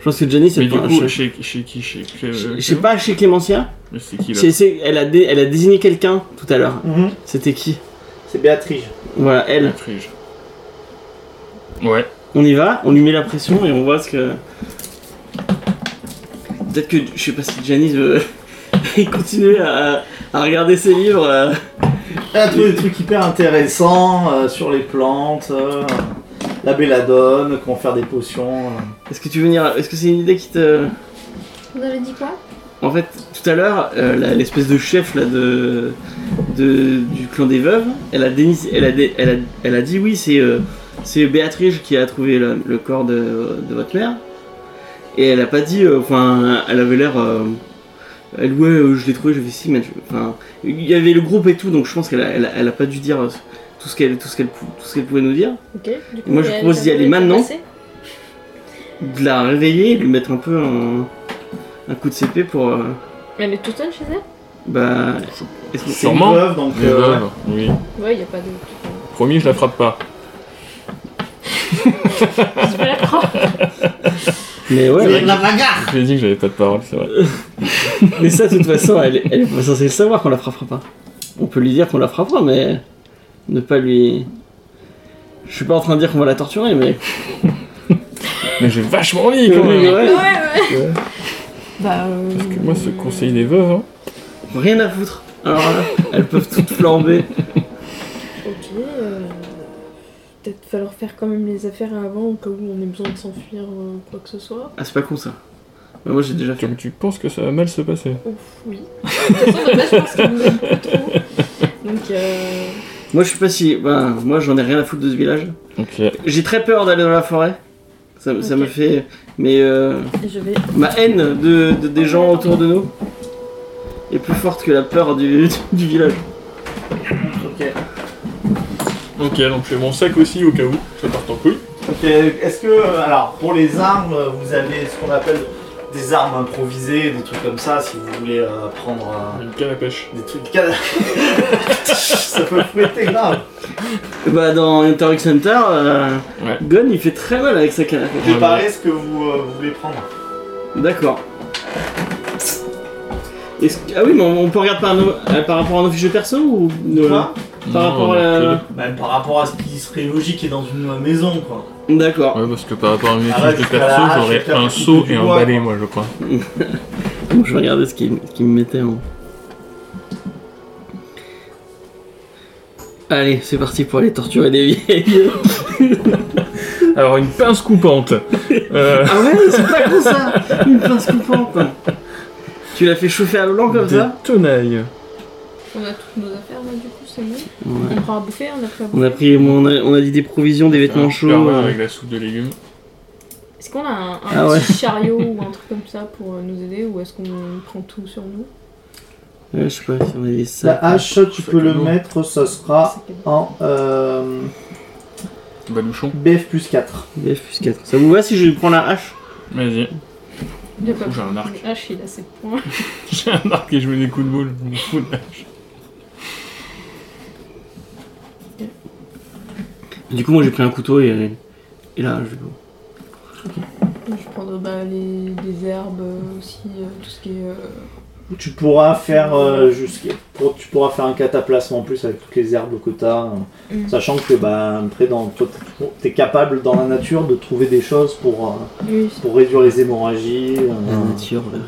Speaker 2: Je pense que Jenny, c'est
Speaker 3: Mais
Speaker 2: le
Speaker 3: du
Speaker 2: point-
Speaker 3: coup,
Speaker 2: je,
Speaker 3: chez, chez qui Chez. chez-
Speaker 2: je-
Speaker 3: euh,
Speaker 2: je sais pas chez Clémentia.
Speaker 3: Mais c'est qui là
Speaker 2: C'est- c'est- elle, a dé- elle a désigné quelqu'un tout à l'heure.
Speaker 1: Mhm.
Speaker 2: C'était qui
Speaker 1: C'est Béatrice.
Speaker 2: Voilà, elle.
Speaker 3: Frige. Ouais.
Speaker 2: On y va, on lui met la pression et on voit ce que. Peut-être que je sais pas si Janice veut continuer à, à regarder ses livres. euh.
Speaker 1: Elle a trouvé des trucs hyper intéressants euh, sur les plantes, euh, la belladone, comment faire des potions. euh.
Speaker 2: Est-ce que tu veux venir Est-ce que c'est une idée qui te.
Speaker 6: Vous avez dit quoi
Speaker 2: En fait, tout à l'heure, euh, la- l'espèce de chef là de, de- du clan des veuves, elle a, déni- elle a, dé- elle a- elle a dit oui, c'est euh, c'est Béatrice qui a trouvé le, le corps de, de votre mère. Et elle a pas dit, euh, enfin, elle avait l'air, euh, elle ouais, euh, je l'ai trouvé, je vais si, mais je- enfin, il y avait le groupe et tout, donc je pense qu'elle a, elle a- elle a pas dû dire euh, tout ce qu'elle tout ce qu'elle pou- tout ce qu'elle pouvait nous dire.
Speaker 6: Ok. Du
Speaker 2: Moi, je
Speaker 6: elle-
Speaker 2: propose d'y
Speaker 6: elle
Speaker 2: aller
Speaker 6: est
Speaker 2: maintenant.
Speaker 6: passée
Speaker 2: De la réveiller, de lui mettre un peu un, un coup de CP pour, euh,
Speaker 6: Elle est toute seule chez elle
Speaker 2: bah, est-ce que-
Speaker 1: C'est une
Speaker 3: Sûrement.
Speaker 1: veuve, donc.
Speaker 3: Les
Speaker 1: euh,
Speaker 3: veuves, oui.
Speaker 6: Ouais, y a pas de.
Speaker 3: Promis, je la frappe pas.
Speaker 4: Je vais la prendre.
Speaker 2: Mais ouais,
Speaker 1: c'est de la bagarre
Speaker 3: Je t'ai dit que j'avais pas de parole, c'est
Speaker 2: Euh,
Speaker 3: vrai.
Speaker 2: Mais ça, de toute façon, elle, elle est pas censée le savoir qu'on la frappera pas. On peut lui dire qu'on la frappera, mais ne pas lui. Je suis pas en train de dire qu'on va la torturer, mais.
Speaker 3: Mais j'ai vachement envie quand même.
Speaker 2: Ouais.
Speaker 4: Bah,
Speaker 3: Parce que moi, ce conseil des veuves, hein.
Speaker 2: Rien à foutre. Alors là, elles peuvent toutes flamber.
Speaker 4: Ok. euh, Peut-être falloir faire quand même les affaires avant, au cas où on ait besoin de s'enfuir ou quoi que ce soit.
Speaker 2: Ah, c'est pas con ça. Mais moi j'ai déjà fait.
Speaker 3: Donc tu penses que ça va mal se passer
Speaker 4: Ouf, oui. De toute façon, notre mage, je pense qu'elle nous aime pas trop. Donc, euh,
Speaker 2: Moi je suis pas si. ben, moi j'en ai rien à foutre de ce village.
Speaker 3: Ok.
Speaker 2: J'ai très peur d'aller dans la forêt. Ça, ça
Speaker 4: Ok.
Speaker 2: me fait. Mais euh,
Speaker 4: je vais.
Speaker 2: ma haine de, de- des gens autour de nous est plus forte que la peur du, du village.
Speaker 1: Ok.
Speaker 3: Ok, donc j'ai mon sac aussi au cas où ça part en couille.
Speaker 1: Ok, est-ce que, euh, alors, pour les armes, euh, vous avez ce qu'on appelle des armes improvisées, des trucs comme ça, si vous voulez euh, prendre euh,
Speaker 3: Une canne à pêche.
Speaker 1: des trucs... ça peut fouetter grave
Speaker 2: Bah dans Interrix Center, euh,
Speaker 3: Ouais.
Speaker 2: Gon il fait très mal avec sa canne à pêche.
Speaker 1: Préparez ce que vous, euh, vous voulez prendre.
Speaker 2: D'accord. Est-ce que- Ah oui, mais on on peut regarder par, nos- euh, par rapport à nos fiches perso ou nos-
Speaker 1: Quoi
Speaker 2: par
Speaker 3: Non,
Speaker 2: rapport à
Speaker 3: on a
Speaker 2: la...
Speaker 1: Même par rapport à ce qui serait logique et dans une euh, maison, quoi.
Speaker 2: D'accord.
Speaker 3: Ouais, parce que par rapport à mes
Speaker 1: Ah ouais, parce
Speaker 3: fiches de
Speaker 1: que là,
Speaker 3: perso,
Speaker 1: je vais
Speaker 3: j'aurais
Speaker 1: faire
Speaker 3: un
Speaker 1: du
Speaker 3: seau
Speaker 1: du
Speaker 3: et un
Speaker 1: bois,
Speaker 3: balai, moi, je crois.
Speaker 2: Bon, je vais regarder ce qu'il ce qu'il me mettait en... Allez, c'est parti pour aller torturer des vieilles.
Speaker 3: Alors, une pince coupante. Euh,
Speaker 2: ah ouais, c'est pas con ça Une pince coupante Tu l'as fait chauffer à blanc comme
Speaker 3: des
Speaker 2: ça
Speaker 3: tenailles.
Speaker 6: On a toutes nos affaires là, du coup, c'est bon.
Speaker 2: Ouais.
Speaker 6: On prend à bouffer, on a pris à bouffer.
Speaker 2: On a pris, on a, on a dit des provisions, des vêtements
Speaker 3: Un
Speaker 2: chauds.
Speaker 3: pervers
Speaker 2: euh,
Speaker 3: avec la soupe de légumes.
Speaker 6: Est-ce qu'on a un, un
Speaker 2: Ah ouais.
Speaker 6: petit chariot ou un truc comme ça pour euh, nous aider ou est-ce qu'on prend tout sur nous
Speaker 2: Ouais, je sais pas si on avait ça.
Speaker 1: La hache, tu
Speaker 3: Ça
Speaker 1: peux le
Speaker 3: commence.
Speaker 1: mettre, ça
Speaker 2: Ah.
Speaker 1: sera en euh,
Speaker 3: Balouchon.
Speaker 1: BF plus 4.
Speaker 2: BF plus 4. Ça vous va si je prends la hache
Speaker 3: Vas-y.
Speaker 6: Il y a pas
Speaker 3: Oh, J'ai un arc.
Speaker 6: Ah, je suis là, c'est point.
Speaker 3: J'ai un arc et je mets des coups de boule. Je m'en fous de la-
Speaker 2: Du coup, moi j'ai pris un couteau et, et là, je.
Speaker 4: Je prendrai bah, les, les herbes euh, aussi, euh, tout ce qui est. euh,
Speaker 1: Tu pourras faire euh, jusqu'à- pour- tu pourras faire un cataplasme en plus avec toutes les herbes que t'as, euh,
Speaker 6: Mm.
Speaker 1: sachant que bah après dans toi t'es- t'es capable dans la nature de trouver des choses pour euh,
Speaker 6: Oui,
Speaker 1: pour réduire les hémorragies, euh,
Speaker 2: La nature. là.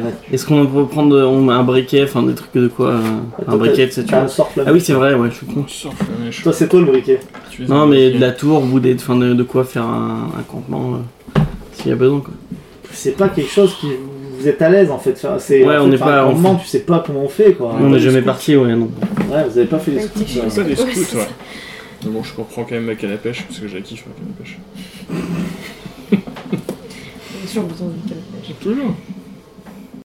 Speaker 1: la nature.
Speaker 2: Est-ce qu'on peut prendre on a un briquet, enfin des trucs de quoi euh, Un briquet, c'est tu
Speaker 1: T'as
Speaker 2: vois.
Speaker 1: un sorflame.
Speaker 2: Ah oui, c'est vrai, ouais, je suis con.
Speaker 3: Sauf le mèche.
Speaker 1: Toi c'est toi le briquet.
Speaker 3: Tu es
Speaker 2: Non,
Speaker 3: un
Speaker 2: mais
Speaker 3: briquet.
Speaker 2: de la tour ou des, enfin, de, de quoi faire un, un campement euh, s'il y a besoin quoi.
Speaker 1: c'est pas quelque chose qui vous êtes à l'aise en fait. Enfin, C'est,
Speaker 2: Ouais,
Speaker 1: en
Speaker 2: on
Speaker 1: fait,
Speaker 2: n'est
Speaker 1: par
Speaker 2: pas- on
Speaker 1: commandement, tu sais pas comment on fait quoi.
Speaker 2: On n'est jamais parti, ouais, non.
Speaker 1: Ouais, vous avez pas fait les scouts.
Speaker 4: Ouais,
Speaker 1: euh.
Speaker 3: C'est ça des
Speaker 4: Ouais,
Speaker 3: scouts,
Speaker 4: c'est
Speaker 3: ouais.
Speaker 4: ça.
Speaker 3: Mais bon, je comprends quand même ma canne à pêche parce que je la kiffe ma canne à pêche.
Speaker 7: J'ai toujours besoin d'une canne à pêche.
Speaker 3: Toujours